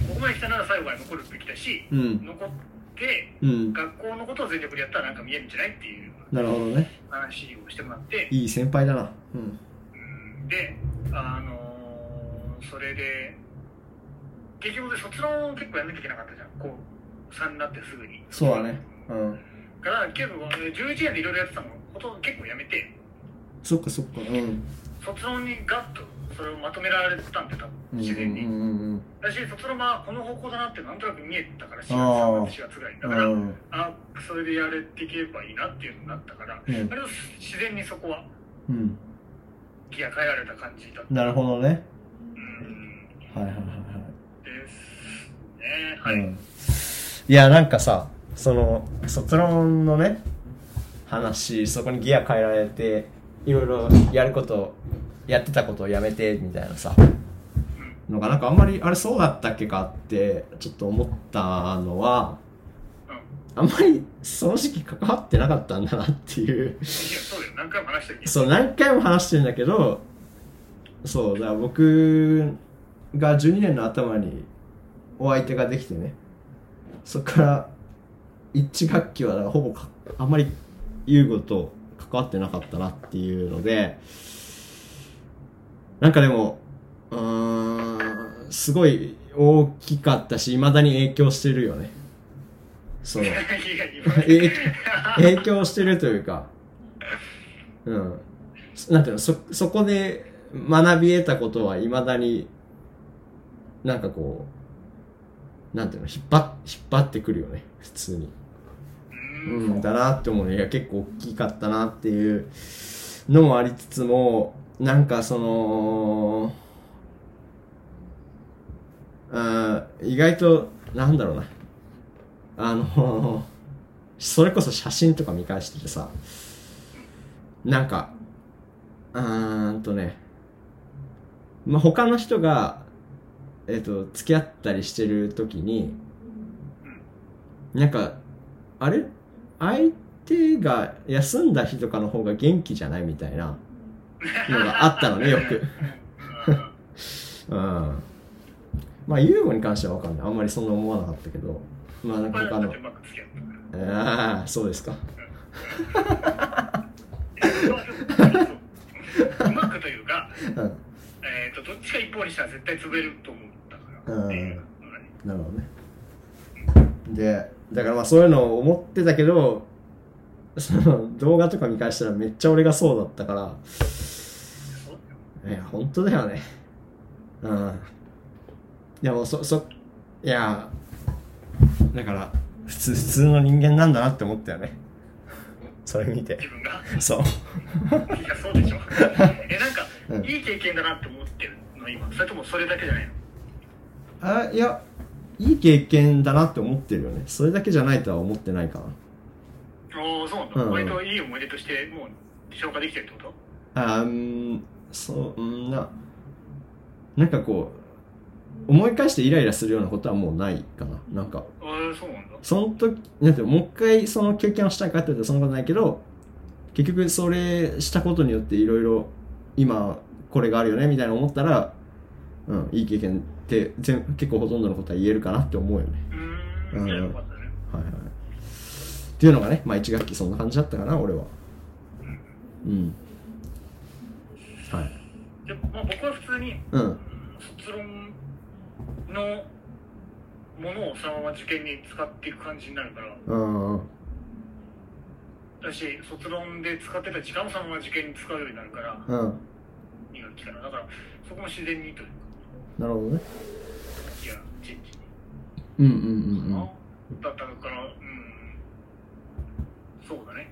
Speaker 2: ここまで来たなら最後まで残るべきだし、
Speaker 1: うん。
Speaker 2: 残って、
Speaker 1: うん。
Speaker 2: 学校のことを全力でやったらなんか見えるんじゃないっていう
Speaker 1: なるほどね。
Speaker 2: 話をしてもらって、
Speaker 1: いい先輩だな。うん。
Speaker 2: うんで、あのーそれで、結局卒論を結構やんなきゃいけなかったじゃん、こう、3になってすぐに。
Speaker 1: そうだね。うん。
Speaker 2: だから、結構、11年でいろいろやってたの、ほとんど結構やめて、
Speaker 1: そっかそっか。うん。
Speaker 2: 卒論にガッとそれをまとめられてたんで、多
Speaker 1: う
Speaker 2: 分、
Speaker 1: ん
Speaker 2: 自然に。
Speaker 1: うんうん
Speaker 2: だし、卒論はこの方向だなってなんとなく見えてたから、4月、
Speaker 1: あー
Speaker 2: 3月、4月ぐらい。
Speaker 1: う
Speaker 2: だから、
Speaker 1: ん。うん。
Speaker 2: あ、それでやれていけばいいなっていうのになったから、
Speaker 1: うん
Speaker 2: 割と自然にそこは
Speaker 1: うん。
Speaker 2: ギア変えられた感じだった。
Speaker 1: なるほどね。
Speaker 2: うん
Speaker 1: はいはいはいはい。
Speaker 2: ですね。はい。
Speaker 1: うんいや、なんかさ、その、卒論のね、話、そこにギア変えられて、いろいろやること、やってたことをやめて、みたいなさ、のが、なんかあんまり、あれそうだったっけかって、ちょっと思ったのは、
Speaker 2: うん。い
Speaker 1: あんまり、その時期関わってなかったんだなっていう。
Speaker 2: や、そうだよ。何回も話してるけど。
Speaker 1: そう、何回も話してるんだけど、そう、だから僕が12年の頭にお相手ができてね、そこから1学期はだからほぼかあんまり優吾と関わってなかったなっていうので、なんかでも、うーん、すごい大きかったし、未だに影響してるよね。その
Speaker 2: い、や、言わない
Speaker 1: え影響してるというか、うん。そなんていうの、そ、そこで学び得たことはいまだに、なんかこう、なんていうの、引っ張っ、引っ張ってくるよね、普通に。
Speaker 2: うん。
Speaker 1: うん、だなって思うね。いや、結構大きかったなっていうのもありつつも、なんかその、あー意外と、なんだろうな。あの、それこそ写真とか見返しててさ、なんか、うーんとね、まあ、他の人が、えっ、と、付き合ったりしてる時に、なんか、あれ相手が休んだ日とかの方が元気じゃないみたいなのがあったのね、よく。 [laughs]
Speaker 2: うん
Speaker 1: うん。まあ、ユーゴに関してはわかんない。あんまりそんな思わなかったけど。まあ、なん
Speaker 2: こ
Speaker 1: か
Speaker 2: れだ
Speaker 1: 他
Speaker 2: って
Speaker 1: の
Speaker 2: う。まく付き合ったから
Speaker 1: ああ、そうですか。
Speaker 2: うまくというか、
Speaker 1: うん。
Speaker 2: えー、とどっちか一方にしたら絶対潰れると思ったからっていうのがね
Speaker 1: なるほどね。で、だからまあそういうのを思ってたけど、その動画とか見返したらめっちゃ俺がそうだったか
Speaker 2: そう
Speaker 1: ら、いや、本当だよね。うん。いや、もうそ、そ、いや、だから、普通、普通の人間なんだなって思ったよね。それ見て。
Speaker 2: 自分が
Speaker 1: そう。
Speaker 2: いやそう
Speaker 1: [laughs]
Speaker 2: でしょえなんか、
Speaker 1: うん
Speaker 2: いい経験だなって思ってるの今それともそれだけじゃないの
Speaker 1: あ、いや、いい経験だなって思ってるよね。それだけじゃないとは思ってないかな。
Speaker 2: ああそうなん
Speaker 1: う
Speaker 2: だ、
Speaker 1: ん
Speaker 2: 割といい思い出としてもう消化できてるってこと
Speaker 1: あーうーんそううんななんかこう思い返してイライラするようなことはもうないかななんか
Speaker 2: ああそうなんだ
Speaker 1: その時なんていうのもう一回その経験をしたいかって言ったらそんなことないけど結局それしたことによっていろいろ今これがあるよねみたいな思ったらうんいい経験って全結構ほとんどのことは言えるかなって思うよね
Speaker 2: うー
Speaker 1: うん
Speaker 2: んいやよかったね
Speaker 1: はいはいっていうのがねまあ1学期そんな感じだったかな俺はうんはい
Speaker 2: でも、まあ、僕は普通に
Speaker 1: うん
Speaker 2: 卒論のものをそのまま受験に使っていく感じになるから
Speaker 1: うん
Speaker 2: だし卒論で使ってた時間もそのまま受験に使うようになるから
Speaker 1: うん
Speaker 2: 2学期からだからそこも自然にというか
Speaker 1: なるほどね。
Speaker 2: いやちち
Speaker 1: うんうん
Speaker 2: かなだったのからうんそうだね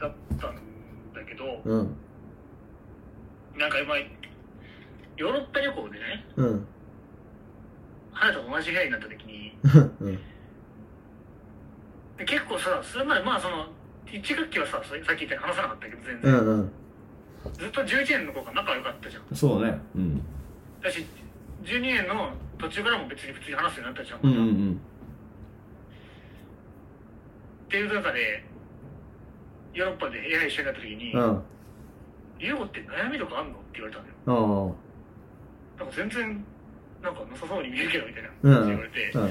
Speaker 2: だったんだけど
Speaker 1: うん。うん。
Speaker 2: なんか今ヨーロッパ旅行でね
Speaker 1: うん。
Speaker 2: 花と同じ部屋になった時に
Speaker 1: うん。
Speaker 2: で結構さそれまでまあその1学期はさそれさっき言ったように話さなかったけど全
Speaker 1: う
Speaker 2: 然、
Speaker 1: んうん。
Speaker 2: ずっと11年の子が仲良かったじゃん
Speaker 1: そうね。うん。
Speaker 2: だし12年の途中からも別に普通に話すようになったじゃん、
Speaker 1: うんうん
Speaker 2: っていう中でヨーロッパで部屋一緒になった時に
Speaker 1: うん。うん。
Speaker 2: 「優、う、子、って悩みとかあんの?」って言われたんだよ
Speaker 1: ああ。
Speaker 2: なんか全然なんかなさそうに見えるけどみたいな
Speaker 1: うん
Speaker 2: 感じで言わ
Speaker 1: うん。
Speaker 2: れて、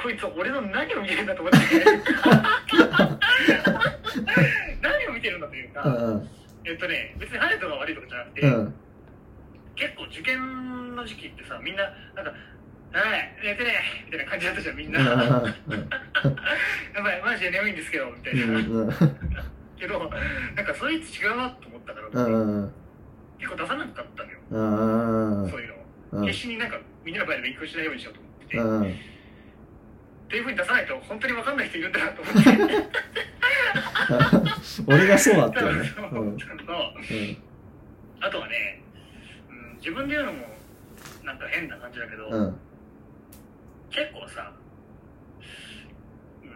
Speaker 2: こいつ俺の何を見てるんだと思って [laughs] 何を見てるんだというか、
Speaker 1: うん。
Speaker 2: えっとね別にハヤトが悪いとかじゃなくて、
Speaker 1: うん。
Speaker 2: 結構受験の時期ってさみんななんか「はい寝てね」みたいな感じだったじゃんみんな「やばいマジで眠いんですけど」みたいな、けどなんかそいつ違うなと思ったから、
Speaker 1: うん。
Speaker 2: 結構出さなかったのよ、そういうのを、
Speaker 1: うん
Speaker 2: 必死になんかみんなの前で勉強しないようにしようと思ってて、
Speaker 1: うん。
Speaker 2: っていうふうに出さないと本当に分かんない人いるんだなと思って
Speaker 1: 俺が [laughs] そうだった
Speaker 2: 多
Speaker 1: よ
Speaker 2: 分
Speaker 1: ね。
Speaker 2: そう
Speaker 1: う
Speaker 2: 思っ
Speaker 1: ん。
Speaker 2: たのと [laughs] あとはね、うん、自分で言うのもなんか変な感じだけど、
Speaker 1: うん。
Speaker 2: 結構さうーん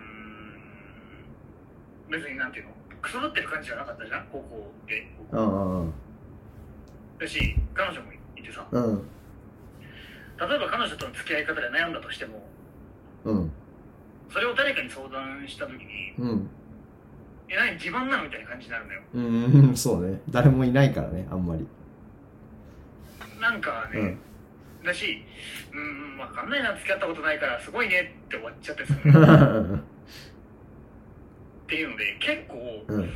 Speaker 2: 別になんていうのくすぶってる感じじゃなかったじゃん高校で
Speaker 1: うん。
Speaker 2: だし彼女もいてさ
Speaker 1: うん。
Speaker 2: 例えば彼女との付き合い方で悩んだとしても
Speaker 1: うん。
Speaker 2: それを誰かに相談した時に
Speaker 1: うん。
Speaker 2: 「え何自慢なの?」みたいな感じになるのよ
Speaker 1: うん。そうね。誰もいないからね、あんまり。
Speaker 2: なんか
Speaker 1: う
Speaker 2: ね
Speaker 1: ん。、
Speaker 2: だしうーん分かんないな付き合ったことないからすごいねって終わっち
Speaker 1: [laughs]
Speaker 2: ゃってさ
Speaker 1: う
Speaker 2: っ
Speaker 1: ん。
Speaker 2: ていうので結構
Speaker 1: うん。
Speaker 2: う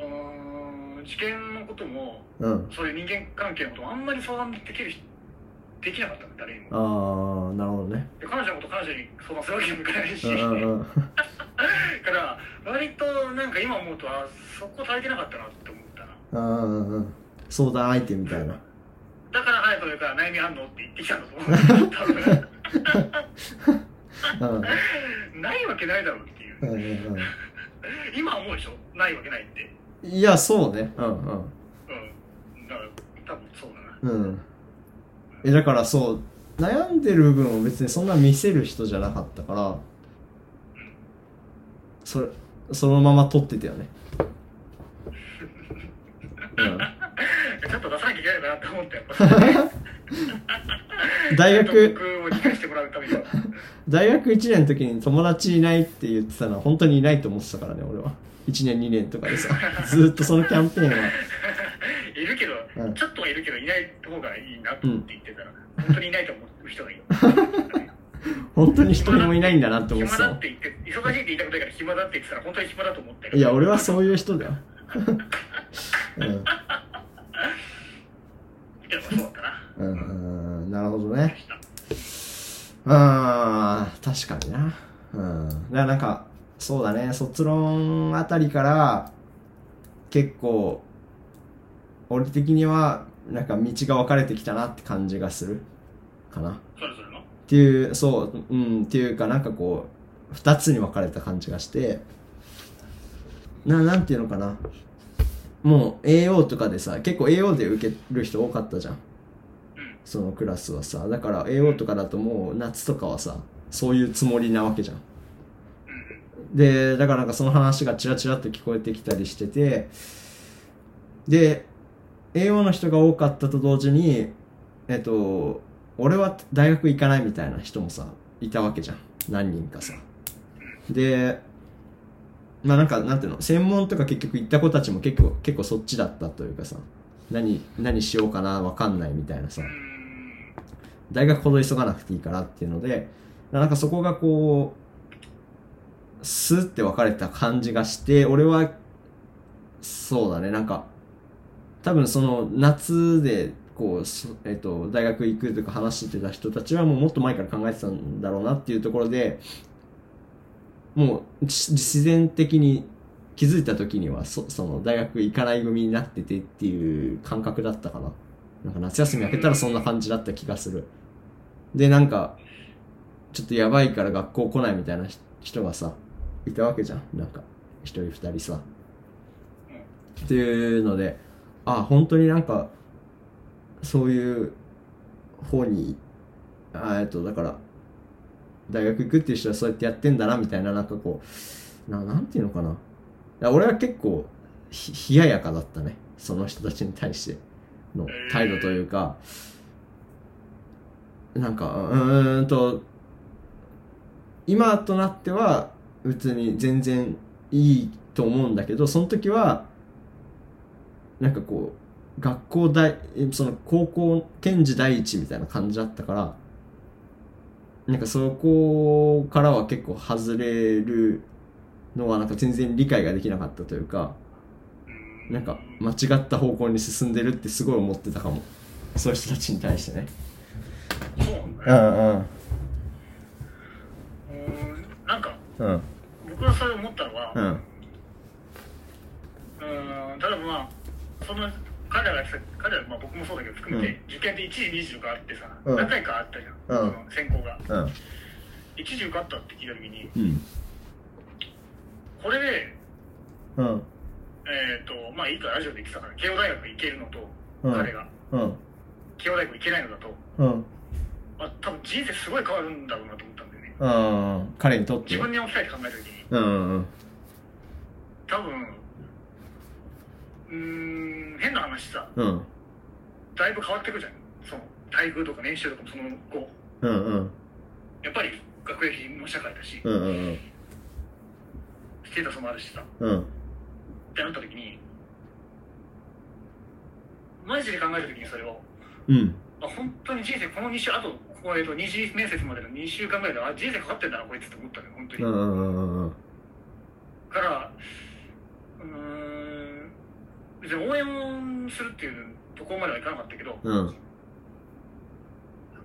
Speaker 2: ーん受験のことも
Speaker 1: うん。
Speaker 2: そういう人間関係のことをあんまり相談できる人できなかったの誰に
Speaker 1: あ
Speaker 2: も
Speaker 1: あ、なるほどね。
Speaker 2: で彼女のこと彼女に相談するわけにもいかないし
Speaker 1: うんうんうん。
Speaker 2: だから割となんか今思うとあそこ足りてなかったなって思ったな
Speaker 1: うんうんうん。相談相手みたいな。
Speaker 2: だから隼人から悩みあんのって言ってきたんだと思うん
Speaker 1: [laughs]
Speaker 2: だけど多
Speaker 1: うん。
Speaker 2: 分ないわけないだろうっていう
Speaker 1: うんうんうん
Speaker 2: 今思うでしょないわけないって
Speaker 1: いや、そうね。うんうん。
Speaker 2: うんだから多分そうだな
Speaker 1: うん。え、だからそう、悩んでる部分を別にそんな見せる人じゃなかったから、それ、そのまま撮ってたよね。
Speaker 2: ちょっと出さなきゃいけないかなって思ったよち
Speaker 1: うん。 [laughs] 大
Speaker 2: ゃんと
Speaker 1: 学、
Speaker 2: 僕を理解してもらうためには [laughs]
Speaker 1: 大学1年の時に友達いないって言ってたのは本当にいないと思ってたからね、俺は。1年2年とかでさ、ずーっとそのキャンペーンは。
Speaker 2: いるけど、
Speaker 1: うん
Speaker 2: ちょっとはいるけどいない方がいいなと思って言ってたら、本当にいないと思う人がい
Speaker 1: [laughs]
Speaker 2: る。
Speaker 1: 本当に一人もいないんだなって思って
Speaker 2: 暇
Speaker 1: た
Speaker 2: だ
Speaker 1: も
Speaker 2: って言って、忙しいって言いたくないから暇だって言ってたら本当に暇だと思ったよ
Speaker 1: んいや、俺はそういう人だよ。うん
Speaker 2: いやそうだったな。
Speaker 1: うんうんうんなるほどね
Speaker 2: で。した
Speaker 1: ああ、確かにな。うん。だからなんか、そうだね、卒論あたりから、結構、俺的には、なんか道が分かれてきたなって感じがする。かな。っ
Speaker 2: それぞれの。
Speaker 1: ていう、そう、うん、っていうかなんかこう、二つに分かれた感じがして、な、なんていうのかな。もう AO とかでさ、結構 AO で受ける人多かったじゃん。
Speaker 2: うん。
Speaker 1: そのクラスはさだから AO とかだともう夏とかはさそういうつもりなわけじゃん
Speaker 2: うん。
Speaker 1: でだからなんかその話がチラチラっと聞こえてきたりしててで AO の人が多かったと同時にえっと俺は大学行かないみたいな人もさいたわけじゃん何人かさでまあなんかなんていうの専門とか結局行った子たちも結構結構そっちだったというかさ何何しようかなわかんないみたいなさ、
Speaker 2: うん。
Speaker 1: 大学ほど急がなくていいからっていうのでなんかそこがこうスーって分かれた感じがして俺はそうだねなんか多分その夏でこう、そえっと大学行くとか話してた人たちはもうもっと前から考えてたんだろうなっていうところでもうじ自然的に気づいた時にはそその大学行かない組になっててっていう感覚だったかななんか夏休み明けたらそんな感じだった気がするでなんかちょっとやばいから学校来ないみたいな人人がさいたわけじゃんなんか一人二人さっていうのであ本当になんかそういう方にあえっとだから大学行くっていう人はそうやってやってんだなみたいななんかこうななんていうのかなだから俺は結構ひ冷ややかだったねその人たちに対しての態度というか、なんかうーんと今となっては別に全然いいと思うんだけどその時はなんかこう学校大えその高校検事第一みたいな感じだったからなんかそこからは結構外れるのはなんか全然理解ができなかったというか
Speaker 2: うん
Speaker 1: なんか間違った方向に進んでるってすごい思ってたかもそういう人たちに対してね
Speaker 2: そうなんだ
Speaker 1: う
Speaker 2: よ。
Speaker 1: んうん
Speaker 2: うんなんか、
Speaker 1: うん
Speaker 2: 僕はそれ思ったのは、
Speaker 1: うん
Speaker 2: うん、ただまあ、その彼らがさ、彼ら、まあ、僕もそうだけど含めて、受験で1時、2時とかあってさ、
Speaker 1: うん
Speaker 2: 何回かあったじゃん、
Speaker 1: うん
Speaker 2: その選考が。
Speaker 1: うん
Speaker 2: 1時受かったって聞いたときに、
Speaker 1: うん
Speaker 2: これで、
Speaker 1: うん
Speaker 2: えっ、と、まあ、いいからラジオで言ってたから、慶応大学行けるのと、
Speaker 1: うん
Speaker 2: 彼が、
Speaker 1: うん
Speaker 2: 慶応大学行けないのだと、
Speaker 1: うん
Speaker 2: まあ、多分人生すごい変わるんだろうなと思ったんだよね。
Speaker 1: うん彼にとって
Speaker 2: 自
Speaker 1: は
Speaker 2: 分に置き換えて考えたときに、
Speaker 1: うんうん
Speaker 2: 多分、うーん、変な話さ、
Speaker 1: うん
Speaker 2: だいぶ変わってくるじゃん。その、待遇とか年収とかもその後、
Speaker 1: うんうん
Speaker 2: やっぱり学歴の社会だし、
Speaker 1: うんうん
Speaker 2: ステータスもあるしさ、
Speaker 1: うん
Speaker 2: ってなった時に、マジで考えた時にそれを、
Speaker 1: うん
Speaker 2: あ本当に人生この2週、あと、ここ、えっと、二次面接までの2週間ぐらいで、あ、人生かかってんだな、こいつって思ったのよ、本当に。
Speaker 1: うんうんうんうん
Speaker 2: から、うーん、別に応援をするっていうところまではいかなかったけど、
Speaker 1: うん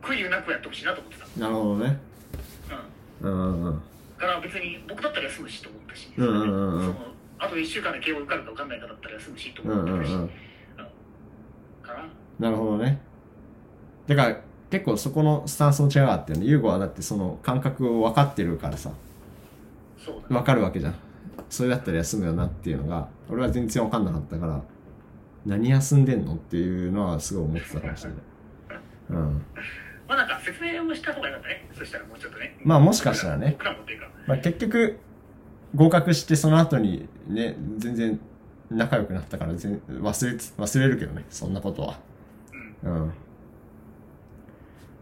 Speaker 2: 悔いなくやってほしいなと思ってた。
Speaker 1: なるほどね
Speaker 2: うん。
Speaker 1: うんうん
Speaker 2: だから別に僕だったら休むしと思ったし、
Speaker 1: うんうんうんうん
Speaker 2: そのあと1週間で慶応受かるか分かんないかだったら休むしと
Speaker 1: う
Speaker 2: 思
Speaker 1: んう
Speaker 2: っ
Speaker 1: ん
Speaker 2: てたし、
Speaker 1: うん
Speaker 2: かな
Speaker 1: なるほどね。だから結構そこのスタンスも違うかったよね。ユーゴはだってその感覚を分かってるからさ、
Speaker 2: そうだね
Speaker 1: 分かるわけじゃん。それだったら休むよなっていうのが、俺は全然分かんなかったから、何休んでんのっていうのはすごい思ってたかもしれない。うん。
Speaker 2: まあなんか説明をした方が良かったねそしたらもうちょっとね
Speaker 1: まあもしかしたらね
Speaker 2: 僕らもっていうか
Speaker 1: まあ結局、合格してその後にね、全然仲良くなったから全忘れつ、忘れるけどね、そんなことは。
Speaker 2: うん
Speaker 1: うん。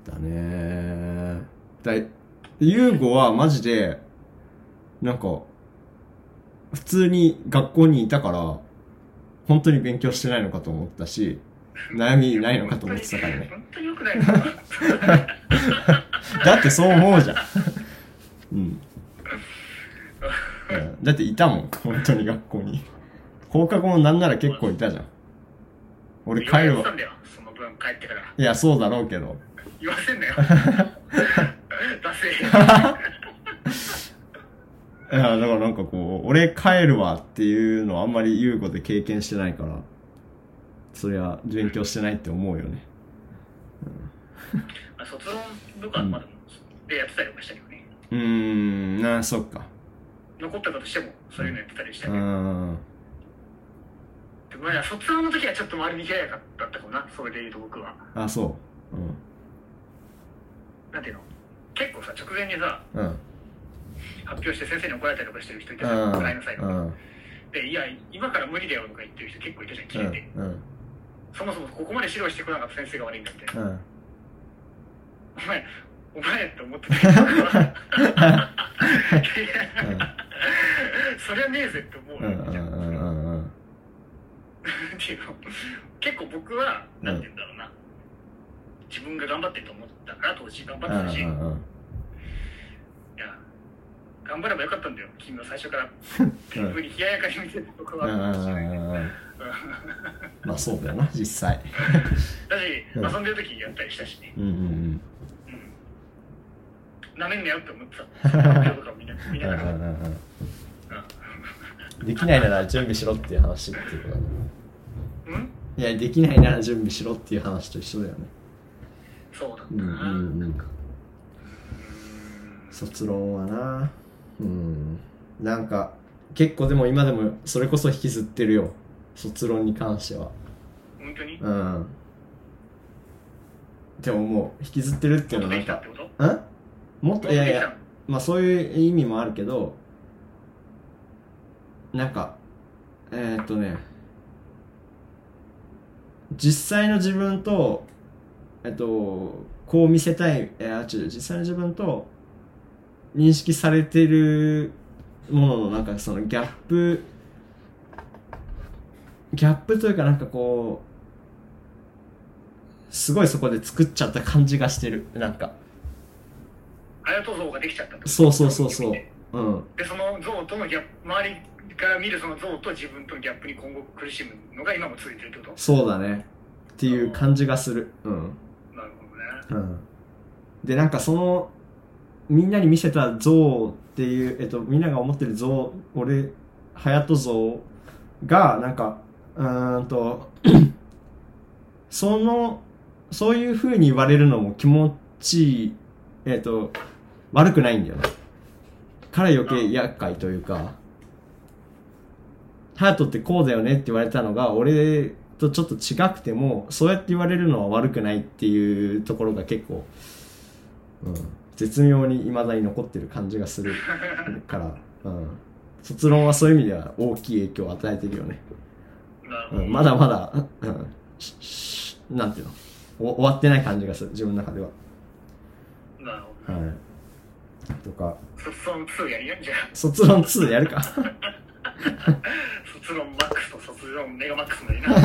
Speaker 1: だねー。だ、ユーゴはマジで、なんか、普通に学校にいたから、本当に勉強してないのかと思ったし、悩みないのかと思ってたからね。
Speaker 2: 本当に良くないですか
Speaker 1: だってそう思うじゃん。うん。うんだっていたもん、本当に学校に。放課後もなんなら結構いたじゃん。俺帰
Speaker 2: 言
Speaker 1: る
Speaker 2: わせた
Speaker 1: わ
Speaker 2: ん。だよその分帰ってから
Speaker 1: いや、そうだろうけど。
Speaker 2: 言わせん
Speaker 1: [laughs]
Speaker 2: なよダセ
Speaker 1: いや、だからなんかこう、俺帰るわっていうのはあんまり優子で経験してないから、そりゃ勉強してないって思うよね。
Speaker 2: えまあ卒論とかまだでやってたりとかしたけどね
Speaker 1: うーん、なあ、そっか。
Speaker 2: 残ったとしてもそういうのやってたりした
Speaker 1: う
Speaker 2: けど、
Speaker 1: ん。
Speaker 2: でもまあ卒論の時はちょっと周りに嫌いなかったかもなそれで言うと僕は
Speaker 1: あ、そう。う
Speaker 2: なんていうの結構さ直前にさ
Speaker 1: ん。うん。
Speaker 2: 発表して先生に怒られたりとかしてる人いた
Speaker 1: う
Speaker 2: じゃん
Speaker 1: ん。
Speaker 2: 暗いの最後
Speaker 1: う
Speaker 2: に
Speaker 1: ん。
Speaker 2: でいや今から無理だよとか言ってる人結構いたじゃん
Speaker 1: う
Speaker 2: 切れて、
Speaker 1: ん。うん。
Speaker 2: そもそもここまで指導してこなかった先生が悪いんだって
Speaker 1: うん。
Speaker 2: お前、お前って思ってたけど、僕
Speaker 1: う
Speaker 2: は
Speaker 1: ん
Speaker 2: そりゃねえぜって思う
Speaker 1: うんうんうんう
Speaker 2: なん
Speaker 1: うん
Speaker 2: ていうの結構僕は、
Speaker 1: うん
Speaker 2: なんて言うんだろうな、自分が頑張ってると思ったから、当時頑張
Speaker 1: う
Speaker 2: ってたし、いや
Speaker 1: んうん
Speaker 2: 頑張ればよかったんだよ、君は最初から。っていうふうに冷ややかに見てる僕は。
Speaker 1: うんまあそうだよな実際
Speaker 2: だし、
Speaker 1: うん
Speaker 2: 遊んでる時やったりしたしね、
Speaker 1: うんうん
Speaker 2: なめんなよって思ってた。
Speaker 1: [laughs]
Speaker 2: とか見な見
Speaker 1: うんう
Speaker 2: なんが
Speaker 1: う
Speaker 2: ら。
Speaker 1: んうんうんできないなら準備しろっていう話っていうことだね
Speaker 2: うん
Speaker 1: いやできないなら準備しろっていう話と一緒だよね
Speaker 2: そうだっ
Speaker 1: う
Speaker 2: た
Speaker 1: んう
Speaker 2: な。
Speaker 1: んうん卒論はなうんなんか結構でも今でもそれこそ引きずってるよ卒論に関しては
Speaker 2: 本当に
Speaker 1: うんって思う引きずってるっていうのはな
Speaker 2: もっとで
Speaker 1: ん
Speaker 2: きた
Speaker 1: か
Speaker 2: ってこと
Speaker 1: んもっといやい
Speaker 2: もっとできた
Speaker 1: やまあそういう意味もあるけどなんかえーっとね実際の自分とえっとこう見せたいえーあ違う実際の自分と認識されてるもののなんかそのギャップギャップというかなんかこうすごいそこで作っちゃった感じがしてるなんか
Speaker 2: あやと像ができちゃったってこと
Speaker 1: そうそうそうそう。うん。
Speaker 2: でその像とのギャップ周りから見るその像と自分とのギャップに今後苦しむのが今も続いてるってこと
Speaker 1: そうだね。っていう感じがする。うん。
Speaker 2: なるほどね
Speaker 1: うん。で、なんかその、みんなに見せた像っていう、えっと、みんなが思ってる像、俺、隼人像が、なんか、うーんと、その、そういう風に言われるのも気持ちいい、えっと、悪くないんだよね。から余計厄介というか、ハヤトってこうだよねって言われたのが、俺とちょっと違くても、そうやって言われるのは悪くないっていうところが結構、うん、絶妙に未だに残ってる感じがするから、うん、卒論はそういう意味では大きい影響を与えてるよね。
Speaker 2: なるほ
Speaker 1: う
Speaker 2: ど、
Speaker 1: ん、まだまだ、うん、ししなんていうのお終わってない感じがする、自分の中では。
Speaker 2: なるほ
Speaker 1: はい。とか、
Speaker 2: ど卒論2やりやんじゃん
Speaker 1: 卒論2やるか。
Speaker 2: 卒論マックスと卒論メガマックスもいい
Speaker 1: [laughs]
Speaker 2: な
Speaker 1: よ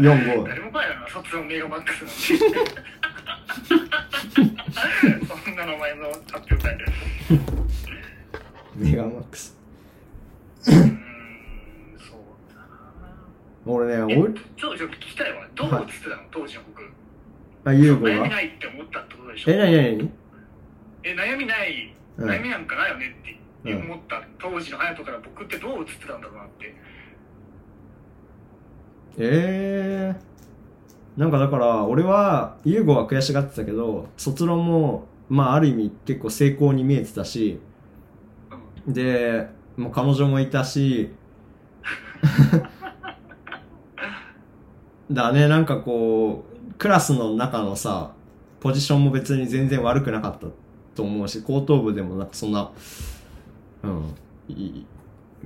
Speaker 1: 4、5。
Speaker 2: 誰も来ないよな卒論メガマックスなんて [laughs] そんな名前の発表会で
Speaker 1: [laughs] メガマックス。
Speaker 2: うーんそうだな
Speaker 1: 俺ね、
Speaker 2: え
Speaker 1: お
Speaker 2: ちょっとちょっと聞きたいわどう映ってたの当時の僕
Speaker 1: あ、ユーゴ
Speaker 2: 悩み
Speaker 1: が
Speaker 2: ないって思ったってことでしょ
Speaker 1: え、なになに
Speaker 2: え悩みない、
Speaker 1: うん
Speaker 2: 悩みなんかないよねって
Speaker 1: うん
Speaker 2: 思った当時の隼人から僕ってどう映ってたんだろうな
Speaker 1: [laughs]
Speaker 2: って
Speaker 1: えー。なんかだから、俺は、ユーゴは悔しがってたけど、卒論も、まあある意味結構成功に見えてたし、で、もう彼女もいたし、だね、なんかこう、クラスの中のさ、ポジションも別に全然悪くなかったと思うし、後頭部でもなんかそんな、うん、いい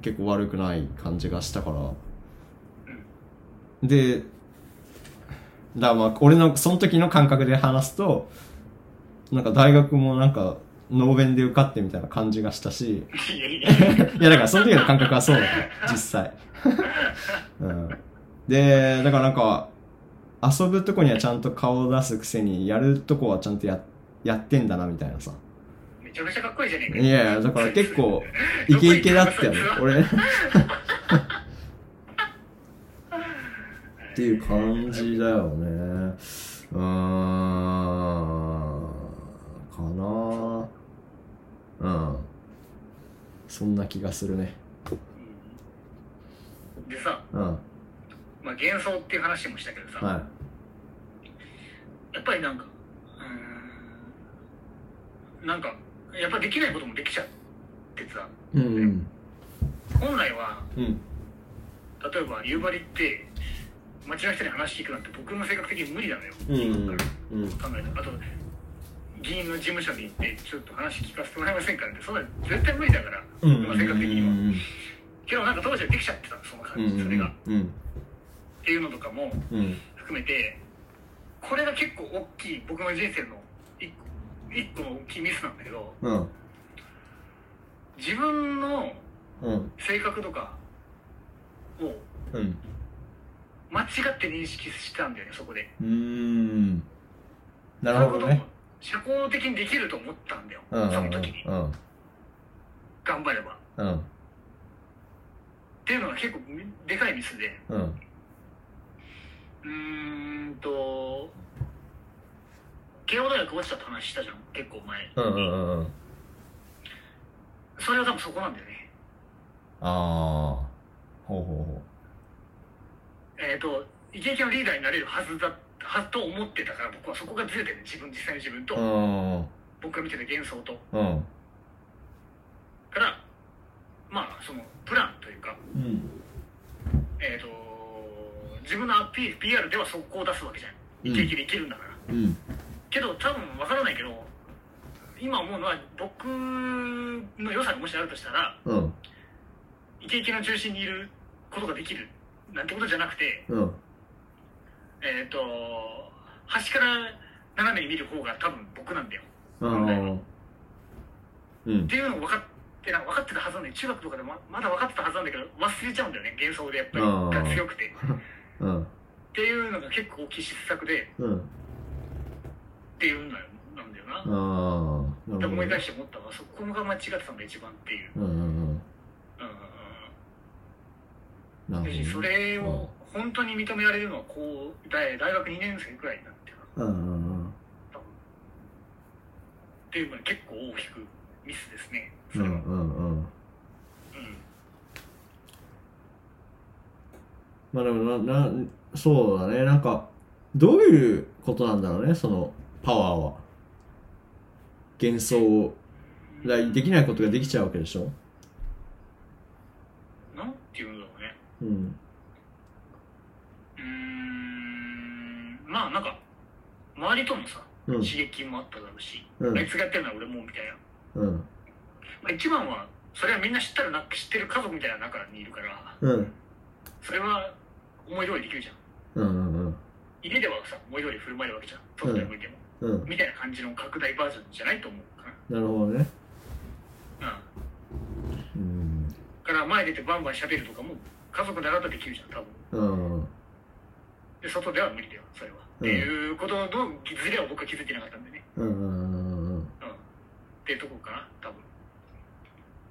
Speaker 1: 結構悪くない感じがしたから。で、だからまあ、俺の、その時の感覚で話すと、なんか大学もなんか、ノーベンで受かってみたいな感じがしたし、
Speaker 2: いやいやいや
Speaker 1: いや、だからその時の感覚はそうだよ、実際。うん、で、だからなんか、遊ぶとこにはちゃんと顔を出すくせに、やるとこはちゃんとややってんだな、みたいなさ。
Speaker 2: めちゃめちゃかっこいいじゃねえか
Speaker 1: いやいや、だから結構、イケイケだったよね、俺。っていう感じだよね。うーん、かなうん。そんな気がするね。
Speaker 2: でさ、
Speaker 1: うん。は
Speaker 2: まあ、幻想っていう話もしたけど
Speaker 1: い。
Speaker 2: さ、やっぱりなんかうーんなんかやっぱできないこともできちゃってさ
Speaker 1: うん
Speaker 2: 本来は
Speaker 1: うん。うん。
Speaker 2: 例えば夕張って街の人に話聞くなんて僕の性格的に無理なのよ、
Speaker 1: うん
Speaker 2: 考
Speaker 1: うん。
Speaker 2: えたあと議員の事務所に行ってちょっと話聞かせてもらえませんかってそんな絶対無理だから、
Speaker 1: うん。
Speaker 2: まあ性格的には、けどなんか当時はできちゃってたその感じ、それが
Speaker 1: うん。
Speaker 2: っていうのとかも
Speaker 1: うん。
Speaker 2: 含めてこれが結構大きい僕の人生の一個一個の大きいミスなんだけど
Speaker 1: うん。
Speaker 2: 自分の
Speaker 1: うん。
Speaker 2: 性格とかを
Speaker 1: うん。
Speaker 2: 間違って認識してたんだよねそこで
Speaker 1: うん。なるほどね。
Speaker 2: そういうことも社交的にできると思ったんだよ、
Speaker 1: うん。
Speaker 2: その時に
Speaker 1: うん。
Speaker 2: 頑張ればっ
Speaker 1: うん。
Speaker 2: ていうのが結構でかいミスで
Speaker 1: うん。
Speaker 2: うーんと慶応大学落ちたって話したじゃん結構前、
Speaker 1: うん。うん。うん。
Speaker 2: それは多分そこなんだよね
Speaker 1: ああ。ほうほうほ
Speaker 2: えっ、とイケイケのリーダーになれるはずだはずと思ってたから僕はそこがずれてる自分実際の自分と、
Speaker 1: う。うん。
Speaker 2: 僕が見てた幻想と
Speaker 1: うん。
Speaker 2: からまあそのプランというか
Speaker 1: うん。
Speaker 2: えー、と自分のアピール PR では速攻を出すわけじゃん
Speaker 1: うん
Speaker 2: イケイケでいけるんだから、
Speaker 1: うん。
Speaker 2: けど多分わからないけど今思うのは僕の良さがもしあるとしたら
Speaker 1: うん。
Speaker 2: イケイケの中心にいることができるなんてことじゃなくて
Speaker 1: うん。
Speaker 2: えっ、と端から斜めに見る方が多分僕なんだよ
Speaker 1: うん。うん
Speaker 2: って。いうのを分かってなんか分かってたはずなんだよ中学とかでもままだ分かってたはずなんだけど忘れちゃうんだよね幻想でやっぱり
Speaker 1: うん
Speaker 2: が強くてっ
Speaker 1: うん。
Speaker 2: ていうのが結構大きい失策で
Speaker 1: うん。
Speaker 2: っていうのなんだよな、
Speaker 1: ああ。な
Speaker 2: で
Speaker 1: るほ
Speaker 2: 思い
Speaker 1: ど
Speaker 2: 返。して思ったのはそこが間違ってたのが一番っていう、
Speaker 1: うん。うん。
Speaker 2: うんうん
Speaker 1: な
Speaker 2: うん、
Speaker 1: る
Speaker 2: 別にそ
Speaker 1: ほど。
Speaker 2: れを本当に認められるのはこう大大学2年生くらいになってから
Speaker 1: うん。
Speaker 2: 多分っていうのは結構大きくミスですね
Speaker 1: う
Speaker 2: それは、
Speaker 1: ん。うん。うん。
Speaker 2: うん
Speaker 1: まあでもな、な、そうだね。なんか、どういうことなんだろうね、そのパワーは。幻想を。だからできないことができちゃうわけでしょ
Speaker 2: なんていうんだろうね
Speaker 1: うん。
Speaker 2: うーんまあなんか周りとのさ
Speaker 1: うん
Speaker 2: 刺。激もあっただろうし、
Speaker 1: うん
Speaker 2: あいつがやってるのは俺もみたいな、
Speaker 1: うん。
Speaker 2: まあ、一番はそれはみんな知ったらな知ってる家族みたいな中にいるから
Speaker 1: うん。
Speaker 2: それは思い通りできるじゃん
Speaker 1: うん。うん。
Speaker 2: 家ではさ思い通り振る舞えるわけじゃん外で向いても、
Speaker 1: うん。
Speaker 2: みたいな感じの拡大バージョンじゃないと思うか
Speaker 1: なるほどね。
Speaker 2: なうん
Speaker 1: うん。
Speaker 2: から前出てバンバン喋るとかも家族だからできるじゃん多分
Speaker 1: うん。
Speaker 2: で外では無理だよそれは、っていうことのズレは僕は気づいてなかったんでね
Speaker 1: うん。うん。うん
Speaker 2: うんっていうとこかな多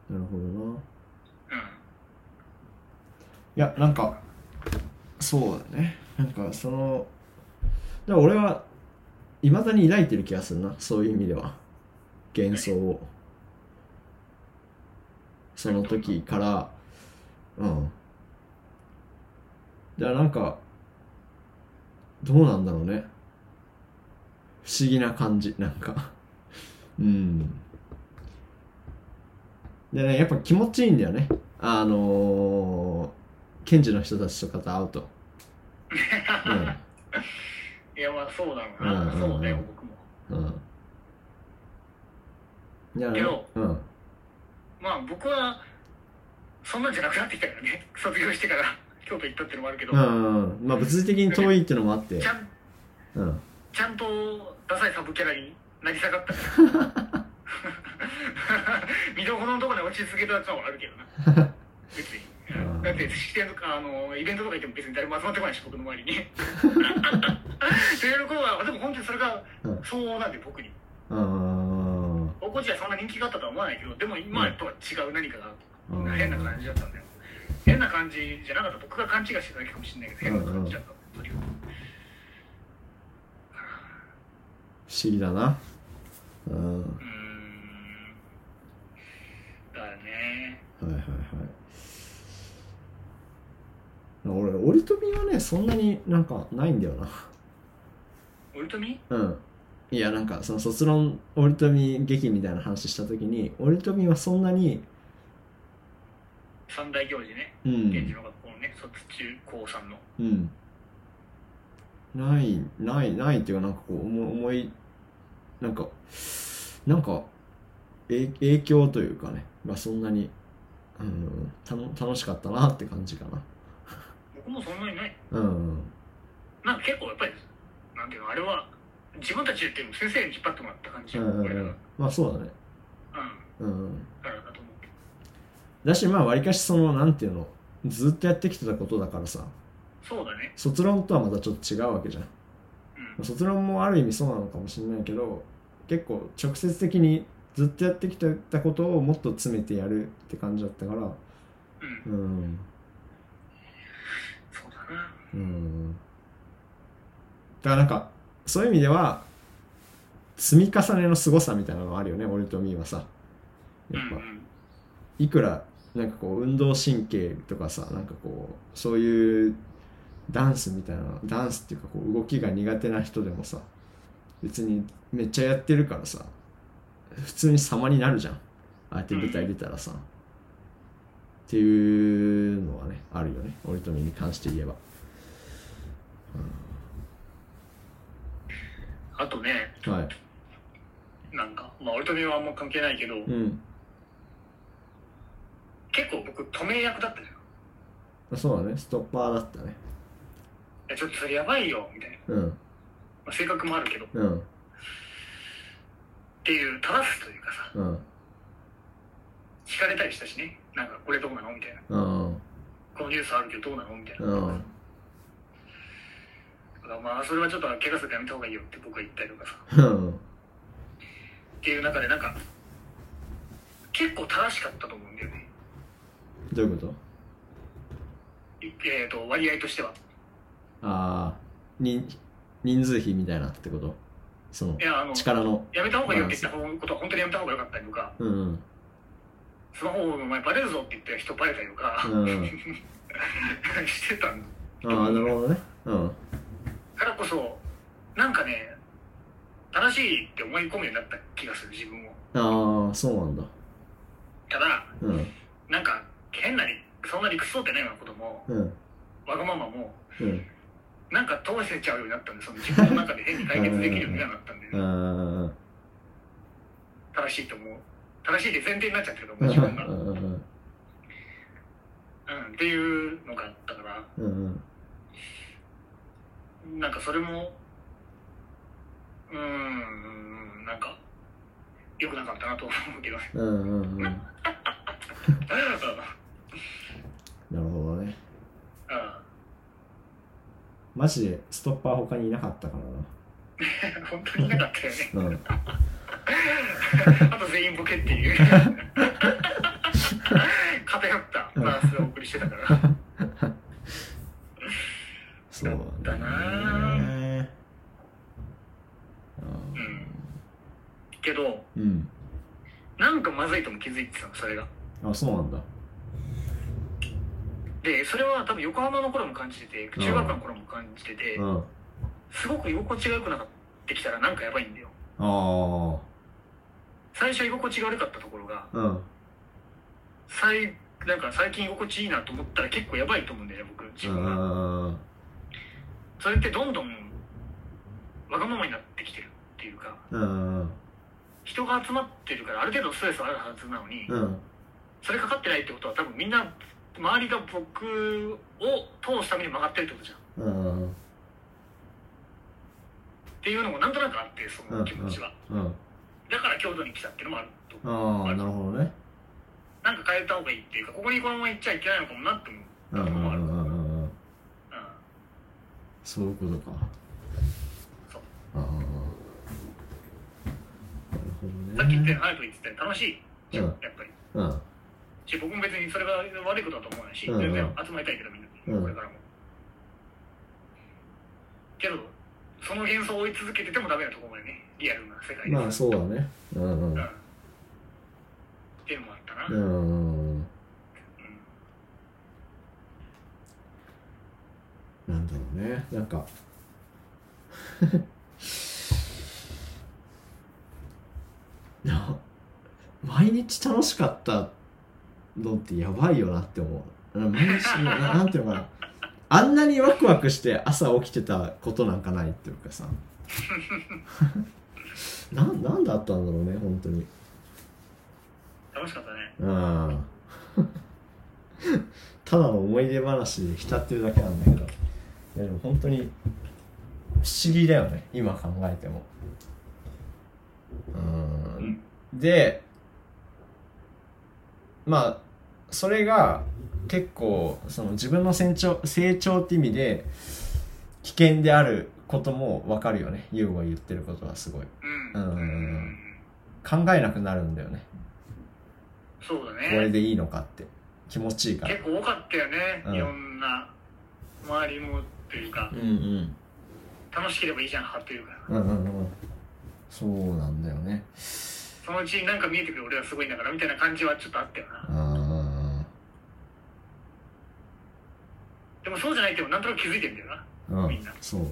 Speaker 2: 分
Speaker 1: なるほどな。
Speaker 2: う
Speaker 1: いや、なんか、そうだね。なんか、その、でも俺は、いまだに抱いてる気がするな。そういう意味では。幻想を。その時から、うん。じゃあなんか、どうなんだろうね。不思議な感じ、なんか。 [laughs] うん。でね、やっぱ気持ちいいんだよね。あのー、検事の人たちとかと会うと。
Speaker 2: んいやまあそうだろうな、
Speaker 1: うん
Speaker 2: そうだよ僕
Speaker 1: う
Speaker 2: も
Speaker 1: ん。うん。いや
Speaker 2: けど
Speaker 1: うん。
Speaker 2: まあ僕はそんなんじゃなくなってきたからね [laughs] 卒業してから京都行ったってのもあるけど、
Speaker 1: うん。まあ、物理的に遠いっていうのもあって
Speaker 2: ち。ゃん
Speaker 1: うん。 [laughs]
Speaker 2: ちゃんとダサいサブキャラになり下がったから見どころのところに落ち着けたやつはあるけどな。別に。だって、式典とか、あの、イベントとか行っても別に誰も集まってこないし、僕の周りに。ということは、でも本当にそれが
Speaker 1: うん、
Speaker 2: 相応なんで、僕に。
Speaker 1: うん。うん。
Speaker 2: 高校時代そんな人気があったとは思わないけど、でも今とは違う何か
Speaker 1: うん
Speaker 2: が変な感じだったんだよ。変な感じじゃなかった。僕が勘違いしてただけかもしれないけど、変な感じだった。とにかく
Speaker 1: 不思議だな。うん。
Speaker 2: うーん。だよね。
Speaker 1: はいはいはい。俺、折り飛びはね、そんなになんかないんだよな。
Speaker 2: 俺とみ
Speaker 1: うん。いや、なんか、その卒論折り飛び劇みたいな話したときに、折り飛びはそんなに、
Speaker 2: 三大行事ね。
Speaker 1: う
Speaker 2: 現地
Speaker 1: ん、
Speaker 2: の学校のね、卒中高三の。
Speaker 1: うん。ない、ない、ないっていうか、なんかこう、思い思い、なんか、なんか、え影響というかね、がそんなに、うん、たの楽しかったなって感じかな。
Speaker 2: 僕もそんなにない。
Speaker 1: うん、
Speaker 2: なんか結構やっぱり、なんていうの、あれは、自分たちでっていうよりも先生に引っ張ってもらった感じ。
Speaker 1: うん、うん、う
Speaker 2: 俺らが。うんん。。
Speaker 1: まあ、そうだね。うん。
Speaker 2: からだと思うけど。
Speaker 1: だし、まあ、わりかしその、なんていうの、ずっとやってきてたことだからさ、
Speaker 2: そうだね。
Speaker 1: 卒論とはまたちょっと違うわけじゃん。
Speaker 2: うん。
Speaker 1: 卒論もある意味そうなのかもしれないけど結構直接的にずっとやってきたことをもっと詰めてやるって感じだったから
Speaker 2: う
Speaker 1: う。
Speaker 2: ん
Speaker 1: ん
Speaker 2: そうだな。
Speaker 1: うんだからなんかそういう意味では積み重ねの凄さみたいなのあるよね俺とみーはさ
Speaker 2: う
Speaker 1: やっ
Speaker 2: んう
Speaker 1: ぱ
Speaker 2: ん。
Speaker 1: いくらなんかこう運動神経とかさなんかこうそういうダンスみたいなダンスっていうかこう動きが苦手な人でもさ別にめっちゃやってるからさ普通に様になるじゃんああやって舞台出たらさ、っていうのはねあるよね俺とみに関して言えば
Speaker 2: あとね、
Speaker 1: はい
Speaker 2: なんか、まあ俺とみはあんま関係ないけど、
Speaker 1: うん
Speaker 2: 結構僕、止め役だったじゃん。い
Speaker 1: そうだねストッパーだったね
Speaker 2: や、ちょっとそれやばいよ、みたいな。
Speaker 1: うん
Speaker 2: まあ、性格もあるけど。っ
Speaker 1: うん
Speaker 2: ていう、正すというかさ、
Speaker 1: うん
Speaker 2: 聞かれたりしたしね。なんか、これどうなのみたいな。
Speaker 1: うん
Speaker 2: このニュースあるけどどうなのみたいな。
Speaker 1: うん
Speaker 2: だからまあ、それはちょっと怪我するからやめた方がいいよって僕は言ったりとか
Speaker 1: う
Speaker 2: さ。
Speaker 1: ん
Speaker 2: っていう中で、なんか、結構正しかったと思うんだよね。
Speaker 1: どういうこと
Speaker 2: いえっ、と、割合としては。
Speaker 1: ああ、人、人数比みたいなってことその
Speaker 2: い、や、あの、
Speaker 1: 力の。
Speaker 2: やめた方がいいよって言った方ことは本当にやめた方がよかったりとか、
Speaker 1: うん。
Speaker 2: スマホお前バレるぞって言って人バレたりとか、
Speaker 1: うん
Speaker 2: [laughs] してた
Speaker 1: ああ、なるほどね。うん。
Speaker 2: からこそ、なんかね、正しいって思い込むようになった気がする、自分を。
Speaker 1: ああ、そうなんだ。
Speaker 2: ただ、
Speaker 1: うん。
Speaker 2: なんか、変なり、そんな理屈通ってないようなことも、
Speaker 1: うん。
Speaker 2: わがままも、
Speaker 1: うん。
Speaker 2: なんか通せちゃうようになったんで、その自分の中で変に解決できるようになったんで、
Speaker 1: うん。うん。
Speaker 2: 正しいと思う。正しいって前提になっちゃってると
Speaker 1: う
Speaker 2: 思う、自分が。
Speaker 1: ん。うん。
Speaker 2: うん、っていうのがあったから、
Speaker 1: うん。
Speaker 2: なんかそれも、うーん、なんか、良くなかったなと思うけどね。 [laughs]
Speaker 1: うん。うん。な
Speaker 2: う
Speaker 1: るほどね。
Speaker 2: んうん
Speaker 1: マジでストッパー他にいなかったから
Speaker 2: 本当にいなかったよね。 [laughs]
Speaker 1: な。うん。
Speaker 2: あと全員ボケっていう。偏ったバランスをお送りしてたから。
Speaker 1: そう
Speaker 2: だな
Speaker 1: ね。
Speaker 2: うん。けど、
Speaker 1: うん。
Speaker 2: なんかまずいとも気づいてたの、それが。
Speaker 1: あ、そうなんだ。
Speaker 2: で、それは多分横浜の頃も感じてて、中学の頃も感じてて
Speaker 1: う、ん。あ
Speaker 2: すごく居心地が良くなってきたらなんかやばいんだよ。
Speaker 1: あ。
Speaker 2: 最初居心地が悪かったところが、
Speaker 1: うん。
Speaker 2: 最、なんか最近居心地いいなと思ったら結構やばいと思うんだよね、僕、自
Speaker 1: う
Speaker 2: 分が。
Speaker 1: ん。
Speaker 2: それってどんどん、わがままになってきてるっていうか、
Speaker 1: うん。
Speaker 2: 人が集まってるからある程度ストレスはあるはずなのに、
Speaker 1: うん。
Speaker 2: それかかってないってことは多分みんな周りが僕を通すために曲がってるってことじゃんっ
Speaker 1: うん。
Speaker 2: ていうのもなんとなくあってその気持ちは、
Speaker 1: うん。
Speaker 2: だから京都に来たっていうのもあると
Speaker 1: ああ、なるほどね。
Speaker 2: なんか変えた方がいいっていうかここにこのまま行っちゃいけないのかもなって思
Speaker 1: う
Speaker 2: っ
Speaker 1: んう
Speaker 2: たの
Speaker 1: ん
Speaker 2: も
Speaker 1: う
Speaker 2: ある、うんん
Speaker 1: うんうん。そういうことか。
Speaker 2: そう
Speaker 1: ああ。なるほど
Speaker 2: さっき言った
Speaker 1: ね
Speaker 2: よ。うに隼人言ってたように楽しいじゃん、
Speaker 1: うん
Speaker 2: やっぱり
Speaker 1: うん。
Speaker 2: し僕も別にそれが悪いことだと思わないし、
Speaker 1: うんうん
Speaker 2: 全然集まりたいけどみんな、
Speaker 1: うん
Speaker 2: これからもけどその幻想を追い続けててもダメなところまでねリアルな世界で
Speaker 1: まあそうだね。うんう。
Speaker 2: うんん
Speaker 1: う
Speaker 2: っていうのもあったな、
Speaker 1: んうんうん。なんだろうね。なんか。 [laughs] な毎日楽しかったのってやばいよなって思う。な毎日、な [laughs] なんていうのかな。あんなにワクワクして朝起きてたことなんかないっていうかさ。 [laughs] ななんだったんだろうね、本当に。
Speaker 2: 楽しかったね
Speaker 1: うんただの思い出話で浸ってるだけなんだけどいやでも本当に不思議だよね今考えてもうんでまあそれが結構その自分の成長成長って意味で危険であることも分かるよね優吾が言ってることはすごい
Speaker 2: うん
Speaker 1: うんうんうん考えなくなるんだよね
Speaker 2: そうだ
Speaker 1: これ
Speaker 2: ね
Speaker 1: でいいのかって気持ちいいから
Speaker 2: 結構多かったよね、
Speaker 1: うん
Speaker 2: いろんな周りもというか
Speaker 1: うんうん
Speaker 2: 楽しければいいじゃん派というか
Speaker 1: うんうんうんそうなんだよね
Speaker 2: そのうちになんか見えてくる俺はすごいんだからみたいな感じはちょっとあったよな
Speaker 1: あ
Speaker 2: でもそうじゃないってもなんとなく気づいてんだよな
Speaker 1: ーう
Speaker 2: み
Speaker 1: ん
Speaker 2: んな
Speaker 1: そう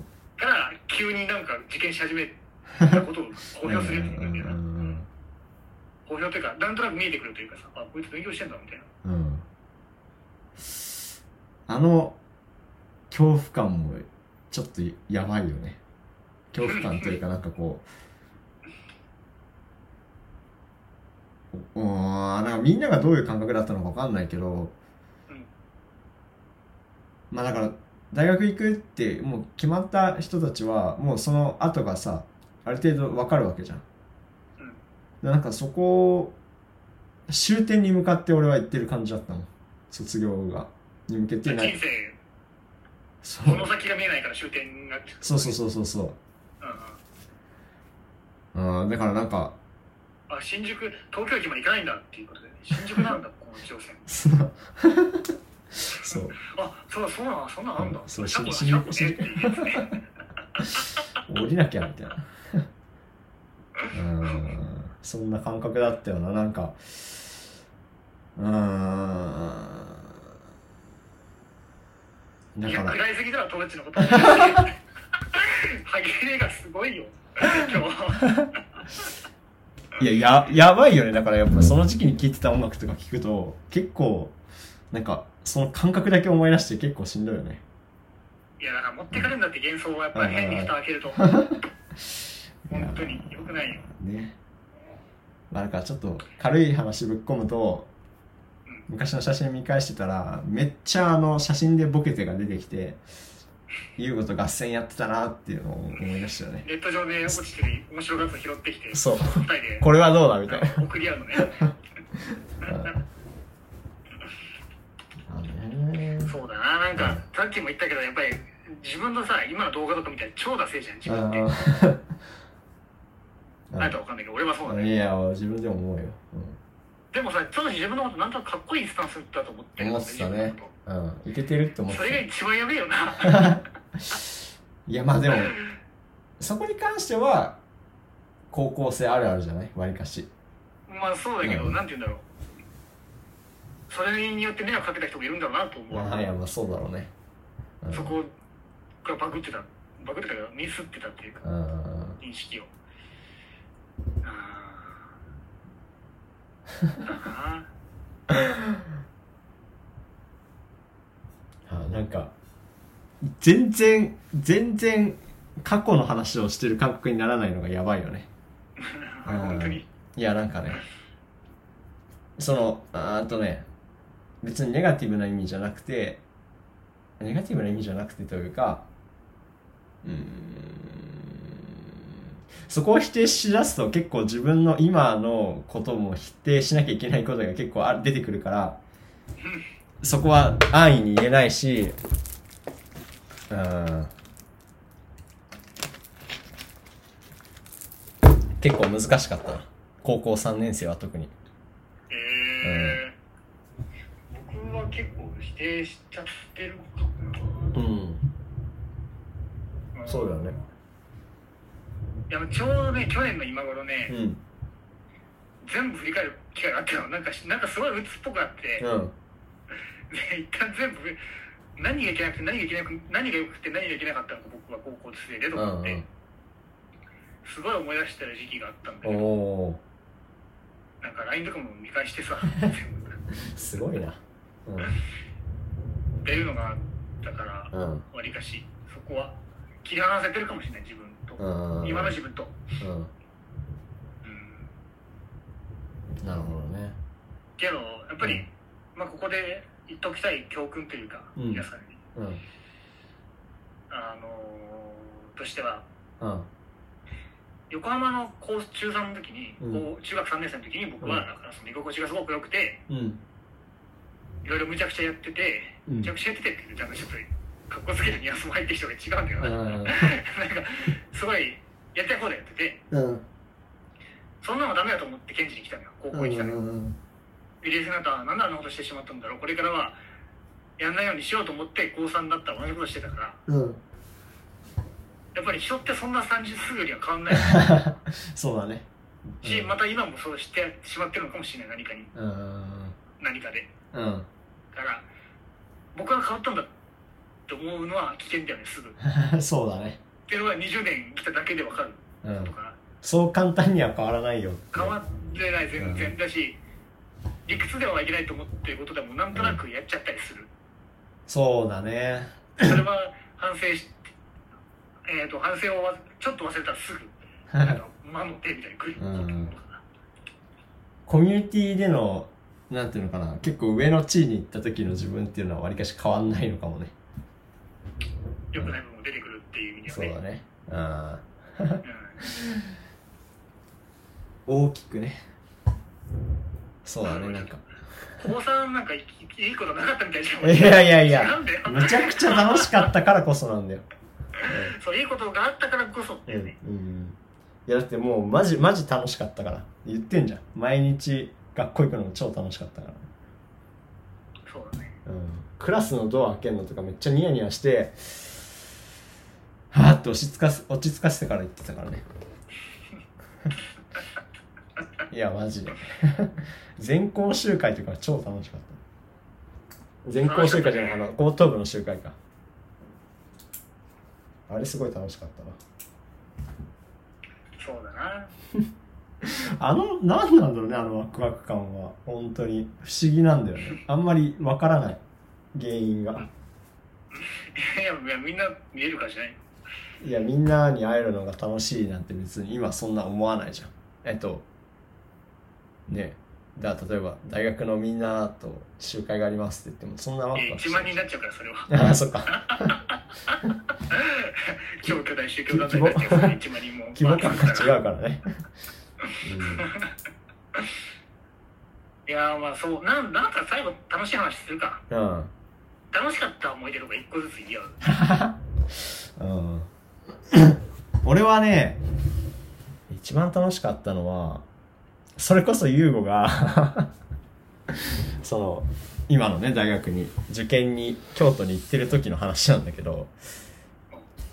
Speaker 2: だから急になんか受験し始めたことを公表するやつもいるんだよな
Speaker 1: うんうん
Speaker 2: 公表というかなんとなく見えてくるというかさあこいつ勉強してんだみたいな
Speaker 1: うんうんあの恐怖感もちょっとやばいよね恐怖感というかなんかこううーんなんかみんながどういう感覚だったのか分かんないけど
Speaker 2: うん
Speaker 1: まあだから大学行くってもう決まった人たちはもうその後がさある程度わかるわけじゃん。
Speaker 2: うん
Speaker 1: でなんかそこを終点に向かって俺は行ってる感じだったの卒業がに向けてな
Speaker 2: 人
Speaker 1: い
Speaker 2: 生
Speaker 1: そ
Speaker 2: この
Speaker 1: う
Speaker 2: 先が見えないから終点になっちゃう
Speaker 1: そうそうそうそうそ
Speaker 2: うんうん
Speaker 1: ううんだからなんか [laughs]
Speaker 2: あ新宿東京駅まで行かないんだっていうことで、ね、新宿なんだこの乗線
Speaker 1: そのそう
Speaker 2: あそうそうなそんなんあんだ
Speaker 1: うんそ
Speaker 2: そうう車庫
Speaker 1: 新
Speaker 2: 車庫ね
Speaker 1: 宿
Speaker 2: っていうやつね
Speaker 1: 降りなきゃみたいなうんそんな感覚だったよななんかうーんだ
Speaker 2: い
Speaker 1: か
Speaker 2: や
Speaker 1: ら
Speaker 2: 暗いすぎたら友達のこと歯切れがすごいよ今日
Speaker 1: いやややばいよねだからやっぱその時期に聴いてた音楽とか聞くと結構なんかその感覚だけ思い出して結構しんどいよね
Speaker 2: いやだから持ってかれるんだって幻想はやっぱり変に蓋開けると本当に良くないよ
Speaker 1: ねまあだからちょっと軽い話ぶっ込むと昔の写真見返してたらめっちゃあの写真でボケてが出てきて優吾と合戦やってたなっていうのを思い出したよね
Speaker 2: ネット上で落ちてる面白いやつを拾ってきて
Speaker 1: そう
Speaker 2: 二人で
Speaker 1: これはどうだみたいな
Speaker 2: 送り合うのね
Speaker 1: あね
Speaker 2: そうだななんかさっきも言ったけどやっぱり自分のさ今の動画とか見たら超ダセえじゃん自分ってあなたわかんないけど俺はそうだ
Speaker 1: うんい
Speaker 2: ね
Speaker 1: や自分でも思うよ、
Speaker 2: でもさ当時自分のことなんとなくかっこいいスタンスだと思って
Speaker 1: うん、
Speaker 2: るん
Speaker 1: 思
Speaker 2: だ
Speaker 1: ってた
Speaker 2: 自分
Speaker 1: ね
Speaker 2: のこ
Speaker 1: うんいけてるって思
Speaker 2: と
Speaker 1: って
Speaker 2: そ
Speaker 1: た
Speaker 2: れが一番やべえよな
Speaker 1: いやまあでもそこに関しては高校生あるあるじゃないわりかし
Speaker 2: まあそうだけど、
Speaker 1: うん
Speaker 2: なんて言うんだろうそれによって迷惑かけた人もいるんだろうなと思う、
Speaker 1: いやまあそうだろうねうん
Speaker 2: そこがバグってたバグってたけどミスってたっていうか
Speaker 1: うん
Speaker 2: 認識をあーだな
Speaker 1: あなんか全然全然過去の話をしてる感覚にならないのがやばいよねうん
Speaker 2: 本当に
Speaker 1: いやなんかねそのあーあとね別にネガティブな意味じゃなくてネガティブな意味じゃなくてというかうーんそこを否定しだすと結構自分の今のことも否定しなきゃいけないことが結構あ出てくるから、そこは安易に言えないし、うん。結構難しかったな。高校3年生は特に。
Speaker 2: えー僕は結構否定しちゃってるか
Speaker 1: うん。
Speaker 2: な
Speaker 1: そうだよね。
Speaker 2: いやちょうどね去年の今頃ね、
Speaker 1: うん。
Speaker 2: 全部振り返る機会があったのなんかしなんかすごい鬱っぽくあって、
Speaker 1: うん。
Speaker 2: で一旦全部何がいけなくて何がいけなく何がよくて何がいけなかったのか僕は高校生でと
Speaker 1: う
Speaker 2: 思っ
Speaker 1: ん
Speaker 2: て、
Speaker 1: うん。
Speaker 2: すごい思い出してる時期があったんだけど
Speaker 1: おー、
Speaker 2: なんか LINE とかも見返してさ全部
Speaker 1: すごいな。
Speaker 2: っていうのがあったから
Speaker 1: うん。うん。
Speaker 2: わりかしそこは切り離せてるかもしれない自分と、
Speaker 1: うん。
Speaker 2: 今の自分と、
Speaker 1: うん。
Speaker 2: うん、
Speaker 1: なるほどね。
Speaker 2: けどやっぱり、まあ、ここで言っときたい教訓というか、
Speaker 1: うん
Speaker 2: 皆さんに
Speaker 1: うん。
Speaker 2: あのーとしては
Speaker 1: うん。
Speaker 2: 横浜の高中3の時に、
Speaker 1: うん
Speaker 2: こう中学3年生の時に僕は
Speaker 1: うん
Speaker 2: だからその居心地がすごく良くて
Speaker 1: うん。
Speaker 2: いろいろむちゃくちゃやってて
Speaker 1: うん
Speaker 2: むちゃくちゃやっててって言うとなんかちょっとかっこつけるニュアンスも入ってきて人が違うんだよな,、なんかすごいやりたい放題やってて
Speaker 1: うん。
Speaker 2: そんなのダメだと思って検事に来たのよ高校に来たのよ、ビリー・セナタは何であんなことしてしまったんだろうこれからはやんないようにしようと思って高3だったら同じことしてたから
Speaker 1: うん。
Speaker 2: やっぱり人ってそんな30すぐよりは変わんない
Speaker 1: そうだね。
Speaker 2: しまた今もそうしてしまってるのかもしれない何かに
Speaker 1: うん。
Speaker 2: 何かで
Speaker 1: うん。
Speaker 2: だから僕が変わったんだって思うのは危険だよねすぐ
Speaker 1: [laughs]
Speaker 2: っ
Speaker 1: そうだね。
Speaker 2: ていうのは20年来ただけで分かる
Speaker 1: う
Speaker 2: と
Speaker 1: ん。
Speaker 2: か
Speaker 1: そう簡単には変わらないよ。
Speaker 2: 変わってない全
Speaker 1: う
Speaker 2: 然だし理屈ではいけないと思ってることでもなんとなくやっちゃったりす
Speaker 1: [laughs]
Speaker 2: る
Speaker 1: そうだね。 [laughs]
Speaker 2: それは反省し、えー、と反省をわちょっと忘れたらすぐあの魔の手みたいに来ることってことかな
Speaker 1: コミュニティでの、なんていうのかな、結構上の地位に行った時の自分っていうのはわりかし変わんないのかもね。
Speaker 2: 良くない部分も出てくるっていう意味
Speaker 1: そう
Speaker 2: では
Speaker 1: だ
Speaker 2: ね
Speaker 1: ね。うん。
Speaker 2: う
Speaker 1: 大きくね。そうだね、なんか。
Speaker 2: ん高3なんかいいいいことなかったみたいじゃん
Speaker 1: いやいやい
Speaker 2: な
Speaker 1: や
Speaker 2: んだよ、
Speaker 1: めちゃくちゃ楽しかったからこそなんだよ。
Speaker 2: そういいことがあったからこそだよね、
Speaker 1: うん、いやだってもうマジマジ楽しかったから言ってんじゃん毎日学校行くのも超楽しかったから、
Speaker 2: そうだね
Speaker 1: うん、クラスのドア開けるのとかめっちゃニヤニヤしてはーって落ち着かせ落ち着かせてから行ってたからねいやマジで全校集会とか超楽しかった全校集会じゃないあの高等部の集会かあれすごい楽しかったな
Speaker 2: そうだな [laughs]
Speaker 1: あの、なんなんだろうね、あのワクワク感は。本当に。不思議なんだよね。あんまりわからない。原因が。
Speaker 2: いやいやみんな見えるからじゃない
Speaker 1: いや、みんなに会えるのが楽しいなんて別に今そんな思わないじゃん。えっと、ねえ。だから例えば、大学のみんなと集会がありますって言っても、そんなワク
Speaker 2: え
Speaker 1: ワク
Speaker 2: 1
Speaker 1: しな
Speaker 2: 万
Speaker 1: い
Speaker 2: 人になっちゃうからそれは
Speaker 1: [laughs] ああ、そっか。
Speaker 2: 超巨大宗教団体になっち
Speaker 1: [laughs]
Speaker 2: ゃうから1万人も
Speaker 1: 規模感が
Speaker 2: まあ
Speaker 1: 違うからね。
Speaker 2: いやまあそうなんなんか最後楽しい話するか
Speaker 1: うん。うん。
Speaker 2: 楽しかった思い出とか1個ずつ言い合う
Speaker 1: うん、俺はね一番楽しかったのはそれこそ優吾が [laughs] その今のね大学に受験に京都に行ってる時の話なんだけど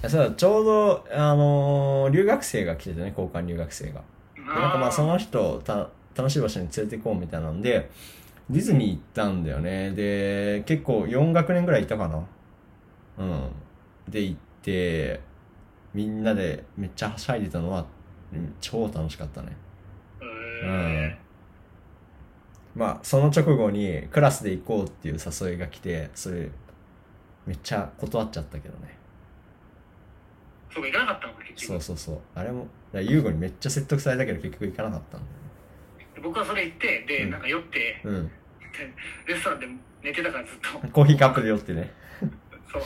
Speaker 1: いやそうだちょうど、あのー留学生が来ててね交換留学生が。で [laughs] なんかまあその人をた楽しい場所に連れて行こうみたいなんで、ディズニー行ったんだよね。で、結構4学年ぐらいいたかな。うん。で行って、みんなでめっちゃはしゃいでたのは、うん超楽しかったね。
Speaker 2: え
Speaker 1: まあ、その直後にクラスで行こうっていう誘いが来て、それ、めっちゃ断っちゃったけどね。
Speaker 2: ー、そうか行かなかったのか結
Speaker 1: そう
Speaker 2: 局
Speaker 1: そうそう。あれも、だから優吾にめっちゃ説得されたけど結局行かなかったん
Speaker 2: 僕はそれ行ってで、
Speaker 1: うん
Speaker 2: なんか酔って
Speaker 1: だよ。うん。
Speaker 2: レストランで寝てたからずっと
Speaker 1: コーヒーカップで酔ってね。
Speaker 2: そう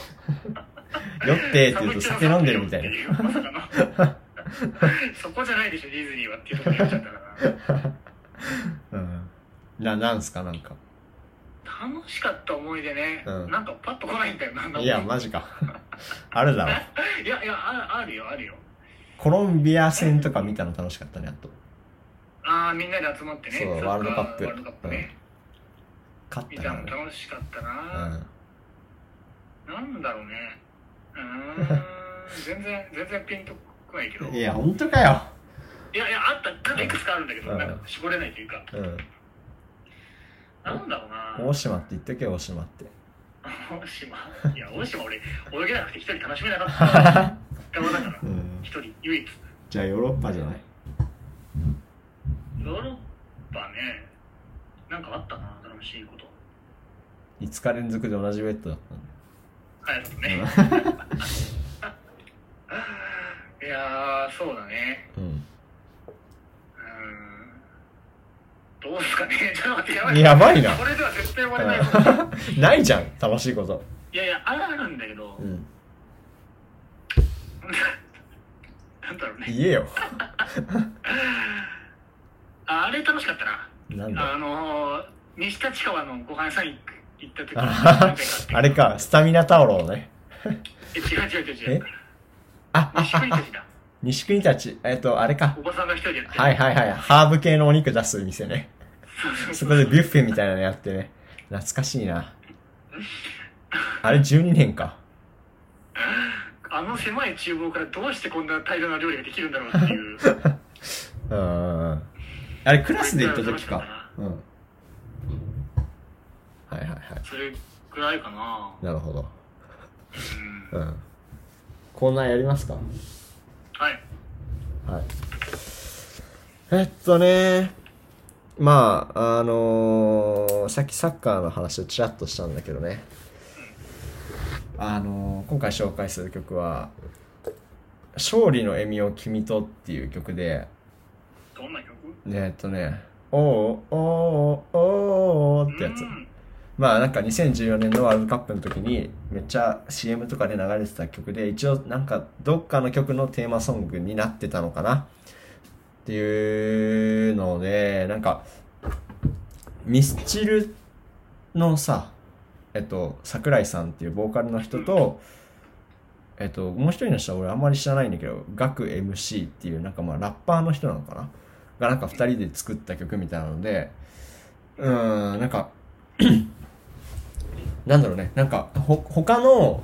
Speaker 1: 酔ってって言うと酒飲んでるみたいな。 [laughs]
Speaker 2: なまさかのそこじゃないでしょ、ディズニーはっていうところになっちゃったから。
Speaker 1: うん。な、なんすか、なんか。
Speaker 2: 楽しかった思い出ね、
Speaker 1: うん
Speaker 2: なんかパッと来ないんだよな、なんか
Speaker 1: いや、マジか。あるだろ。
Speaker 2: いやいやあ、あるよ、あるよ。
Speaker 1: コロンビア戦とか見たの楽しかったね、あと。
Speaker 2: ああ、みんなで集まってね、
Speaker 1: そう
Speaker 2: サッカ
Speaker 1: ワールドカップ
Speaker 2: ワールドカップね、
Speaker 1: 勝っ
Speaker 2: 見
Speaker 1: た
Speaker 2: た
Speaker 1: な
Speaker 2: の
Speaker 1: 俺
Speaker 2: 楽しかった
Speaker 1: う
Speaker 2: な、
Speaker 1: ん。
Speaker 2: なんだろうね。う
Speaker 1: [laughs]
Speaker 2: ーん、全然、全然ピンとこないけど。
Speaker 1: いや、本当かよ。
Speaker 2: いやいや、あった、なんかいくつかあるんだけど、
Speaker 1: うん
Speaker 2: なんか絞れないというか、
Speaker 1: う
Speaker 2: なんだろうな。
Speaker 1: ん。大島って言っとけよ、大島って。
Speaker 2: 大島。いや、大島俺、泳げなくて一人楽しめな
Speaker 1: [laughs]
Speaker 2: かった。側だから
Speaker 1: う、ん。
Speaker 2: 一人、唯一。
Speaker 1: じゃあ、ヨーロッパじゃない
Speaker 2: ヨーロッパね、なんかあったな、楽しいこと。
Speaker 1: ?5 日連続で同じベッドだったんだ
Speaker 2: はい、そうね。 [laughs] いやー、そうだね。
Speaker 1: う
Speaker 2: うーん。どうすかね。ちょっと待って、やばい。
Speaker 1: やばいな
Speaker 2: これでは絶対終わ
Speaker 1: [laughs]
Speaker 2: れない。
Speaker 1: ん。ないじゃん、楽しいこと。
Speaker 2: いやいや、あるあるんだけど、
Speaker 1: ん。
Speaker 2: なんだろうね。
Speaker 1: 言えよ。
Speaker 2: ああれ楽しかったな。
Speaker 1: なんだ
Speaker 2: あのー、西立川のご飯屋さん行く行った時
Speaker 1: あは
Speaker 2: 何
Speaker 1: は
Speaker 2: 回あって
Speaker 1: あれか、スタミナタオルをね。
Speaker 2: え違う違う違う違
Speaker 1: え。
Speaker 2: う
Speaker 1: あ、あ、
Speaker 2: 西国たちだ。
Speaker 1: 西国たち、えっと、あれか
Speaker 2: お。ばさんが一人でやってる
Speaker 1: はいはいはい。ハーブ系のお肉出す店ね。そこでビュッフェみたいなのやってね。懐かしいな。あれ12年か。
Speaker 2: あの狭い厨房からどうしてこんな大量な料理ができるんだろうって
Speaker 1: [laughs]
Speaker 2: いう。
Speaker 1: うんうんうん。あれクラスで行った時か。うん。はいはいはい。
Speaker 2: それぐらいかな。
Speaker 1: なるほど。
Speaker 2: うん。
Speaker 1: うん。コーナーやりますか
Speaker 2: はい。
Speaker 1: はい。えっとね、まあ、あのーさっきサッカーの話をちらっとしたんだけどね。あのー今回紹介する曲は、勝利の笑みを君とっていう曲で、
Speaker 2: どんな曲
Speaker 1: ねえっとね、おうおうおうおうおうってやつ
Speaker 2: う。ん
Speaker 1: まあなんか2014年のワールドカップの時にめっちゃ CM とかで流れてた曲で一応なんかどっかの曲のテーマソングになってたのかなっていうのでなんかミスチルのさえっと桜井さんっていうボーカルの人とえっともう一人の人は俺あんまり知らないんだけどガク MC っていうなんかまあラッパーの人なのかながなんか二人で作った曲みたいなのでうーんなんかなんだろうね、なんか、ほ、他の、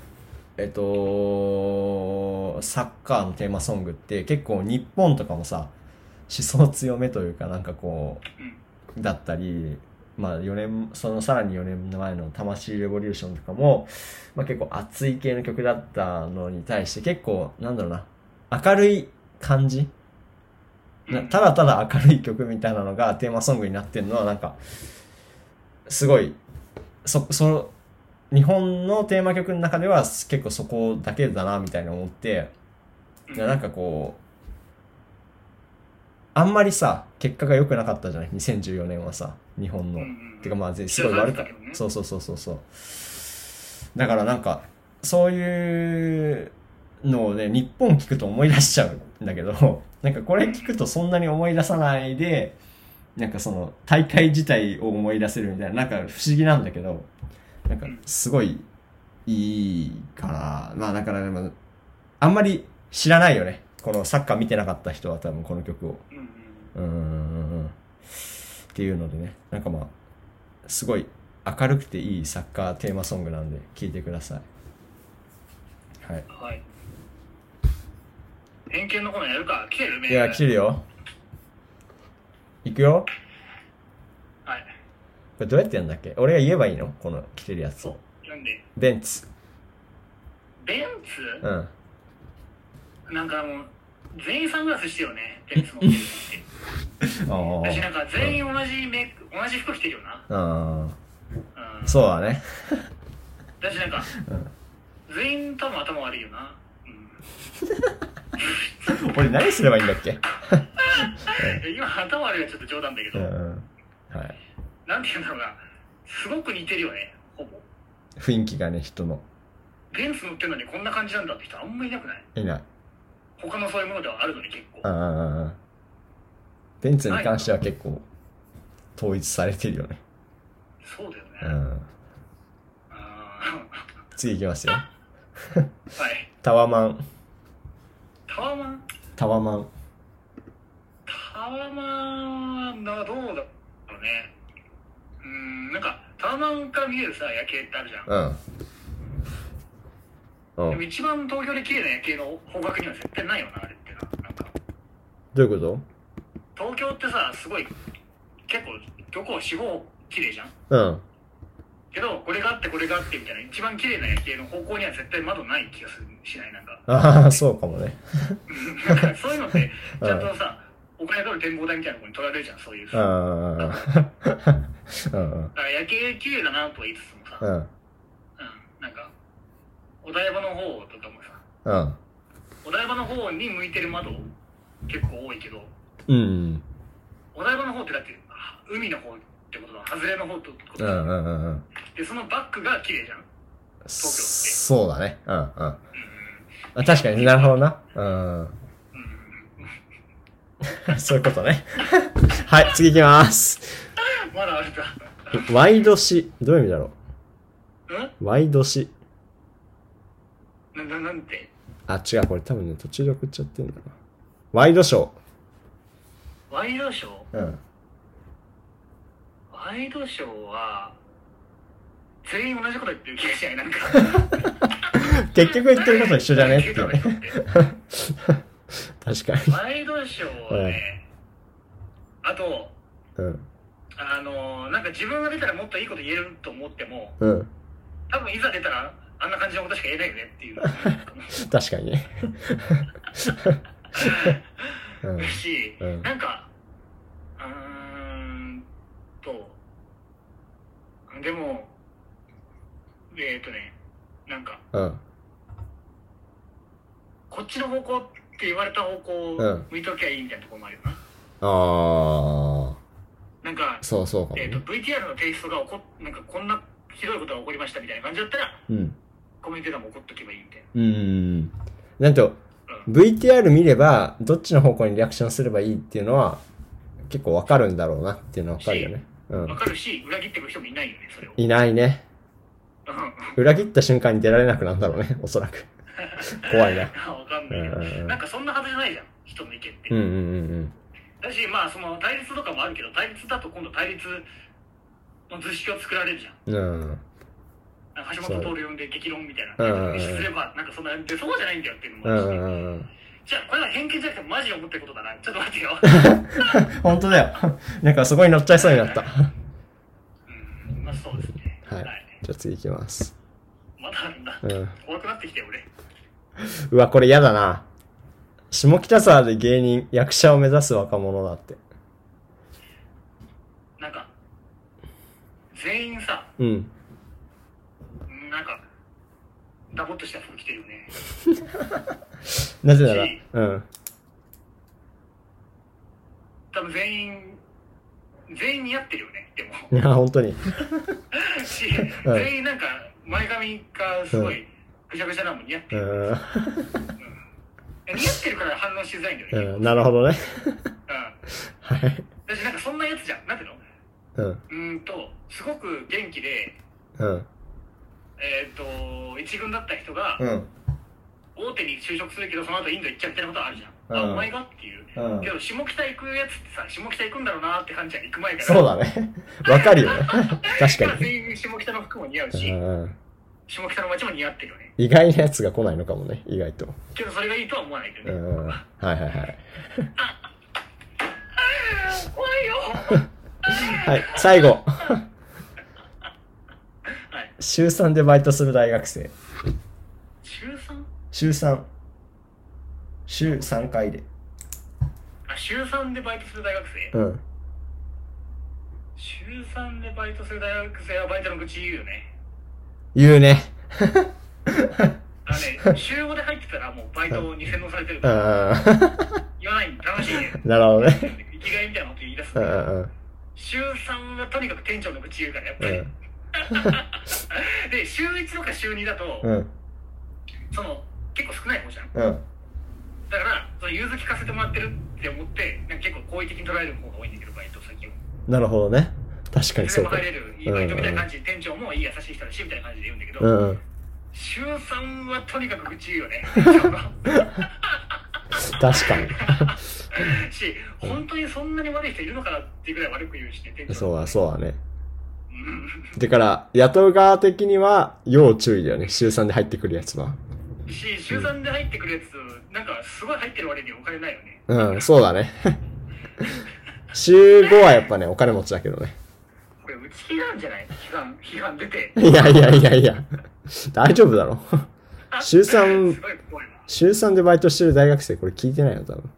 Speaker 1: えっと、サッカーのテーマソングって結構日本とかもさ、思想強めというか、なんかこう、だったり、まあ4年、そのさらに4年前の魂レボリューションとかも、まあ結構熱い系の曲だったのに対して結構、なんだろうな、明るい感じなただただ明るい曲みたいなのがテーマソングになってるのはなんか、すごい、そ、そ、日本のテーマ曲の中では結構そこだけだなみたいな思って、
Speaker 2: うん
Speaker 1: いやなんかこう、あんまりさ、結果が良くなかったじゃない ?2014 年はさ、日本の。てかまあ、ぜすごい悪かっ
Speaker 2: 知らされてたけどね
Speaker 1: た。そうそうそうそうそう。だからなんか、そういうのをね、日本聞くと思い出しちゃうんだけど、 [laughs] なんかこれ聞くとそんなに思い出さないで、なんかその大会自体を思い出せるみたいな、なんか不思議なんだけど、なんかすごいいいから、まあだからでも、あんまり知らないよね。このサッカー見てなかった人は多分この曲を。
Speaker 2: うんうんうん
Speaker 1: うーんっていうのでねなんかまあすごい明るくていいサッカーテーマソングなんで聴いてくださいはい
Speaker 2: はい。偏見のコーナーやるか来てるメー
Speaker 1: い
Speaker 2: ル
Speaker 1: や切るよいくよこ
Speaker 2: はい。
Speaker 1: れどうやってやんだっけ俺が言えばいいのこの来てるやつを
Speaker 2: なんで、
Speaker 1: ベンツ
Speaker 2: ベン
Speaker 1: う
Speaker 2: ツ、
Speaker 1: ん
Speaker 2: なんかもう、全員サングラスしてよね、ベンツ持ってる人って。
Speaker 1: あ
Speaker 2: 私なんか全員同じメイク、同じ服着てるよな。
Speaker 1: あ
Speaker 2: うん。
Speaker 1: そうだね
Speaker 2: だしなんか、全員多分頭悪いよな。うん。
Speaker 1: 俺何すればいいんだっけ
Speaker 2: え今頭悪いはちょっと冗談だけ
Speaker 1: う
Speaker 2: ど、
Speaker 1: んうんはい
Speaker 2: なんて言うんだろうな、すごく似てるよね、ほぼ。
Speaker 1: 雰囲気がね人の
Speaker 2: ベンツ乗ってるのにこんな感じなんだって人あんまいなくない
Speaker 1: いない
Speaker 2: 他のそういうものではあるのに結構
Speaker 1: あ。あ。ベンツに関しては結構統一されてるよね。
Speaker 2: そうだよね。
Speaker 1: う
Speaker 2: あ
Speaker 1: ん。
Speaker 2: ー
Speaker 1: 次いきますよ。
Speaker 2: はい。
Speaker 1: タワマン。
Speaker 2: タワマン
Speaker 1: タワマン。
Speaker 2: タワマンはどうだろうね。うん、なんか、タワマンから見えるさ、夜景ってあるじゃん。
Speaker 1: うん。う
Speaker 2: でも
Speaker 1: ん。
Speaker 2: 一番東京で綺麗な夜景の方角には絶対ないよな、あれってな。なんか、
Speaker 1: どういうこ
Speaker 2: 東京ってさ、すごい、結構、どこ、四方綺麗じゃん
Speaker 1: とうん。
Speaker 2: けど、これがあって、これがあってみたいな、一番綺麗な夜景の方向には絶対窓ない気がするしない、なんか。
Speaker 1: あ
Speaker 2: [laughs]
Speaker 1: あ、そうかもね。
Speaker 2: なんかそういうのって、ちゃんとさ、お金取る展望台みたいなとこに取られるじゃん、そういう
Speaker 1: う
Speaker 2: さ。だ
Speaker 1: ん。うん。うん。
Speaker 2: から夜景綺麗だなとは言いつつもさ、
Speaker 1: うん。
Speaker 2: うん、なんか、お台場の方とかもさ、
Speaker 1: うん。
Speaker 2: お台場の方に向いてる窓結構多いけど、
Speaker 1: うん。
Speaker 2: お台場の方ってだって、あ海の方ってことだ、外れの方ってこと
Speaker 1: う
Speaker 2: だ、
Speaker 1: ん。うん。うん。
Speaker 2: で、そのバックが綺麗じゃん。 [laughs]
Speaker 1: そうだね。うん。うん。あ確かになるほどな。うん。 [laughs] そういうことね。 [laughs] はい、次いきます。
Speaker 2: まだあるか。
Speaker 1: ワイドシ。どういう意味だろうワイドシ。
Speaker 2: うん [laughs] な、な、なんて
Speaker 1: あ、違う、これ多分ね、途中で送っちゃってんだな。ワイドショ
Speaker 2: ワイドショー
Speaker 1: ー。うん。
Speaker 2: ワイドショーは、全員同じこと言ってる気がしない、なんか。
Speaker 1: [laughs] 結局言ってること一緒じゃ
Speaker 2: [laughs]
Speaker 1: ねっていうね。
Speaker 2: ね。
Speaker 1: 確か
Speaker 2: ワイドショーはね、あと、
Speaker 1: に。うん。
Speaker 2: あのーなんか自分が出たらもっといいこと言えると思っても、
Speaker 1: うん。
Speaker 2: 多分いざ出たら、あんな感じのことしか言えないよねっていうの
Speaker 1: 確かにね。 [laughs] うん
Speaker 2: がし、
Speaker 1: [laughs] うん
Speaker 2: なんか、うーんと、でも、えっ、とね、なんか、
Speaker 1: うん。
Speaker 2: こっちの方向って言われた方向を
Speaker 1: うん
Speaker 2: 向いときゃいいみたいなところもあるよな。
Speaker 1: あ
Speaker 2: なんか
Speaker 1: ー。、そうそうかも
Speaker 2: えっ、と
Speaker 1: ね。、
Speaker 2: VTR のテイストが起こなんかこんなひどいことが起こりましたみたいな感じだったら、
Speaker 1: うん。
Speaker 2: コメンテーターも怒っとけばいいみたいな。
Speaker 1: うん。なんと、
Speaker 2: う
Speaker 1: VTR 見れば、どっちの方向にリアクションすればいいっていうのは、結構わかるんだろうなっていうのはわかるよね。う
Speaker 2: わ
Speaker 1: ん。
Speaker 2: かるし、裏切ってくる人もいないよね、それを。
Speaker 1: いないね。
Speaker 2: うん
Speaker 1: 裏切った瞬間に出られなくなるんだろうね、おそら [laughs] く。怖いな。
Speaker 2: [laughs] わかんないけ
Speaker 1: うんうんう
Speaker 2: ど、
Speaker 1: ん
Speaker 2: なんかそんなはずじゃないじゃん、人の意見って。
Speaker 1: うんうんうん
Speaker 2: だし、まあ、その対立とかもあるけど、対立だと今度対立の図式を作られるじゃん。
Speaker 1: うん。うん。
Speaker 2: なんか橋本徹呼んで激論みたいな。
Speaker 1: うんうんうん
Speaker 2: にすれば、なんかそんな、で、そうじゃないんだよっていうの
Speaker 1: う
Speaker 2: もあるし、
Speaker 1: んうんうん。
Speaker 2: じゃあ、これは偏見じゃなくてマジで思ってることだな。ちょっと
Speaker 1: [laughs]
Speaker 2: 待ってよ。
Speaker 1: 本当だよ。なんかそこに乗っちゃいそうになった。は
Speaker 2: うん、まあそうですね。
Speaker 1: い。じゃあ次行きます。
Speaker 2: まだあるんだ。
Speaker 1: うん
Speaker 2: 怖くなってきたよ、俺。
Speaker 1: うわ、これ嫌だな。下北沢で芸人、役者を目指す若者だって。
Speaker 2: なんか、全員さ、
Speaker 1: うん。
Speaker 2: なんか、ダボっとした服着てるよね。
Speaker 1: なぜなら、うん。
Speaker 2: 多分全員、全員似合ってるよね、でも。
Speaker 1: いや、本当に。
Speaker 2: し、
Speaker 1: うん
Speaker 2: 全員なんか前髪がすごいぐちゃぐちゃなのも似合って
Speaker 1: う
Speaker 2: る、
Speaker 1: ん。
Speaker 2: 似合ってるから反応しづらいんだよね、
Speaker 1: うん、なるほどね。はい。
Speaker 2: うん、私なんかそんなやつじゃんなんていうの
Speaker 1: うん。
Speaker 2: うーんとすごく元気で
Speaker 1: うん。
Speaker 2: えっ、と一軍だった人が
Speaker 1: うん。
Speaker 2: 大手に就職するけどその後インド行っちゃってることあるじゃん、
Speaker 1: うん
Speaker 2: あお前がっていう、
Speaker 1: うん
Speaker 2: けど下北行くやつってさ下北行くんだろうなって感じじゃん行く前から
Speaker 1: そうだね。 [laughs] わかる
Speaker 2: [laughs]
Speaker 1: よね。確
Speaker 2: だ
Speaker 1: か
Speaker 2: から
Speaker 1: に。
Speaker 2: 全員下北の服も似合うし、
Speaker 1: うん。
Speaker 2: 下北の街も似合ってるよね
Speaker 1: 意外なやつが来ないのかもね、意外と。
Speaker 2: けどそれがいいとは思わないけ
Speaker 1: う
Speaker 2: どね、
Speaker 1: ん。はいはいはい。
Speaker 2: [laughs] 怖いよ
Speaker 1: [laughs] はい、最後。 [laughs]
Speaker 2: はい
Speaker 1: 週3でバイトする大学生。
Speaker 2: 中 3?
Speaker 1: 週3。週3回で。
Speaker 2: あ週3でバイトする大学生、
Speaker 1: うん。
Speaker 2: 週3でバイトする大学生はバイトの愚痴言うよね
Speaker 1: 言うね。 [laughs]
Speaker 2: あのね週5で入ってたらもうバイトに洗脳されてる
Speaker 1: う
Speaker 2: か
Speaker 1: ん。
Speaker 2: ら
Speaker 1: な
Speaker 2: 言わないん楽しい
Speaker 1: [laughs]
Speaker 2: ね
Speaker 1: るほどね。
Speaker 2: 生きがいみたいなこと言い出す
Speaker 1: う
Speaker 2: ね
Speaker 1: んうん
Speaker 2: 週3はとにかく店長の愚痴言うからやっぱ
Speaker 1: う
Speaker 2: り、
Speaker 1: ん。
Speaker 2: [laughs] で週1とか週2だと、
Speaker 1: うん。
Speaker 2: その結構少ない方じゃん
Speaker 1: うん。
Speaker 2: だからその融通聞かせてもらってるって思ってなんか結構好意的に捉える方が多いんだけどバイト先を
Speaker 1: なるほどね。確かにそ
Speaker 2: それ
Speaker 1: う
Speaker 2: も
Speaker 1: か。
Speaker 2: 入れるいいバイトみたいな感じで店長もいい優しい人だしみたいな感じで言うんだけど、
Speaker 1: うん。うん。
Speaker 2: 週3はとにかく愚痴言う
Speaker 1: [laughs]
Speaker 2: よねその
Speaker 1: 確か
Speaker 2: し本当にそんなに悪い人いるのかなっていうぐらい悪く言うしね店
Speaker 1: に。
Speaker 2: 長
Speaker 1: そうだ、そうだね。
Speaker 2: うん
Speaker 1: だから、雇う側的には、要注意だよね。週3で入ってくるやつは。
Speaker 2: し週3で入ってくるやつなんかすごい入ってる割にお金ないよね
Speaker 1: うん、そうだね。 [laughs] 週5はやっぱね、お金持ちだけどね。
Speaker 2: これ打ち切りなんじゃない批判批判出て
Speaker 1: いやいやいやいや。大丈夫だろ。週3
Speaker 2: [laughs] すごい怖いな
Speaker 1: 週3でバイトしてる大学生、これ聞いてないよ、多分。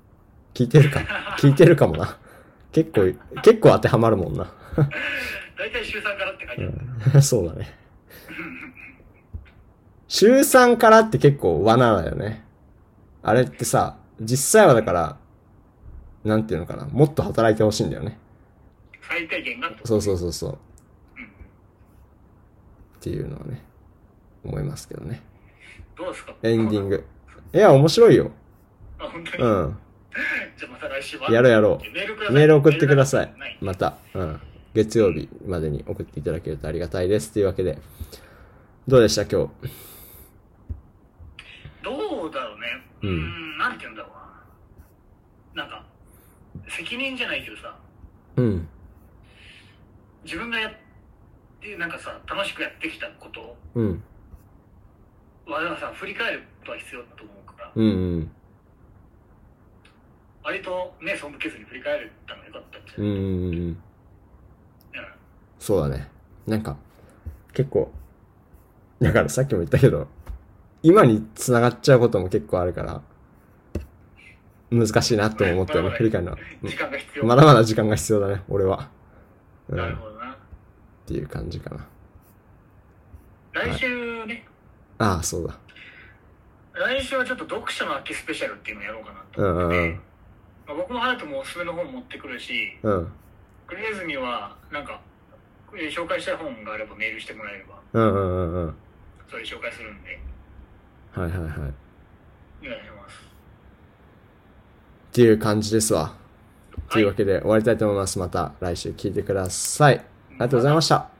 Speaker 1: 聞いてるか。聞いてるかもな。結構、結構当てはまるもんな。
Speaker 2: 大体週3からって書いてあ
Speaker 1: [laughs]
Speaker 2: る、
Speaker 1: そうだね。週3からって結構罠だよね。あれってさ、実際はだから、なんていうのかな、もっと働いてほしいんだよね。
Speaker 2: 最低限がと
Speaker 1: そうそうそうそう。っていうのはね、思いますけどね。
Speaker 2: どうですか
Speaker 1: エンディン
Speaker 2: グ
Speaker 1: グ。いや、面白いよ。
Speaker 2: あ本当に、
Speaker 1: うん。
Speaker 2: じゃあまた来週は
Speaker 1: やろうやろ
Speaker 2: メールくださ
Speaker 1: う。
Speaker 2: い
Speaker 1: メール送ってください
Speaker 2: メー。ル
Speaker 1: また。うん。月曜日までに送っていただけるとありがたいです。というわけで、どうでした今日。
Speaker 2: どうだろうね
Speaker 1: う
Speaker 2: うんーんなんて言うんだろうななんか責任じゃないけどさ
Speaker 1: うん。
Speaker 2: 自分がやってなんかさ楽しくやってきたことを
Speaker 1: うん。
Speaker 2: わざわざ振り返ることは必要だと思うから、
Speaker 1: うんうん。
Speaker 2: 割と目背けずに振り返れたのが良かったんじゃ
Speaker 1: うん
Speaker 2: ない、
Speaker 1: うんうん。
Speaker 2: うん
Speaker 1: そうだね。なんか、結構、だからさっきも言ったけど、今に繋がっちゃうことも結構あるから、難しいなとも思ったよね。振り返るのは。
Speaker 2: 時間が必
Speaker 1: う
Speaker 2: 要、
Speaker 1: んまだまだ時間が必要だね、俺は。うん。
Speaker 2: なる
Speaker 1: っ
Speaker 2: ほどな
Speaker 1: ていう感じかな。
Speaker 2: 来週ね、
Speaker 1: ああ、そうだ。
Speaker 2: 来週はちょっと読者の秋スペシャルっていうのをやろうかなと
Speaker 1: うんうん
Speaker 2: 思っ
Speaker 1: う
Speaker 2: てて、
Speaker 1: ん。
Speaker 2: まあ、僕も隼人もおすすめの本持ってくるし
Speaker 1: うん。
Speaker 2: クレズミはなんかえー紹介したい本があればメールしてもらえれば
Speaker 1: うんうんうんうん。
Speaker 2: それ紹介するんで
Speaker 1: はいはいはい。っ
Speaker 2: お願いします
Speaker 1: ていう感じですわ。というわけで終わりたいと思います。また来週聞いてください。ありがとうございました。